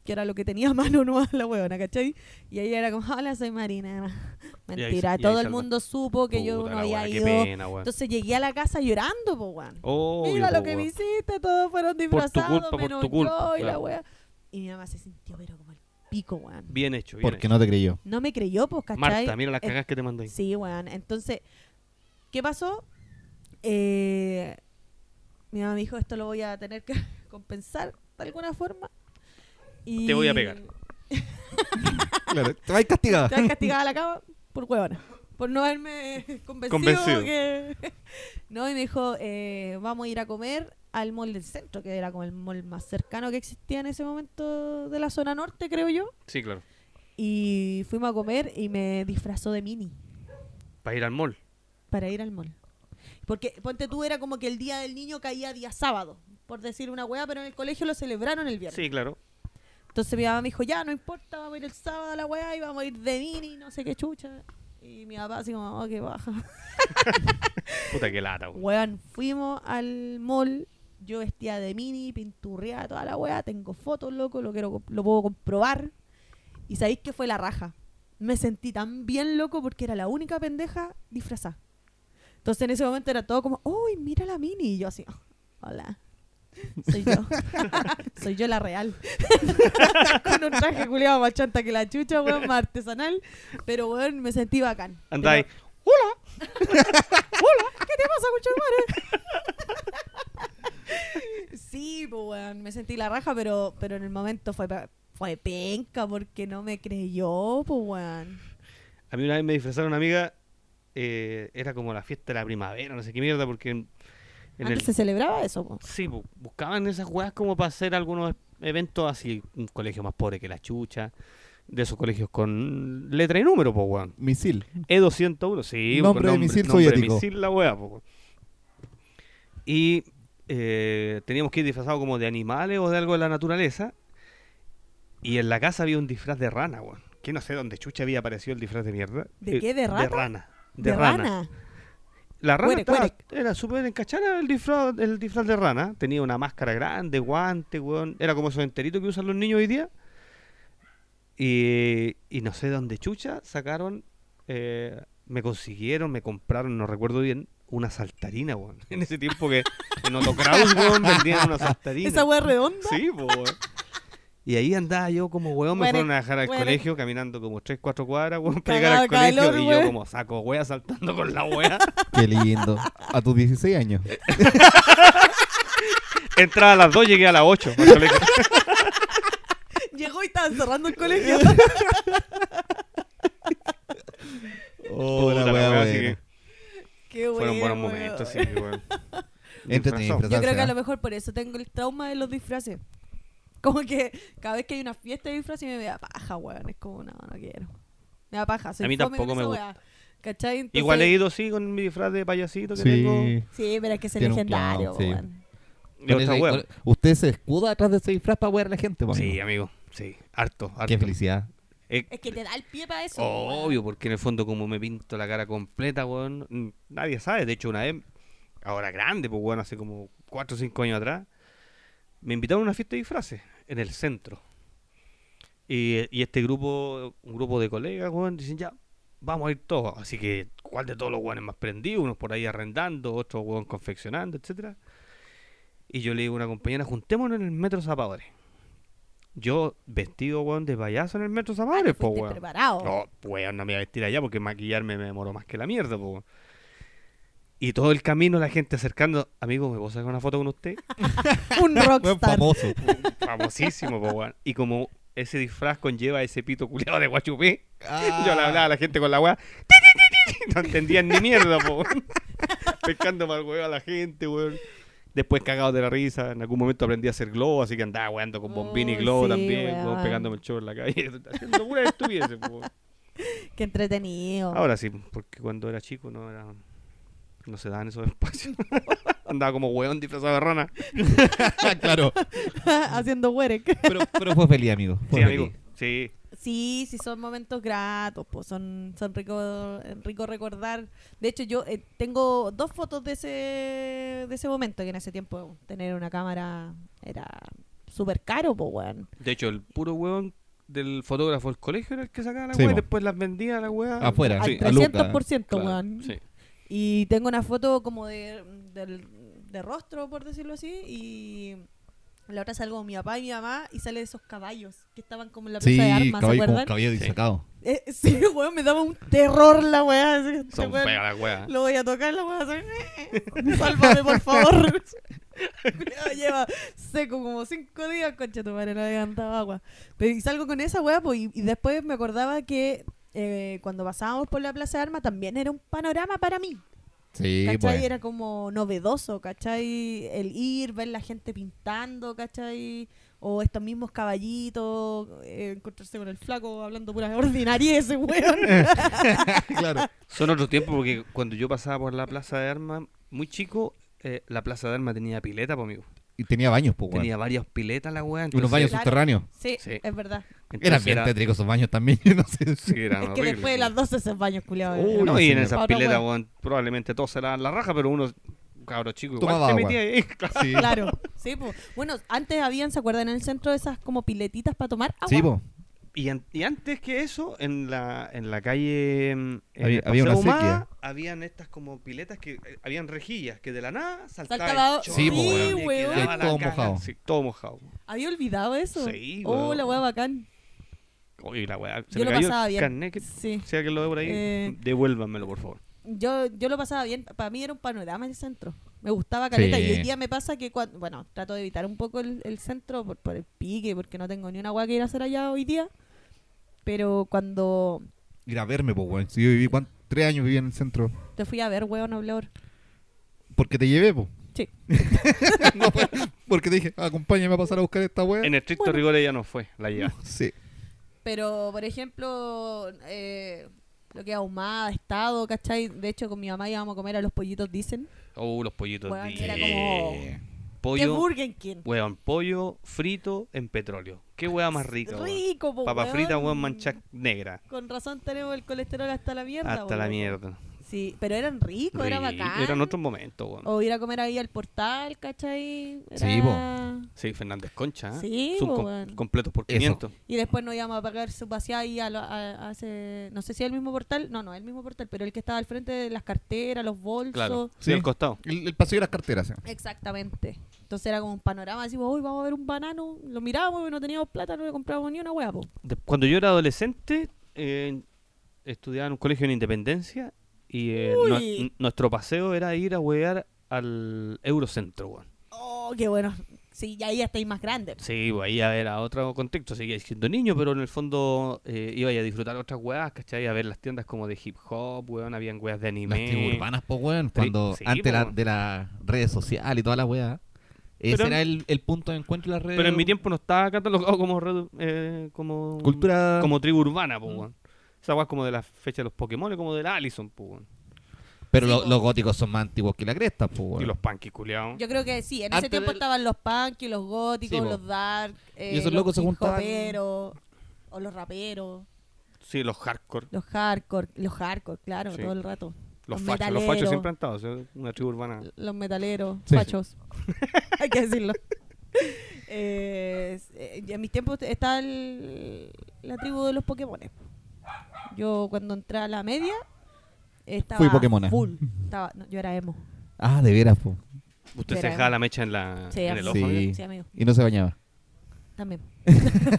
S5: que era lo que tenía (laughs) a mano no la weona, ¿cachai? Y ella era como, hola, soy marinera.
S4: (laughs) Y ahí-
S5: Mentira,
S4: y ahí
S5: todo el
S4: salva-
S5: mundo supo que yo
S4: Puta
S5: no
S4: la
S5: había
S4: weá,
S5: ido.
S4: Qué pena, weón.
S5: Entonces llegué a la casa llorando, po, weón.
S4: Obvio,
S5: Mira
S4: po,
S5: lo que me
S4: weón.
S5: hiciste, todos fueron disfrazados,
S4: culpa, por
S5: menos
S4: tu culpa,
S5: yo y la
S4: claro.
S5: wea. Y mi mamá se sintió, pero como el pico, weón.
S4: Bien hecho, bien
S3: Porque
S4: hecho.
S3: no te creyó.
S5: No me creyó, pues, ¿cachai?
S4: Marta, mira las
S5: Eh,
S4: cagas que te mandé.
S5: Sí, weón. Entonces, ¿qué pasó? Eh, mi mamá me dijo, esto lo voy a tener que (laughs) compensar de alguna forma. Y
S4: Te voy a pegar.
S3: Claro, te vais castigada.
S5: Te vas castigada a la cama por huevona. Por no haberme (laughs) convencido.
S4: Convencido.
S5: que- (laughs) no, y me dijo, eh, vamos a ir a comer al mall del centro, que era como el mall más cercano que existía en ese momento de la zona norte, creo yo.
S4: Sí, claro.
S5: Y fuimos a comer y me disfrazó de mini.
S4: Para ir al mall.
S5: para ir al mall. Porque, ponte tú, era como que el día del niño caía día sábado, por decir una hueá, pero en el colegio lo celebraron el viernes.
S4: Sí, claro.
S5: Entonces mi mamá me dijo, ya, no importa, vamos a ir el sábado a la hueá y vamos a ir de mini, no sé qué chucha. Y mi papá así como, oh, qué baja.
S4: Puta que lata, weón.
S5: Weón, fuimos al mall. Yo vestía de mini, pinturreada, toda la weá. Tengo fotos, loco, lo, quiero, comp- lo puedo comprobar. Y sabéis que fue la raja. Me sentí tan bien, loco, porque era la única pendeja disfrazada. Entonces en ese momento era todo como, uy, mira la mini. Y yo así, "Oh, hola. Soy yo. (laughs) Soy yo la real. (laughs) Con un traje culiado más chanta que la chucha, weón, más artesanal. Pero, weón, me sentí bacán.
S4: Andai.
S5: Pero- ¿Qué te pasa, concha de madre? (laughs) sí, pues, weón, me sentí la raja, pero, pero en el momento fue, pe- fue penca porque no me creyó, pues, weón.
S4: A mí una vez me disfrazaron una amiga, eh, era como la fiesta de la primavera, no sé qué mierda, porque en, en
S5: Antes
S4: el...
S5: se celebraba eso, po.
S4: Sí, bu- buscaban esas weas como para hacer algunos e, eventos así, un colegio más pobre que la chucha, de esos colegios con letra y número, pues, weón.
S3: Misil.
S4: E201, sí.
S3: Nombre
S4: con
S3: de misil
S4: nombre de
S3: soviético.
S4: misil, la wea, po. Y eh, teníamos que ir disfrazados como de animales o de algo de la naturaleza. Y en la casa había un disfraz de rana, weón. Que no sé dónde chucha había aparecido el disfraz de mierda.
S5: ¿De qué? ¿De
S4: De
S5: rata?
S4: rana. De, rana. La rana
S5: Cuere,
S4: estaba-
S5: cuere.
S4: era súper encachada el disfraz, el disfraz de rana. Tenía una máscara grande, guante, weón. Era como esos enteritos que usan los niños hoy día. Y, y no sé dónde chucha sacaron, eh, me consiguieron, me compraron, no recuerdo bien, una saltarina, weón. (laughs) En ese tiempo que en Autocraus, weón, vendían una saltarina.
S5: ¿Esa weá redonda? (laughs)
S4: Sí, po, weón. Y ahí andaba yo como weón, me
S5: Huele,
S4: fueron a dejar al
S5: huele.
S4: colegio caminando como 3, 4 cuadras, weón, para llegar al
S5: Cagado de
S4: colegio.
S5: calor,
S4: y
S5: weón.
S4: yo como saco wea saltando con la
S5: (laughs)
S4: wea.
S3: Qué lindo. A tus 16 años.
S4: Entraba a las 2, llegué a las 8.
S3: (laughs)
S5: Llegó y estaban cerrando el
S4: (laughs)
S5: colegio.
S3: Oh,
S4: Puta
S3: la
S4: la
S3: wea
S4: wea,
S3: buena.
S4: así
S5: Qué bueno.
S4: Fueron buenos
S5: weón.
S4: momentos, sí, weón.
S3: Entretenido,
S4: Disfrazado.
S5: Yo creo que a
S3: disfrazarse,
S5: lo
S3: ¿ah?
S5: mejor por eso tengo el trauma de los disfraces. Como que cada vez que hay una fiesta de disfraces me da paja, weón. Es como, no, no quiero. Me da paja. Soy
S4: A mí
S5: fome con
S4: tampoco me
S5: esa
S4: gusta.
S5: weá. ¿Cachai? Entonces-
S4: Igual he ido, sí, con mi disfraz de payasito que tengo.
S3: Sí.
S5: Sí, pero es que es
S3: Tiene un
S5: legendario,
S3: clown, sí.
S5: weón.
S4: Y otra
S3: Con ese-
S4: wea.
S3: con- Usted se escuda atrás de ese disfraz para wear a la gente, po,
S4: Sí,
S3: amigo.
S4: amigo. Sí, harto, harto.
S3: Qué felicidad.
S4: Eh,
S5: Es que te da el pie para eso.
S4: Obvio, porque en el fondo como me pinto la cara completa, weón, mm, nadie sabe. De hecho, una vez, ahora grande, pues weón, hace como 4 o 5 años atrás, me invitaron a una fiesta de disfraces en el centro. Y, y este grupo, un grupo de colegas, weón, dicen ya, vamos a ir todos. Así que, ¿cuál de todos los weones más prendidos? Unos por ahí arrendando, otros weón confeccionando, etcétera. Y yo le digo a una compañera, juntémonos en el Metro Zapadores. Yo vestido, weón, de payaso en el Metro
S5: Ah,
S4: Zapadores,
S5: te
S4: pues
S5: fuiste
S4: weón.
S5: preparado.
S4: No, weón, no me voy a vestir allá porque maquillarme me demoró más que la mierda, po, weón. Y todo el camino la gente acercando, amigo, ¿me puedo sacar una foto con usted?
S5: (laughs)
S4: (laughs)
S5: Un
S3: Weón
S5: rockstar.
S3: famoso.
S4: Famosísimo, po, weón. Y como ese disfraz conlleva ese pito culeado de guachupé, (laughs) yo le hablaba a la gente con la weá, "Ti, ti, ti, ti", no entendían ni mierda, po, (laughs) weón. Pescando mal weón a la gente, weón. Después cagado de la risa, en algún momento aprendí a hacer globo, así que andaba weando con bombín y
S5: Oh,
S4: globo
S5: sí,
S4: también, weón,
S5: weón.
S4: pegándome el chorro en la calle, (laughs) haciendo pura estupidez, po, weón.
S5: Qué entretenido.
S4: Ahora sí, porque cuando era chico no era no se daban esos (laughs) espacios. Andaba como hueón disfrazado de rana.
S3: claro.
S5: (laughs) Haciendo huerec.
S3: Pero, pero fue feliz, amigo. Fue
S4: Sí, amigo.
S3: feliz.
S4: Sí.
S5: Sí, sí, son momentos gratos, pues son, son rico, rico recordar. De hecho, yo eh, tengo dos fotos de ese, de ese momento, que en ese tiempo tener una cámara era súper caro, pues, weón.
S4: De hecho, el puro hueón del fotógrafo del colegio era el que sacaba la
S3: Sí,
S4: hueá y
S3: mo.
S4: después las vendía a la hueá.
S3: Afuera.
S5: Al
S3: Sí, a Luca.
S5: 300%,
S4: Claro,
S5: weón.
S4: sí.
S5: Y tengo una foto como de, del- de rostro, por decirlo así, y la otra salgo con mi papá y mi mamá y sale de esos caballos que estaban como en la
S3: Sí,
S5: plaza de armas, ¿se
S3: caballo, como
S5: acuerdan?
S3: caballo disecado.
S5: Eh, sí, (laughs) weón, me daba un terror la weá. así, este
S4: Son ¿eh?
S5: weón.
S4: feas las hueá.
S5: Lo voy a tocar, lo voy a hacer. "Eh, Sálvame, por favor. (laughs) Culeado, Lleva seco como cinco días, concha tu madre, no había cantado agua. Pero y salgo con esa weá, pues, y, y después me acordaba que eh, cuando pasábamos por la Plaza de Armas también era un panorama para mí.
S3: Sí,
S5: ¿Cachai?
S3: pues.
S4: (laughs)
S5: Era como novedoso, ¿cachai? El ir, ver la gente pintando, ¿cachai? O estos mismos caballitos, eh, encontrarse con el flaco hablando pura ordinaria ese (laughs) weón.
S3: claro.
S4: Son otros tiempos porque cuando yo pasaba por la plaza de armas, muy chico, eh, la plaza de armas tenía pileta, pues, amigo.
S3: Y tenía baños, pues, weón.
S4: Tenía varias piletas la weá.
S3: Unos baños
S5: Claro.
S3: subterráneos.
S5: Sí,
S4: Sí.
S5: es verdad.
S3: Eran
S4: entonces
S3: bien
S4: era-
S3: tétricos esos baños también. (laughs) yo no sé.
S4: sí, eran
S5: es que
S4: horribles,
S5: después
S4: weón.
S5: de las 12 esos baños culiados.
S3: Uy,
S5: eran-
S4: No, y en
S3: señor.
S4: esas
S5: Ahora,
S4: piletas,
S5: weón.
S4: weón, probablemente todos se lavan la raja, pero uno, cabro chico, igual
S3: Tomaba
S4: te
S3: agua.
S4: metía ahí. (laughs) claro.
S3: Sí,
S5: Claro, sí, po. Bueno, antes habían, ¿se acuerdan? En el centro de esas como piletitas para tomar agua.
S3: sí pues. po.
S4: Y, an- y antes que eso, en la, en la calle. mm, en
S3: Había-
S4: el
S3: había una
S4: Paseo Humada,
S3: sequía.
S4: Habían estas como piletas que. eh, Habían rejillas que de la nada saltaba.
S5: Saltaba-
S4: el
S3: Sí,
S4: chorro,
S3: po, weón.
S4: y
S5: Sí, weón.
S4: quedaba
S3: Que todo
S4: la caga-
S3: mojado.
S4: sí, todo mojado.
S5: Había olvidado eso.
S4: Sí,
S5: Oh,
S4: weón.
S5: la hueá bacán.
S4: Uy, la weá. Se
S5: Yo
S4: me
S5: lo
S4: cayó
S5: pasaba
S4: el
S5: bien.
S4: carnet que-
S5: Sí.
S4: sea que lo veo por ahí,
S5: Eh.
S4: devuélvanmelo, por favor.
S5: Yo, yo lo pasaba bien. Para mí era un panorama el centro. Me gustaba caleta.
S3: Sí.
S5: Y hoy día me pasa que cuando. Bueno, trato de evitar un poco el, el centro por, por el pique, porque no tengo ni una hueá que ir a hacer allá hoy día. Pero cuando
S3: Ir a verme, po, weón. Si yo viví, ¿cuánto? Tres años viví en el centro.
S5: te fui a ver, hueón, hablador.
S3: Porque te llevé, po.
S5: Sí.
S3: (laughs) No, pues, porque te dije, acompáñame a pasar a buscar esta weá.
S4: En estricto rigor ella no fue, la lleva.
S5: (laughs)
S3: Sí.
S5: Pero, por ejemplo, eh, lo que es ahumada, estado, ¿cachai? De hecho, con mi mamá íbamos a comer a los pollitos, dicen.
S4: Oh, los pollitos.
S5: Weón,
S4: di-
S5: era como- ¡Qué
S4: Pollo,
S5: Burger King!
S4: weón, pollo frito en petróleo. Qué weá más rica, weón.
S5: Rico, po,
S4: Papa
S5: weón.
S4: frita, weón, mancha negra.
S5: Con razón tenemos el colesterol hasta la mierda.
S4: Hasta la
S5: weón.
S4: mierda.
S5: Sí, pero eran ricos, era
S4: Rico,
S5: bacán. Oh.
S4: Era en otro momento, weón.
S5: O ir a comer ahí al portal, ¿cachai? Era-
S3: Sí,
S4: Sí, Fernández Concha. ¿eh?
S5: Sí,
S4: Son
S5: po,
S4: com-
S5: weón.
S4: completos por
S3: Eso.
S4: 500.
S5: Y después nos íbamos a pagar su paseo ahí a, lo- a- a ese- No sé si el mismo portal. No, no, el mismo portal, pero el que estaba al frente de las carteras, los bolsos.
S4: Claro. Sí,
S3: Sí.
S4: al costado.
S3: El, el paseo de las carteras. ¿eh?
S5: Exactamente. Entonces era como un panorama, decimos, hoy vamos a ver un banano, lo mirábamos y no teníamos plata, no le comprábamos ni una hueá, po.
S4: De- cuando yo era adolescente, eh, estudiaba en un colegio en Independencia y eh,
S5: Uy.
S4: nu- n- nuestro paseo era ir a huear al Eurocentro, weón.
S5: Oh, qué bueno. Sí, ya ahí ya estáis más grandes.
S4: Sí, pues, ahí ya era otro contexto, seguía siendo niño, pero en el fondo eh, iba a disfrutar otras weas, ¿cachai? A ver las tiendas como de hip hop, weón, habían weas
S3: Las
S4: de
S3: tribus
S4: anime.
S3: urbanas, po, weón.
S4: Tri-
S3: Cuando,
S4: sí, po,
S3: antes la-
S4: weón.
S3: de las redes sociales y toda la weá. Ese
S4: Pero en-
S3: era el, el punto de encuentro de las redes.
S4: pero en mi tiempo no estaba catalogado como red- eh, como
S3: Cultura.
S4: como tribu urbana, pues,
S3: Mm.
S4: weón. Esa weá es como de la fecha de los Pokémon, como de la Allison, pues, weón.
S3: Pero
S5: Sí,
S3: lo-
S5: po.
S3: los góticos son más antiguos que la cresta, po, weón.
S4: Y los punky culiados.
S5: Yo creo que sí, en ese
S3: Antes
S5: tiempo
S3: del-
S5: estaban los punk y los góticos,
S3: Sí, po.
S5: los dark, eh,
S3: Y esos locos se
S5: hip
S3: juntaban.
S5: hoperos, o los raperos,
S4: Sí, los hardcore.
S5: los hardcore, los hardcore, claro,
S4: Sí.
S5: todo el rato.
S4: Los,
S5: Los
S4: fachos. Los fachos
S5: metaleros.
S4: siempre han estado. o sea, una tribu urbana.
S5: Los metaleros,
S3: Sí.
S5: fachos. (laughs) Hay que decirlo. (laughs) Eh, eh, en mis tiempos estaba el- la tribu de los Pokémon. Yo cuando entré a la media estaba
S3: Fui Pokémona.
S5: full. Estaba- no, yo era emo.
S3: Ah, de veras, po.
S4: Usted se
S5: Era-
S4: dejaba la mecha en, la,
S5: Sí,
S4: Ah, en el ojo.
S3: Sí.
S4: amigo.
S5: Sí, amigo.
S3: Y no se bañaba.
S5: También.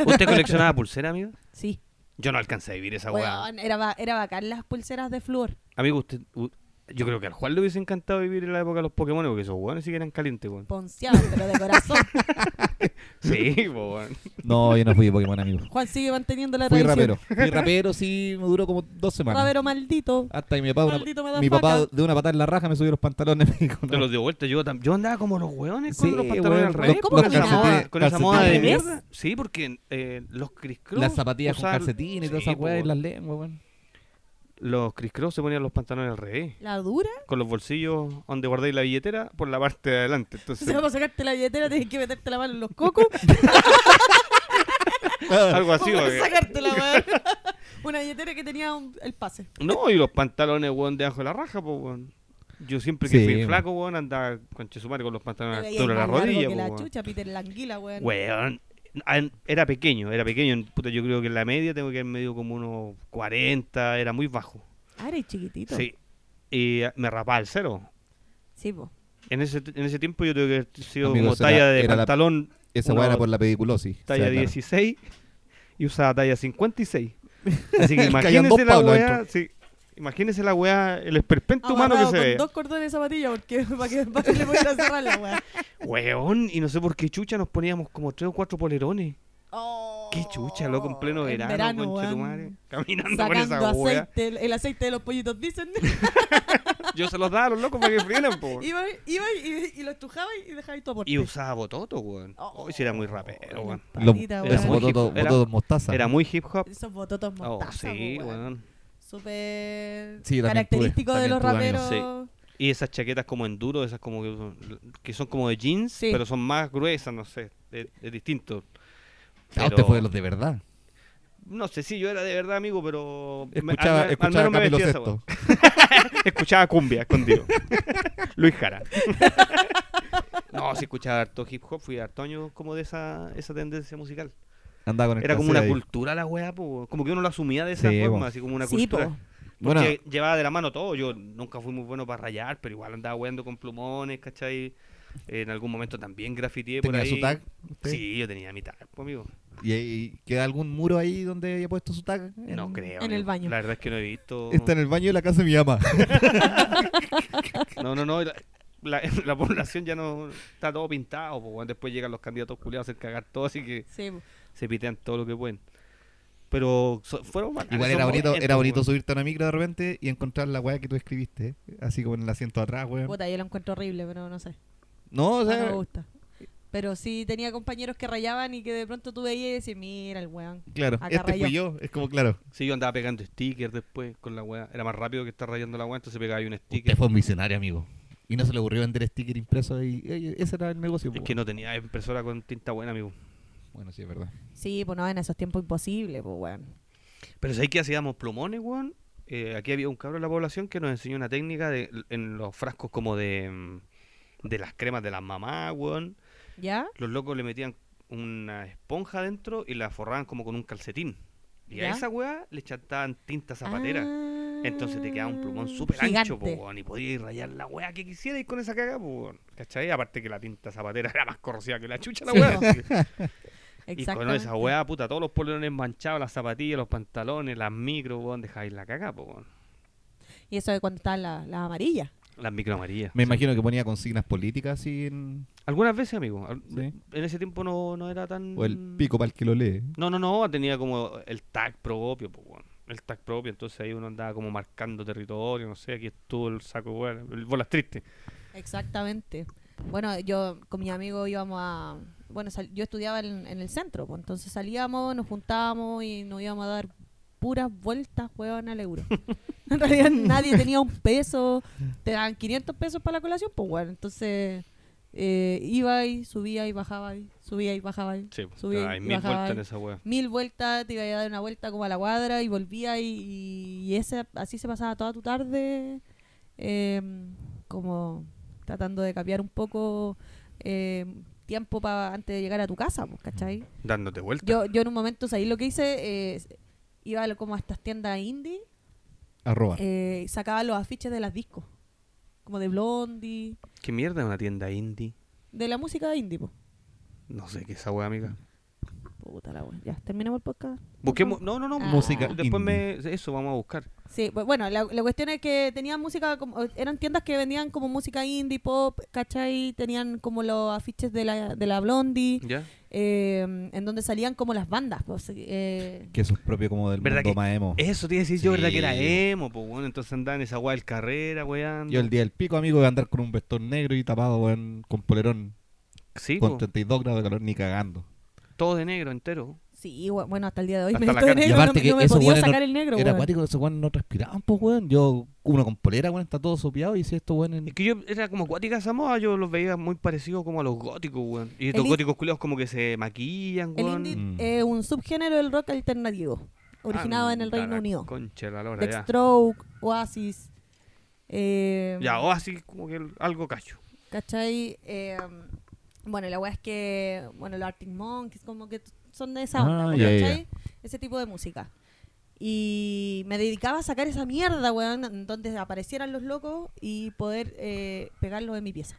S4: ¿Usted coleccionaba pulsera, amigo?
S5: Sí.
S4: Yo no alcancé a vivir esa weá.
S5: Weón, era, ba- era bacán las pulseras de flúor.
S4: Amigo, usted. u- yo creo que al Juan le hubiese encantado vivir en la época de los Pokémon, porque esos weones sí que eran calientes, weón.
S5: Ponceaban, pero de
S3: (laughs)
S5: corazón.
S4: (laughs) Sí, po, weón.
S3: No, yo no fui Pokémon, amigo.
S5: Juan sigue manteniendo la
S3: Fui
S5: tradición.
S3: rapero. Fui rapero, sí, me duró como dos semanas.
S5: Rapero maldito.
S3: Hasta que mi papá, una-
S5: Maldito me da
S3: mi papá
S5: faca.
S3: de una patada en la raja me subió los pantalones. (laughs) me dijo,
S4: Te
S3: no.
S4: los dio vuelta. Yo, tam- yo andaba como los weones con
S3: Sí,
S4: los pantalones
S3: weón,
S4: al
S3: los-
S4: revés.
S5: ¿Cómo
S4: po, con, esa
S5: caminaba?
S4: moda, con esa moda de
S5: ¿Al revés?
S4: mierda. Sí, porque eh, los criscros.
S3: Las zapatillas con calcetines y todas esas weas
S4: weas.
S3: y las lenguas, weón.
S4: Los criscros se ponían los pantalones al revés.
S5: La dura.
S4: con los bolsillos donde guardáis la billetera por la parte de
S3: (laughs)
S4: adelante.
S5: Se
S4: Entonces,
S5: va a sacarte la billetera, tienes que meterte la mano en los
S4: (laughs)
S5: cocos.
S4: algo así.
S5: (laughs) Vamos a
S4: porque-
S5: sacártela, weón. (laughs) Una billetera que tenía un- el pase.
S4: No, y los pantalones, weón, debajo de la raja, pues, weón. Yo siempre que
S3: Sí,
S4: fui
S3: weón.
S4: flaco, weón, andaba con Chesumare con los
S5: Te
S4: pantalones a la
S5: veía
S4: altura de Ah, la
S5: más largo
S4: rodilla,
S5: que
S4: pues,
S5: la
S4: weón.
S5: chucha, Peter la anguila, weón.
S4: Weón, an- Era pequeño, era pequeño. Puta, yo creo que en la media tengo que haber medido como unos 40, era muy bajo.
S5: Ah, eres chiquitito.
S4: Sí. Y eh, me rapaba el cero.
S5: Sí, po.
S4: En ese, en ese tiempo yo tuve que haber sido
S3: Amigo,
S4: como
S3: eso era-
S4: talla de
S3: era la-
S4: pantalón
S3: Esa
S4: Una
S3: weá era por la pediculosis. o sea,
S4: talla
S3: claro.
S4: 16 y usaba
S3: (laughs)
S4: talla 56. Así que
S3: El Cayán dos
S4: imagínense la
S3: Pablo
S4: weá,
S3: dentro.
S4: sí, imagínense la weá, el esperpento humano que
S5: Amarrado
S4: se
S5: con
S4: ve.
S5: dos cordones de zapatilla porque (laughs) para que, para que le pudiera cerrar la
S4: (laughs)
S5: weón.
S4: Weón, y no sé por qué chucha nos poníamos como tres o cuatro polerones. Qué chucha, loco, en
S5: Oh,
S4: pleno verano, conche tu madre, Caminando con
S5: Sacando
S4: esa weá.
S5: aceite, el, el aceite de los pollitos, dicen.
S4: Yo se los daba a los locos para que frieran, po.
S5: (laughs) iba, iba y, y lo estrujaba y dejaba ahí tu aporte.
S4: Y usaba bototo, weón.
S5: Oh,
S4: Hoy sí era muy rapero, weón.
S3: Los,
S5: Patita,
S3: esos
S4: weón. Era muy
S3: bototos-
S4: hip- era-
S3: bototos mostaza.
S4: Era muy hip hop.
S5: Esos bototos
S4: Oh,
S5: mostaza,
S4: sí,
S5: po, weón.
S4: weón.
S5: Súper
S3: Sí, yo también tuve,
S5: característico de
S3: también
S5: los
S3: tuve amigos.
S5: raperos.
S4: Y esas chaquetas como enduro, esas como que son, que son como de jeans,
S5: Sí.
S4: pero son más gruesas, no sé, es, es distinto.
S7: Ah, usted
S4: Pero-
S7: fue de los de verdad.
S4: No sé si yo era de verdad amigo, pero me- al-
S3: Escuchaba,
S4: al,
S3: escuchaba
S4: menos
S3: a
S4: me
S3: Camilo
S4: vestía esa weá.
S3: Sesto.
S4: Escuchaba cumbia (laughs) escondido. Luis Jara. (laughs) no, sí escuchaba harto hip hop, fui harto año como de esa, esa tendencia musical.
S7: Andaba con el
S4: Era como una
S7: cassette ahí.
S4: cultura la weá, po, como que uno lo asumía de esa
S7: Sí,
S4: forma,
S7: po.
S4: así como una
S5: Sí,
S4: cultura.
S5: po.
S7: Bueno.
S4: Porque llevaba de la mano todo, yo nunca fui muy bueno para rayar, pero igual andaba weando con plumones, ¿cachai? En algún momento también grafiteé por
S3: ¿Tenía
S4: ahí.
S3: su tag? usted?
S4: Sí, yo tenía mi tag, pues, amigo.
S3: ¿Y, y queda algún muro ahí donde haya puesto su tag?
S4: No creo.
S5: en el
S4: amigo.
S5: baño.
S4: La verdad es que no he visto.
S3: Está en el baño de la casa de mi (laughs) ama.
S4: No, no, no. La, la- (laughs) la población ya no está todo pintado. po, weón. después llegan los candidatos culiados a hacer cagar todo, así que
S5: Sí, po.
S4: se pitean todo lo que pueden. Pero so- fueron bacanes,
S3: Igual
S4: son
S3: era bonito,
S4: momentos,
S3: era bonito
S4: weón.
S3: subirte a una micro de repente y encontrar la weá que tú escribiste, ¿eh? así como en el asiento de atrás, weón.
S5: Puta, yo lo encuentro horrible, pero no sé.
S3: No, o
S5: No
S3: sea,
S5: me gusta. Pero sí tenía compañeros que rayaban y que de pronto tú veías y decías, mira el weón.
S3: claro,
S5: Acá
S3: este fui yo, es como claro.
S4: Sí, yo andaba pegando stickers después con la weá. Era más rápido que estar rayando la weá, entonces pegaba ahí un
S7: Usted
S4: sticker.
S7: fue un visionario, amigo. Y no se le ocurrió vender sticker impreso y oye, ese era el negocio.
S4: Es
S7: po,
S4: que no tenía impresora con tinta buena, amigo.
S7: Bueno, sí, es verdad.
S5: Sí, pues no, en esos tiempos imposible, pues weón.
S4: Pero ¿sabes que hacíamos plumones, weón? Eh, aquí había un cabro en la población que nos enseñó una técnica de, en los frascos como de, mm, de las cremas de las mamás, weón.
S5: ¿Ya?
S4: los locos le metían una esponja dentro y la forraban como con un calcetín. Y
S5: ¿Ya? Ah.
S4: a esa weá le chantaban tinta zapatera. Entonces te quedaba un plumón súper
S5: Gigante.
S4: ancho, po, weón, y podías rayar la weá que quisierais con esa caga, po, weón. ¿cachai? Aparte que la tinta zapatera (laughs) era más corrosiva que la chucha la
S5: Sí,
S4: weá.
S5: po.
S4: así que- y con
S5: Exactamente.
S4: esa weá, puta, todos los polones manchados, las zapatillas, los pantalones, las micro, weón, dejáis la caga, po, weón.
S5: Y eso de cuando estaban la- las amarillas.
S4: Las micro amarillas.
S3: Me imagino que ponía consignas políticas así en...
S4: Algunas veces, amigo. al-
S3: Sí.
S4: En ese tiempo no, no era tan...
S3: o
S5: Mm.
S3: el pico para el que lo lee.
S4: No, no, no, tenía como el tag propio, pues, weón. El tag propio, entonces ahí uno andaba como marcando territorio, no sé, aquí estuvo el saco, weón, el bolas triste.
S5: Exactamente. Bueno, yo con mi amigo íbamos a... Bueno, sal- yo estudiaba en, en el centro, pues, entonces salíamos, nos juntábamos y nos íbamos a dar puras vueltas, weón,
S4: (laughs)
S5: al euro. en realidad nadie tenía un peso, te daban 500 pesos para la colación, pues weón. Entonces eh, iba y subía y bajaba y subía y bajaba y
S4: Sí, pues,
S5: subía
S4: hay
S5: y
S4: mil
S5: bajaba
S4: vueltas en
S5: y-
S4: esa weón.
S5: mil vueltas, te iba a dar una vuelta como a la cuadra y volvía y, y ese, así se pasaba toda tu tarde eh, como tratando de cambiar un poco eh, tiempo para antes de llegar a tu casa, pues, ¿cachai?
S4: Dándote vueltas.
S5: Yo, yo en un momento, o sea, ahí lo que hice, eh, iba a lo- como a estas tiendas indie,
S3: Arroba.
S5: eh, sacaba los afiches de las discos, como de Blondie,
S4: ¿Qué mierda es una tienda indie?
S5: de la música indie, pues.
S4: No sé qué es esa weá, amiga.
S5: Puta la wea. Ya, terminamos el podcast.
S4: Busquemos. No, no, no.
S5: Ah.
S3: Música
S4: Después me. Eso vamos a buscar.
S5: Sí, bu- bueno, la, la cuestión es que tenían música, como, eran tiendas que vendían como música indie, pop, ¿cachai? Tenían como los afiches de la, de la Blondie,
S4: ¿Ya?
S5: eh, en donde salían como las bandas. Pues, eh,
S7: Que eso es propio como del
S4: ¿Verdad
S7: mundo
S4: que-
S7: más emo.
S4: Eso tiene que decir yo, ¿verdad? Que era
S7: Sí.
S4: emo, pues, weón. Entonces andaba en esa weá del carrera, weón.
S3: Yo el día del pico, amigo, iba a andar con un vestón negro y tapado, weón, con polerón,
S4: Sí,
S3: con
S4: po,
S3: 32 grados de calor, ni cagando.
S4: todo de negro entero.
S5: sí, bu- bueno, hasta el día de hoy
S4: Hasta
S5: me
S4: la
S5: visto de
S4: cara. Y
S5: negro, no,
S7: aparte
S5: me-
S7: que
S5: no me
S7: esos
S5: podía
S7: buenos no-
S5: sacar el negro.
S7: Era
S5: weón.
S7: acuático, esos weones no respiraban, pues, weón. Yo, uno con polera, weón, está todo sopeado y decía, estos weones...
S4: Es que yo era como cuática Samoa, yo los veía muy parecidos como a los góticos, weón. Y estos
S5: in-
S4: góticos culiados como que se maquillan,
S5: El
S4: weón.
S5: indie
S7: Mm.
S5: eh, un subgénero del rock alternativo, originado en el
S4: Anda
S5: Reino
S4: Ah, la
S5: Unido.
S4: Concha, la lora,
S5: The
S4: ya.
S5: Stroke, Oasis. eh,
S4: Ya, o así como que el- algo cacho.
S5: ¿Cachai? Eh, bueno, la weá es que, bueno, los Arctic Monkeys, como que t- son de esa
S7: Ah,
S5: onda,
S7: ya, ya,
S5: ¿cachai? Ese tipo de música. Y me dedicaba a sacar esa mierda, weón, en donde aparecieran los locos y poder eh, pegarlos en mi pieza.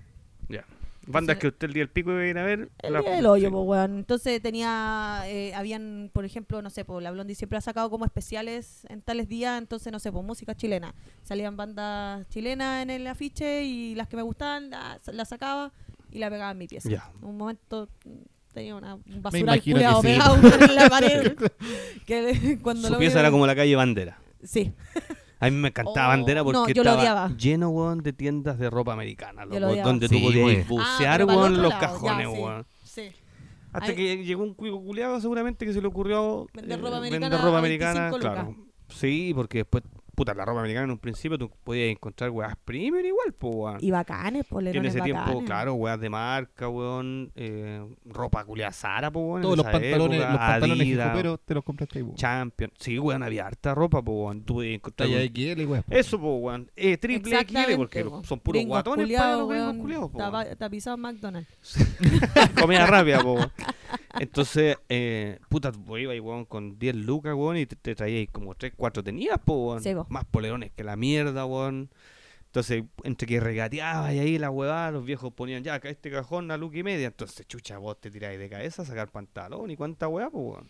S4: Ya. Bandas
S5: Entonces-
S4: que usted el día del pico iba a ir a ver.
S5: El
S4: la-
S5: día del hoyo,
S4: sí.
S5: po, weón. Entonces tenía, eh, habían, por ejemplo, no sé, po, la Blondie siempre ha sacado como especiales en tales días, entonces, no sé, pues música chilena. Salían bandas chilenas en el afiche y las que me gustaban la- las sacaba y la pegaba en mi pieza.
S4: Ya.
S5: Un momento mm, tenía una un
S3: imagino
S5: basural
S3: que
S5: culeado
S3: sí.
S5: pegado (laughs) en la pared.
S4: (laughs)
S5: que (laughs) cuando
S4: Su
S5: lo
S4: pieza
S5: veo-
S4: era como la calle Bandera.
S5: Sí,
S4: A mí me encantaba
S5: Oh,
S4: Bandera
S5: no,
S4: porque
S5: yo lo
S4: estaba
S5: odiaba.
S4: lleno, weón, de tiendas de ropa americana,
S5: Yo lo
S4: loco,
S5: odiaba. Ah,
S4: donde
S7: Sí,
S4: tú podías ir
S7: weón.
S4: bucear,
S5: pero pa'l
S4: weón,
S5: otro
S4: en los
S5: lado, ya,
S4: cajones,
S5: sí.
S4: weón.
S5: sí.
S4: Hasta
S5: Ay.
S4: que llegó un cuico culiado seguramente que se le ocurrió
S5: Vender
S4: eh,
S5: ropa
S4: vender
S5: americana
S4: ropa
S5: a
S4: americana,
S5: 25 lucas.
S4: claro. Sí, porque después puta, la ropa americana en un principio tú podías encontrar weas premium igual, po, weón.
S5: Y bacanes, pues,
S4: Yo en ese tiempo,
S5: bacanes.
S4: claro, weas de marca, weón, eh, ropa culia Zara, po, weón. en
S3: Todos los
S4: esa
S3: pantalones,
S4: época,
S3: los pantalones
S4: Adidas,
S3: pero te los compraste ahí, weón.
S4: Champion. Sí, weón, había harta ropa, po, weón. Tú podías encontrar
S3: Talla
S4: un-
S3: XL, weón.
S4: Eso, po, weón. Eh, triple XL,
S5: Exactamente,
S4: porque
S5: po.
S4: son puros
S5: Gringos
S4: guatones para
S5: culiados,
S4: los gringos
S5: weón,
S4: culiados, po,
S5: tapa-
S4: weón.
S5: Tapizado McDonald's.
S4: Comida rápida, po. weón. Entonces, eh, puta, vos ibas, weón, con 10 lucas, weón, y te, te traíais como 3, 4 tenías, po, weón.
S5: Sí, po.
S4: Más polerones que la mierda, weón. Entonces, entre que regateabas y ahí la huevada, los viejos ponían ya, acá este cajón, la luca y media. Entonces, chucha, vos te tiráis de cabeza a sacar pantalón y cuánta hueá, po, weón.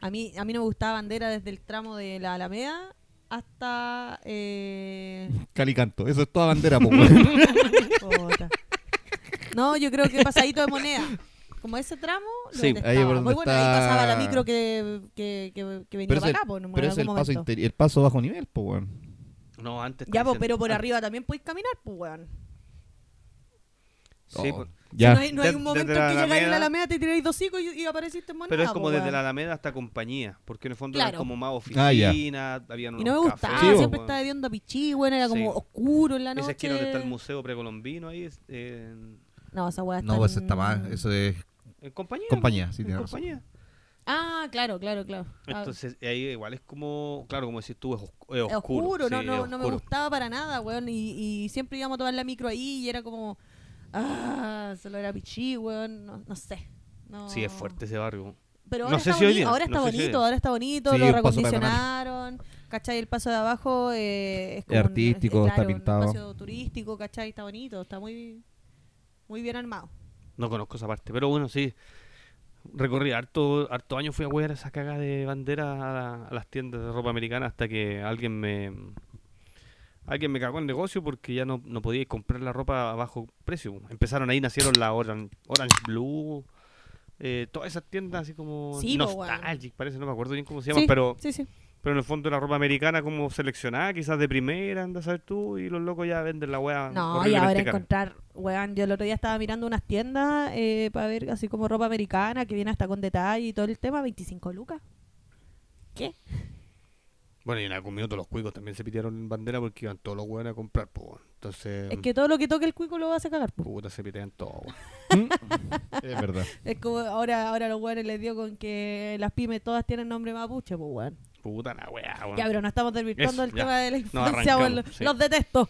S5: A mí, a mí no me gustaba bandera desde el tramo de la Alameda hasta.
S4: (laughs)
S5: eh,
S3: Calicanto, eso es toda
S7: (laughs)
S3: bandera, po, weón.
S5: puta. no, yo creo que pasadito de moneda. Como ese tramo, lo
S4: Sí, ahí
S5: detestaba.
S3: por donde
S5: Muy bueno,
S3: está-
S5: ahí pasaba la micro que, que, que, que venía
S3: Pero es
S5: para
S3: el-
S5: acá, po, en
S3: Pero es
S5: algún
S3: el paso,
S5: momento.
S3: interi- el paso bajo nivel, po, weón.
S4: No, antes. te
S5: Ya, po,
S4: dicen-
S5: pero por
S4: an-
S5: arriba también podéis caminar, pues, weón.
S4: Sí,
S3: Oh,
S4: po.
S3: Ya.
S5: Si no hay, no hay
S4: Desde-
S5: un momento
S4: desde la
S5: en que llegáis a
S4: Alameda.
S5: la Alameda, te tiráis dos hocicos y, y apareciste en moneda.
S4: Pero es como
S5: po,
S4: desde
S5: weón.
S4: la Alameda hasta compañía, porque en el fondo eran
S5: Claro.
S4: como más
S3: Ah, ya.
S4: oficinas, habían
S5: Y no me
S4: unos
S5: gustaba,
S4: cafés,
S5: siempre
S4: weón.
S5: estaba viendo a pichí, weón, era como
S4: Sí.
S5: oscuro en la noche.
S4: Esa esquina donde está el museo precolombino ahí, es, eh,
S5: No, esa weá está.
S7: No, pues
S5: en-
S7: está mal. Eso
S5: (laughs)
S7: es
S4: en compañía. pues,
S7: compañía,
S4: en
S7: sí, tiene razón.
S4: compañía.
S5: Ah, claro, claro, claro. Ah,
S4: Entonces, ahí igual es como, claro, como decís tú, es, oscu- es
S5: es
S4: oscuro.
S5: oscuro, no,
S4: sí,
S5: no,
S4: es
S5: no me
S4: oscuro.
S5: gustaba para nada, weón. Y, y siempre íbamos a tomar la micro ahí y era como. Ah, solo era pichí, weón. No, no sé. No.
S4: Sí, es fuerte ese barrio.
S5: Pero
S4: No
S5: ahora
S4: sé
S5: está
S4: si hoy
S5: boni-
S4: día,
S5: ahora
S4: no
S5: está
S4: sé si hoy
S5: bonito,
S4: día.
S5: ahora está bonito,
S3: Sí,
S5: lo
S3: un paso
S5: recondicionaron. ¿Cachai? El paso de abajo eh, es como. un-
S3: artístico,
S5: eh,
S3: está
S5: claro,
S3: pintado.
S5: Un espacio turístico, ¿cachai? Está bonito, está muy, muy bien armado.
S4: No conozco esa parte, pero bueno, sí. Recorrí harto, harto años, fui a huear esa caga de bandera a, a las tiendas de ropa americana hasta que alguien me alguien me cagó el negocio porque ya no, no podía comprar la ropa a bajo precio. Empezaron ahí, nacieron la Oran- Orange, Blue, eh, todas esas tiendas así como
S5: Sí, po, weón.
S4: nostalgic, parece, no me acuerdo bien cómo se llama,
S5: Sí,
S4: pero,
S5: Sí, sí.
S4: pero en el fondo la ropa americana como seleccionada, quizás de primera, anda a saber tú, y los locos ya venden la hueá.
S5: No, y
S4: horriblemente
S5: ahora
S4: cara.
S5: encontrar, weón, yo el otro día estaba mirando unas tiendas eh, para ver así como ropa americana que viene hasta con detalle y todo el tema, 25 lucas. ¿Qué?
S4: Bueno, y en algún minuto los cuicos también se pitearon en bandera porque iban todos los hueones a comprar, pues. weón. Entonces,
S5: Es que todo lo que toque el cuico lo vas a cagar. po.
S4: puta, se pitean todos, weón.
S3: Es verdad.
S5: Es como ahora, ahora los weones les dio con que las pymes todas tienen nombre mapuche, pues weón.
S4: Puta la weá, weón.
S5: Ya, pero no estamos
S4: Eso,
S5: desvirtuando el
S4: ya.
S5: tema de la infancia,
S4: arrancamos,
S5: weón. Los,
S4: sí.
S5: los detesto.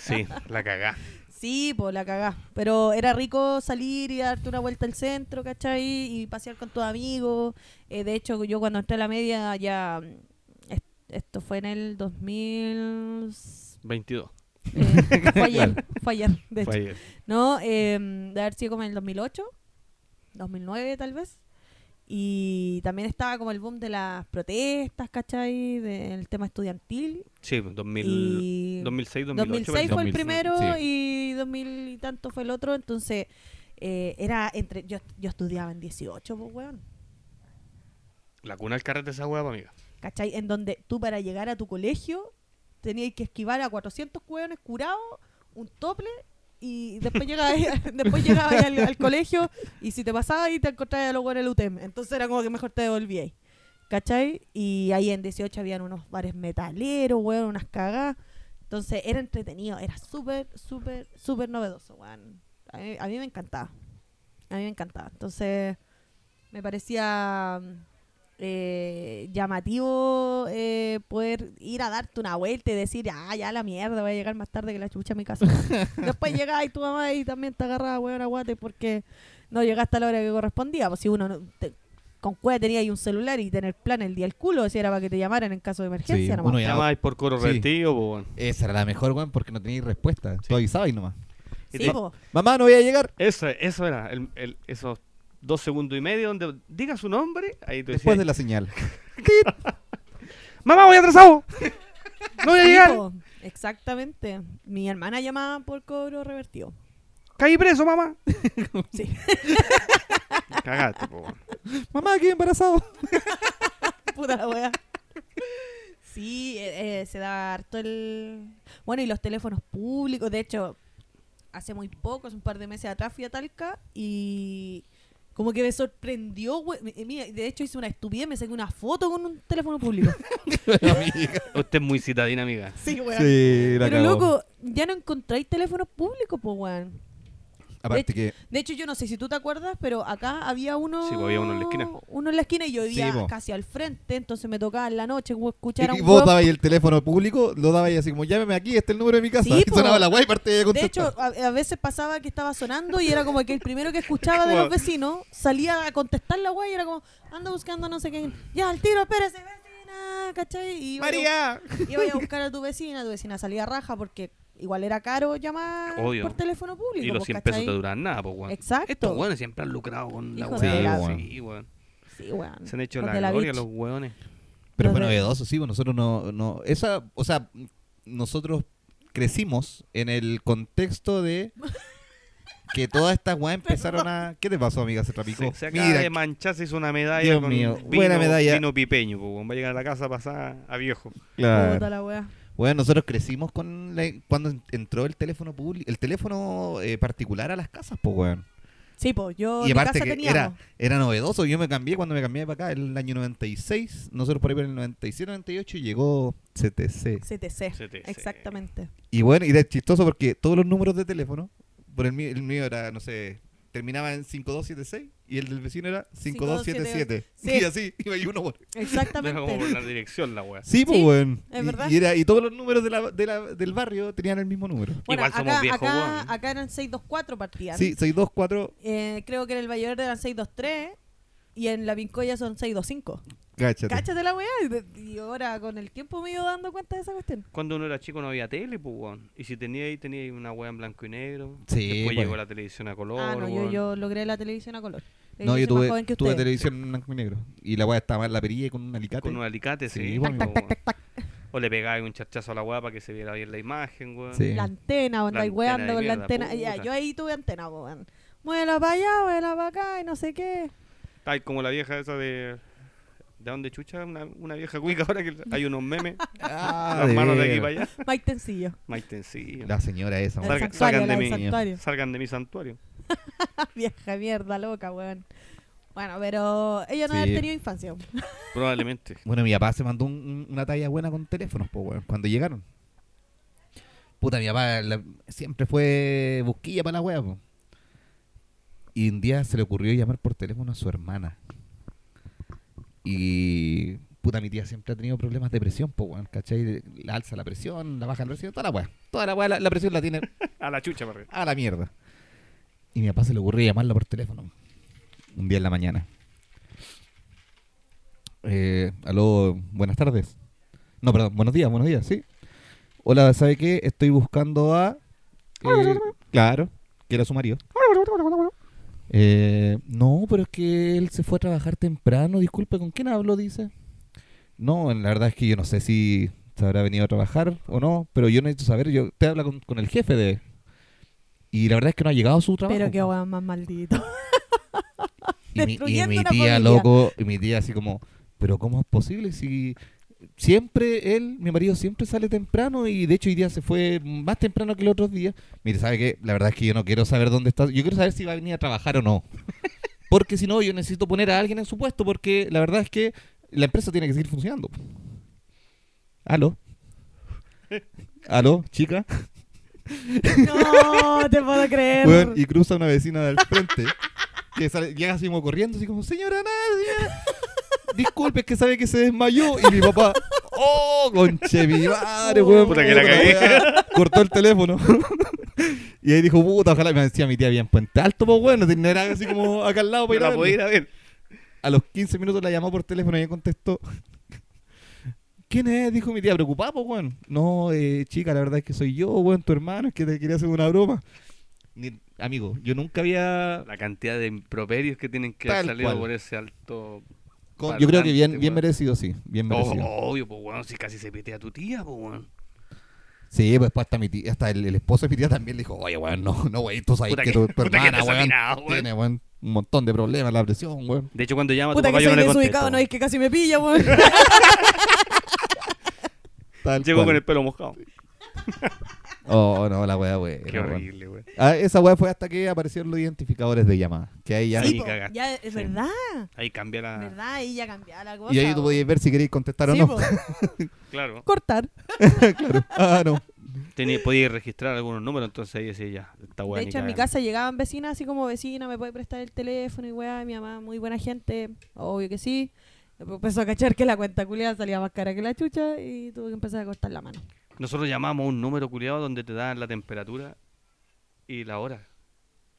S4: Sí, la cagá.
S5: Sí, pues la cagá. Pero era rico salir y darte una vuelta al centro, ¿cachai? Y pasear con tus amigos. Eh, de hecho, yo cuando entré a la media ya... mm, est- Esto fue en el 2000...
S4: 22.
S5: eh,
S4: (laughs)
S5: fue ayer, fue ayer, de hecho.
S4: Fue ayer.
S5: No, eh, de haber sido como en el 2008, 2009 tal vez. Y también estaba como el boom de las protestas, ¿cachai? Del tema estudiantil.
S4: Sí, pues, 2000,
S5: Y-
S4: 2006, 2008.
S5: 2006 fue el
S3: 2000,
S5: primero
S3: sí.
S5: y 2000 y tanto fue el otro, entonces eh, era entre yo, yo estudiaba en 18, pues weón.
S4: La cuna del carrete esa weá, pa' amiga.
S5: ¿Cachai? En donde tú para llegar a tu colegio tenías que esquivar a 400 hueones curados, un tople y después llegabas (laughs) después llegabas al, al colegio y si te pasabas ahí te encontrabas a los hueones del UTEM, entonces era como que mejor te devolvíais. ¿Cachai? Y ahí en 18 habían unos bares metaleros, weón, unas cagadas. Entonces era entretenido, era súper, súper, súper novedoso, weón. A mí, a mí me encantaba. A mí me encantaba. Entonces me parecía eh, llamativo eh, poder ir a darte una vuelta y decir, ah, ya la mierda, voy a llegar más tarde que la chucha a mi casa. Después llegaba y tu mamá y también te agarraba, weón, aguate porque no llegaste a la hora que correspondía. Pues si uno no- te- con cueva tenía ahí un celular y tener plan el día al culo, si era para que te llamaran en caso de emergencia,
S7: Sí,
S5: nomás.
S7: uno ya-
S4: Llamáis por coro
S7: Sí.
S4: retiro, po, weón.
S7: Esa era la mejor, weón, porque no tenías respuesta. Tú avisabas y nomás.
S4: Y
S5: Sí,
S4: te-
S5: po.
S7: Mamá, no voy a llegar.
S4: Eso, eso era, el, el- esos dos segundos y medio donde diga su nombre, ahí tú
S7: Después
S4: decías,
S7: de la señal. (laughs)
S4: ¡Mamá, voy
S5: (laughs)
S4: atrasado! ¡No voy a
S5: Sí,
S4: llegar!
S5: po, Exactamente. Mi hermana llamaba por cobro revertido.
S4: ¡Caí preso, mamá!
S5: (laughs)
S4: (laughs)
S5: Sí.
S4: Cagaste, po, weón.
S7: Mamá, quedé
S3: (laughs)
S7: embarazado.
S5: Puta la wea. Sí, eh, eh, se da harto el... Bueno, y los teléfonos públicos. De hecho, hace muy poco, hace un par de meses atrás fui a Talca y Como que me sorprendió, güey. Eh, Mira, de hecho hice una estupidez, me saqué una foto con un teléfono público.
S4: Usted es muy citadina, amiga.
S5: sí, güey.
S3: Sí, la
S5: Pero
S3: cagó.
S5: loco, ya no encontráis teléfonos públicos, pues, weón.
S3: Aparte que
S5: De hecho, yo no sé si tú te acuerdas, pero acá había uno.
S4: Sí, pues, había uno en la esquina.
S5: Uno en la esquina y yo vivía
S3: Sí, po.
S5: casi al frente, entonces me tocaba en la noche güey, escuchar a un
S3: Y vos
S5: weón.
S3: dabais el teléfono público, lo dabais así como, llámeme aquí, este es el número de mi casa.
S5: Sí,
S3: (laughs) y
S5: po.
S3: sonaba la guay y parte de
S5: De
S3: contestar.
S5: hecho, a, a veces pasaba que estaba sonando y era como que el primero que escuchaba de los vecinos salía a contestar la weá y era como, anda buscando no sé quién. Ya, al tiro, espérese, vecina, ¿cachai? Y iba, A, iba a buscar a tu vecina, tu vecina salía raja porque igual era caro llamar
S4: Obvio.
S5: por teléfono público.
S4: Y los
S5: pues,
S4: 100
S5: ¿cachai?
S4: pesos te duran nada, pues, weón.
S5: Exacto.
S4: Estos weones siempre han lucrado con la
S5: Hijo
S4: weá.
S5: de
S4: Sí,
S5: la-
S4: weón.
S5: Sí, weón.
S4: Se han hecho
S5: Los
S4: la,
S5: de la
S4: gloria
S5: bitch.
S4: los weones.
S3: Pero
S5: Los
S3: fue
S5: de-
S3: novedoso, sí, pues nosotros no, no. Esa, o sea, nosotros crecimos en el contexto
S5: (laughs)
S3: de que todas estas weas empezaron a. ¿Qué te pasó, amiga? Se trapicó.
S4: Se, se acaba
S3: Mira,
S4: de manchar, se hizo una medalla
S3: Dios
S4: con
S3: mío,
S4: vino,
S3: buena medalla.
S4: vino pipeño, pues, weón. Va a llegar a la casa pasada a viejo.
S3: claro.
S5: Puta la weá.
S3: Bueno, nosotros crecimos con la- cuando en- entró el teléfono público, el teléfono eh, particular a las casas, pues, weón.
S5: Sí, pues
S3: Y
S5: yo en mi
S3: aparte
S5: casa
S3: que
S5: teníamos.
S3: era, era novedoso. Yo me cambié cuando me cambié para acá, el año 96. Nosotros por ahí por el 97, 98 llegó CTC.
S5: CTC.
S4: CTC.
S5: Eh, Exactamente.
S3: Y bueno, y era chistoso porque todos los números de teléfono, por el mío, el mío era, no sé, terminaba en 5276 y el del vecino era 5277.
S5: Sí.
S3: (laughs) Y así, iba y uno por...
S4: (laughs) Era como por
S5: Exactamente.
S4: la dirección la weá.
S3: Sí, pues,
S5: Sí,
S3: weón.
S5: es
S3: Y-
S5: verdad.
S3: Y, era, y todos los números de la- de la- del barrio tenían el mismo número.
S5: Bueno,
S4: Igual somos
S5: acá,
S4: viejos,
S5: acá,
S4: weón.
S5: acá eran 624 partidas.
S3: Sí, 624,
S5: Eh, creo que en el Valle Verde eran 623 y en la Pincoya son 625.
S3: cáchate.
S5: Cáchate la weá. y- Y ahora con el tiempo me he ido dando cuenta de esa cuestión.
S4: Cuando uno era chico no había tele, pues, weón. Y si tenía ahí, tenía ahí una weá en blanco y negro.
S3: Sí,
S4: Después
S3: pues.
S4: llegó la televisión a color,
S5: ah, no, yo,
S4: weón.
S5: yo logré la televisión a color.
S3: No, yo
S5: Televisión más joven
S3: tuve,
S5: que
S3: tuve
S5: ustedes.
S3: televisión en blanco y negro. Y la weá estaba en la perilla y con un alicate.
S4: Con un alicate, sí.
S3: Sí, pues,
S4: po,
S5: Tac,
S4: weón.
S5: tac, tac, tac.
S4: O le pegáis un charchazo a la weá para que se viera bien la imagen, weón.
S3: Sí.
S5: La antena, o andáis
S4: antena
S5: weando
S4: de
S5: con la
S4: mierda,
S5: antena. Ya,
S4: puta.
S5: yo ahí tuve antena, po, weón. Muévela para allá, muévela para acá y no sé qué.
S4: Ay, como la vieja esa de. ¿De dónde chucha? Una, una vieja cuica ahora que hay unos memes.
S3: (laughs) Ah,
S4: las
S3: de
S4: manos de aquí
S3: veras.
S4: para allá.
S5: Mike Tencillo.
S4: Mike Tencillo.
S3: La señora esa,
S5: El
S3: weón.
S4: Salga-
S5: santuario,
S4: salgan
S5: la
S4: de
S5: del
S4: mí.
S5: santuario.
S4: Salgan de mi santuario.
S5: (laughs) Vieja mierda loca, weón. Bueno, pero ella no
S3: Sí.
S5: ha tenido infancia.
S4: Probablemente.
S3: Bueno, mi papá se mandó un- un- una talla buena con teléfonos, po, weón, cuando llegaron. Puta, mi papá la- siempre fue busquilla para la wea, po. Y un día se le ocurrió llamar por teléfono a su hermana. Y. Puta, mi tía siempre ha tenido problemas de presión, po, weón, ¿cachai? La alza la presión, la baja la presión, toda la wea. Toda la wea, la, la presión la tiene
S4: (laughs) A la chucha, para
S3: a la mierda. Y mi papá se le ocurrió llamarla por teléfono. Un día en la mañana. Eh, aló, buenas tardes. No, perdón, buenos días, buenos días, sí. Hola, ¿sabe qué? Estoy buscando a... eh, claro, que era su marido. Eh, no, pero es que él se fue a trabajar temprano. Disculpe, ¿con quién hablo? Dice. No, la verdad es que yo no sé si se habrá venido a trabajar o no, pero yo necesito saber. Yo, usted habla con, con el jefe de... Y la verdad es que no ha llegado a su trabajo.
S5: Pero qué weón más maldito.
S3: Y mi, y
S5: Destruyendo
S3: mi
S5: una
S3: tía,
S5: familia.
S3: loco, y mi tía así como, pero ¿cómo es posible si siempre él, mi marido, siempre sale temprano y de hecho hoy día se fue más temprano que los otros días? Mire, ¿sabe qué? La verdad es que yo no quiero saber dónde está. Yo quiero saber si va a venir a trabajar o
S5: (laughs)
S3: no. Porque si no, yo necesito poner a alguien en su puesto porque la verdad es que la empresa tiene que seguir funcionando.
S5: (laughs)
S3: Aló. Aló, chica.
S5: (laughs) No, te puedo creer.
S3: Weón, y cruza una vecina del frente que sale- llega así como corriendo, así como, señora Nadia, disculpe, es que sabe que se desmayó. Y mi papá, oh, conche mi madre, weón.
S4: Oh, Puta que la cagué.
S3: weá. Cortó el teléfono. (laughs) y ahí dijo, puta, ojalá me decía mi tía bien puente alto, pues bueno, no era así como acá al lado para ir a
S4: la
S3: verlo".
S4: podía ir a ver.
S3: A los 15 minutos la llamó por teléfono y ella contestó. (laughs) ¿Quién es? Dijo mi tía, preocupada, pues, weón. No, eh, chica, la verdad es que soy yo, weón, tu hermano, es que te quería hacer una broma. Ni- amigo, yo nunca había...
S4: La cantidad de improperios que tienen que
S3: Tal
S4: haber salido
S3: cual.
S4: por ese alto.
S3: con- yo creo que bien,
S4: parlante,
S3: bien
S4: weón.
S3: merecido, sí. Bien merecido.
S4: Oh, obvio, pues, weón. Si casi se pitea a tu tía, pues, weón.
S3: Sí, pues pues, hasta, mi tía- hasta el, el esposo de mi tía también le dijo, oye, weón, no, no, weón, tú sabes
S4: Puta
S3: que, (laughs)
S4: que-
S3: tu, tu
S4: puta que
S3: hermana, weón,
S4: desafinado, weón.
S3: tiene, weón, un montón de problemas, la presión, weón.
S4: De hecho, cuando llama a tu
S5: Puta
S4: papá,
S5: que
S4: yo no
S5: soy
S4: le contesto.
S5: desubicado, no es que casi
S4: (laughs)
S5: me pilla, weón.
S3: Tal
S4: Llego
S3: cual.
S4: con el pelo mojado.
S3: Oh, no, la weá, weá.
S4: Qué horrible, güey.
S3: Ah, esa weá fue hasta que aparecieron los identificadores de llamada. Que ahí ya.
S4: Sí,
S5: Sí,
S4: ahí
S5: po,
S4: cagaste,
S5: ya es
S4: sí.
S5: verdad,
S4: Ahí cambia la.
S5: verdad, ahí ya cambiaba la cosa.
S3: y ahí tú
S5: po.
S3: podías ver si queréis contestar o
S5: Sí,
S3: no.
S5: po. (laughs)
S4: Claro. (laughs)
S5: cortar.
S3: (laughs) ah, no.
S4: Tenía, podía registrar algunos números, entonces ahí decía ya. Está
S5: De
S4: bueno.
S5: hecho, en mi casa llegaban vecinas así como vecina, me puede prestar el teléfono y weá, mi mamá, muy buena gente, obvio que sí. Después empezó a cachar que la cuenta culiada salía más cara que la chucha y tuve que empezar a cortar la mano.
S4: Nosotros llamamos a un número culiado donde te dan la temperatura y la hora.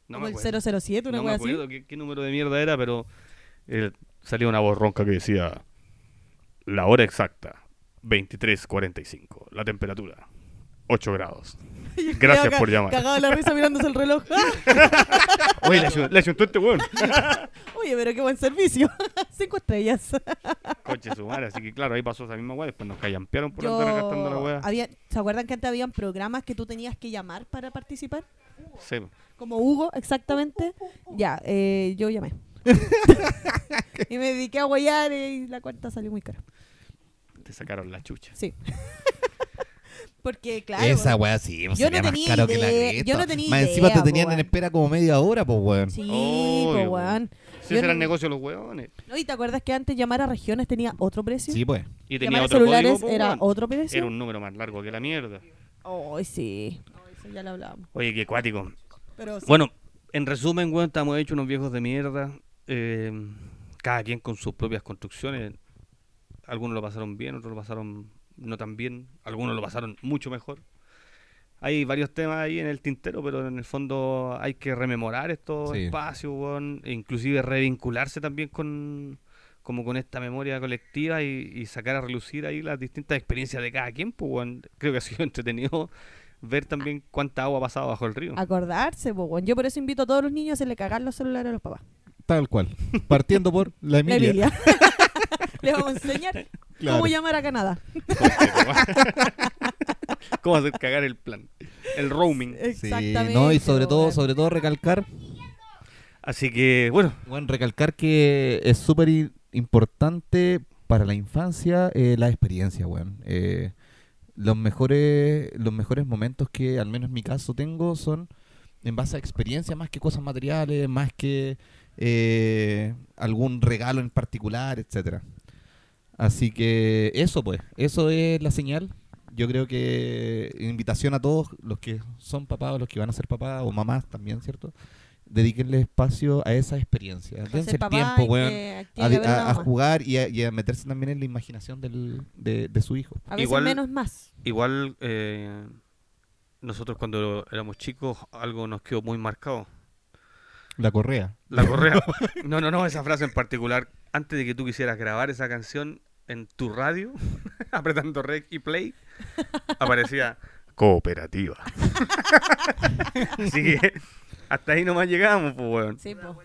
S4: No
S5: como
S4: me
S5: el
S4: acuerdo.
S5: 007, una
S4: no me
S5: weá así.
S4: acuerdo qué, qué número de mierda era, pero eh, salía una voz ronca que decía la hora exacta, 23:45, la temperatura, 8 grados. (laughs) Gracias
S5: Creo
S4: por
S5: que-
S4: llamar.
S5: Cagado de la risa mirándose
S4: (laughs)
S5: el reloj. ¡Ah!
S4: Oye, le asu- le asustó este weón. (laughs)
S5: Oye, pero qué buen servicio. (laughs) Cinco estrellas.
S4: Coche su madre, así que claro, ahí pasó esa misma weá, después nos callampearon por
S5: Yo-
S4: andar gastando la weá.
S5: había- ¿Se acuerdan que antes habían programas que tú tenías que llamar para participar?
S4: Sí.
S5: Como Hugo, exactamente. Ya, eh,
S4: (laughs)
S5: yo llamé. y me dediqué a guayar y la cuarta salió muy cara.
S4: Te sacaron la chucha. (laughs)
S5: Sí. Porque, (laughs) claro.
S3: Esa
S5: bueno,
S3: weá sí, pues,
S5: Yo no
S3: salía más
S5: tenía
S3: caro que la
S5: idea-
S3: cresta.
S5: yo no tenía
S3: Más encima
S5: idea,
S3: te
S5: po,
S3: tenían en
S5: weón.
S3: espera como media hora, pues, weón.
S5: Sí,
S4: Obvio,
S5: po, weón.
S4: Sí,
S5: Yo
S4: eran
S5: no-
S4: negocios los weones.
S5: No, ¿Y te acuerdas que antes llamar a regiones tenía otro precio?
S3: Sí, pues.
S4: Y tenía
S5: llamar a
S4: otro
S5: celulares
S4: código, po,
S5: era
S4: weón.
S5: otro precio.
S4: Era un número más largo que la mierda.
S5: Ay, sí. Ay, eso ya lo hablábamos.
S4: Oye, qué cuático.
S5: Pero sí.
S4: Bueno, en resumen, weón, estamos hechos unos viejos de mierda. eh, cada quien con sus propias construcciones. Algunos lo pasaron bien, otros lo pasaron no tan bien. Algunos lo pasaron mucho mejor. Hay varios temas ahí en el tintero, pero en el fondo hay que rememorar estos
S8: Sí.
S4: espacios, weón, e inclusive revincularse también con como con esta memoria colectiva y, y sacar a relucir ahí las distintas experiencias de cada quien, pues, weón. Creo que ha sido (laughs) entretenido ver también cuánta agua ha pasado bajo el río.
S5: acordarse, po, weón. Yo por eso invito a todos los niños a hacerle cagar los celulares a los papás.
S8: Tal
S3: (laughs)
S8: cual. Partiendo por la
S5: La
S8: Emilia.
S5: Emilia. (laughs) Le vamos a enseñar cómo llamar a Canadá.
S4: ¿Cómo hacer cagar el plan? El roaming.
S3: Sí,
S5: Exactamente.
S3: no, y sobre
S5: po,
S3: todo,
S5: weón.
S3: sobre todo recalcar,
S4: Así que, bueno,
S3: bueno, recalcar que es súper i- importante para la infancia eh, la experiencia, weón. Eh, los mejores, los mejores momentos que al menos en mi caso tengo son en base a experiencia más que cosas materiales, más que eh, algún regalo en particular, etcétera. Así que eso pues, eso es la señal. Yo creo que invitación a todos los que son papás, o los que van a ser papás o mamás también, ¿cierto? Dedíquenle espacio a esa experiencia.
S5: Para ser
S3: Dense el
S5: papá
S3: tiempo,
S5: hay
S3: weón,
S5: que-
S3: a,
S5: tiene que
S3: di-
S5: haber
S3: a-
S5: nada
S3: a
S5: más.
S3: jugar y a, y a meterse también en la imaginación del- de- de su hijo.
S5: A veces
S4: Igual-
S5: menos más.
S4: igual eh, nosotros cuando éramos chicos algo nos quedó muy marcado.
S3: La correa.
S4: La correa. No, no, no, esa frase en particular. Antes de que tú quisieras grabar esa canción en tu radio, (laughs) apretando rec y play, aparecía cooperativa. (laughs) Así que hasta ahí nomás llegamos, pues, weón.
S5: Sí, po.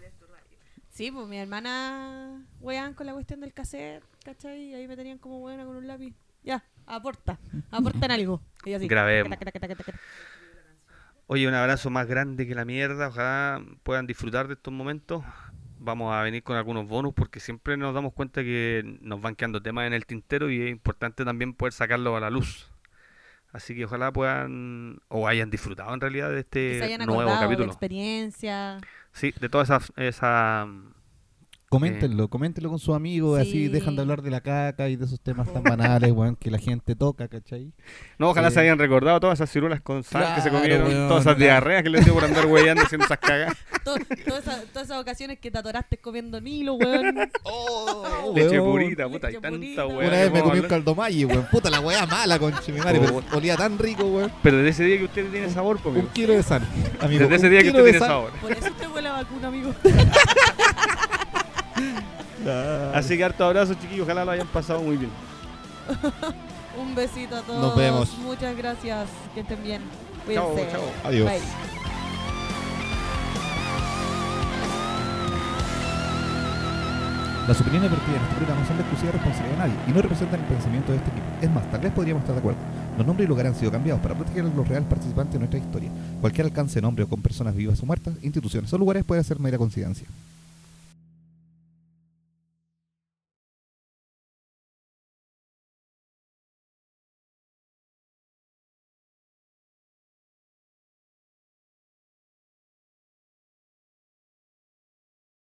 S5: Sí, pues mi hermana, weón, con la cuestión del cassette, ¿cachai? Ahí me tenían como buena con un lápiz. Ya, aporta, aportan algo. Y yo así,
S4: Grabemos.
S5: taca, taca, taca, taca, taca.
S4: Oye, un abrazo más grande que la mierda. Ojalá puedan disfrutar de estos momentos. Vamos a venir con algunos bonus porque siempre nos damos cuenta que nos van quedando temas en el tintero y es importante también poder sacarlos a la luz. Así que ojalá puedan o hayan disfrutado en realidad de
S5: Que se
S4: este
S5: hayan
S4: nuevo
S5: acordado de
S4: capítulo.
S5: experiencia.
S4: Sí, de toda esa, esa...
S3: Coméntenlo, coméntenlo con sus amigos,
S5: Sí.
S3: así dejan de hablar de la caca y de esos temas tan banales, weón, que la gente toca, ¿cachai?
S4: No, ojalá
S3: Sí.
S4: se hayan recordado todas esas ciruelas con sal que se
S3: Claro,
S4: comieron, todas
S3: weón,
S4: esas
S3: claro.
S4: diarreas que les dio por andar hueveando haciendo esas cagas.
S3: (laughs)
S5: To- todas esas- todas esas ocasiones que te atoraste comiendo Nilo, weón.
S4: Oh,
S3: (laughs)
S4: Leche
S3: weón.
S4: purita, puta, hay
S5: Leche
S4: tanta
S5: purita.
S3: Una
S4: weá que
S3: vez me
S4: hemos
S3: comí un
S4: hablado.
S3: caldomalle, weón. Puta la weá mala, conche mi madre, pero
S4: Oh.
S3: olía tan rico, weón.
S4: Pero desde ese día que usted tiene sabor, pues,
S3: Un kilo de sal, amigo.
S4: Desde ese
S3: un
S4: día que
S3: kilo
S4: usted
S3: de
S4: tiene
S3: sal.
S4: sabor.
S5: Por eso te fue la vacuna, amigo.
S4: Así que harto abrazo, chiquillos. Ojalá lo hayan pasado muy bien.
S5: Un besito a todos.
S3: Nos vemos.
S5: Muchas gracias. Que estén bien.
S4: Chao,
S5: Cuídense.
S4: chao.
S3: Adiós.
S5: Bye.
S3: Las opiniones vertidas en este programa son de exclusiva responsabilidad de nadie y no representan el pensamiento de este equipo. Es más, tal vez podríamos estar de acuerdo. Los nombres y lugares han sido cambiados para proteger a los reales participantes de nuestra historia. Cualquier alcance de nombre o con personas vivas o muertas, instituciones o lugares puede ser mera coincidencia.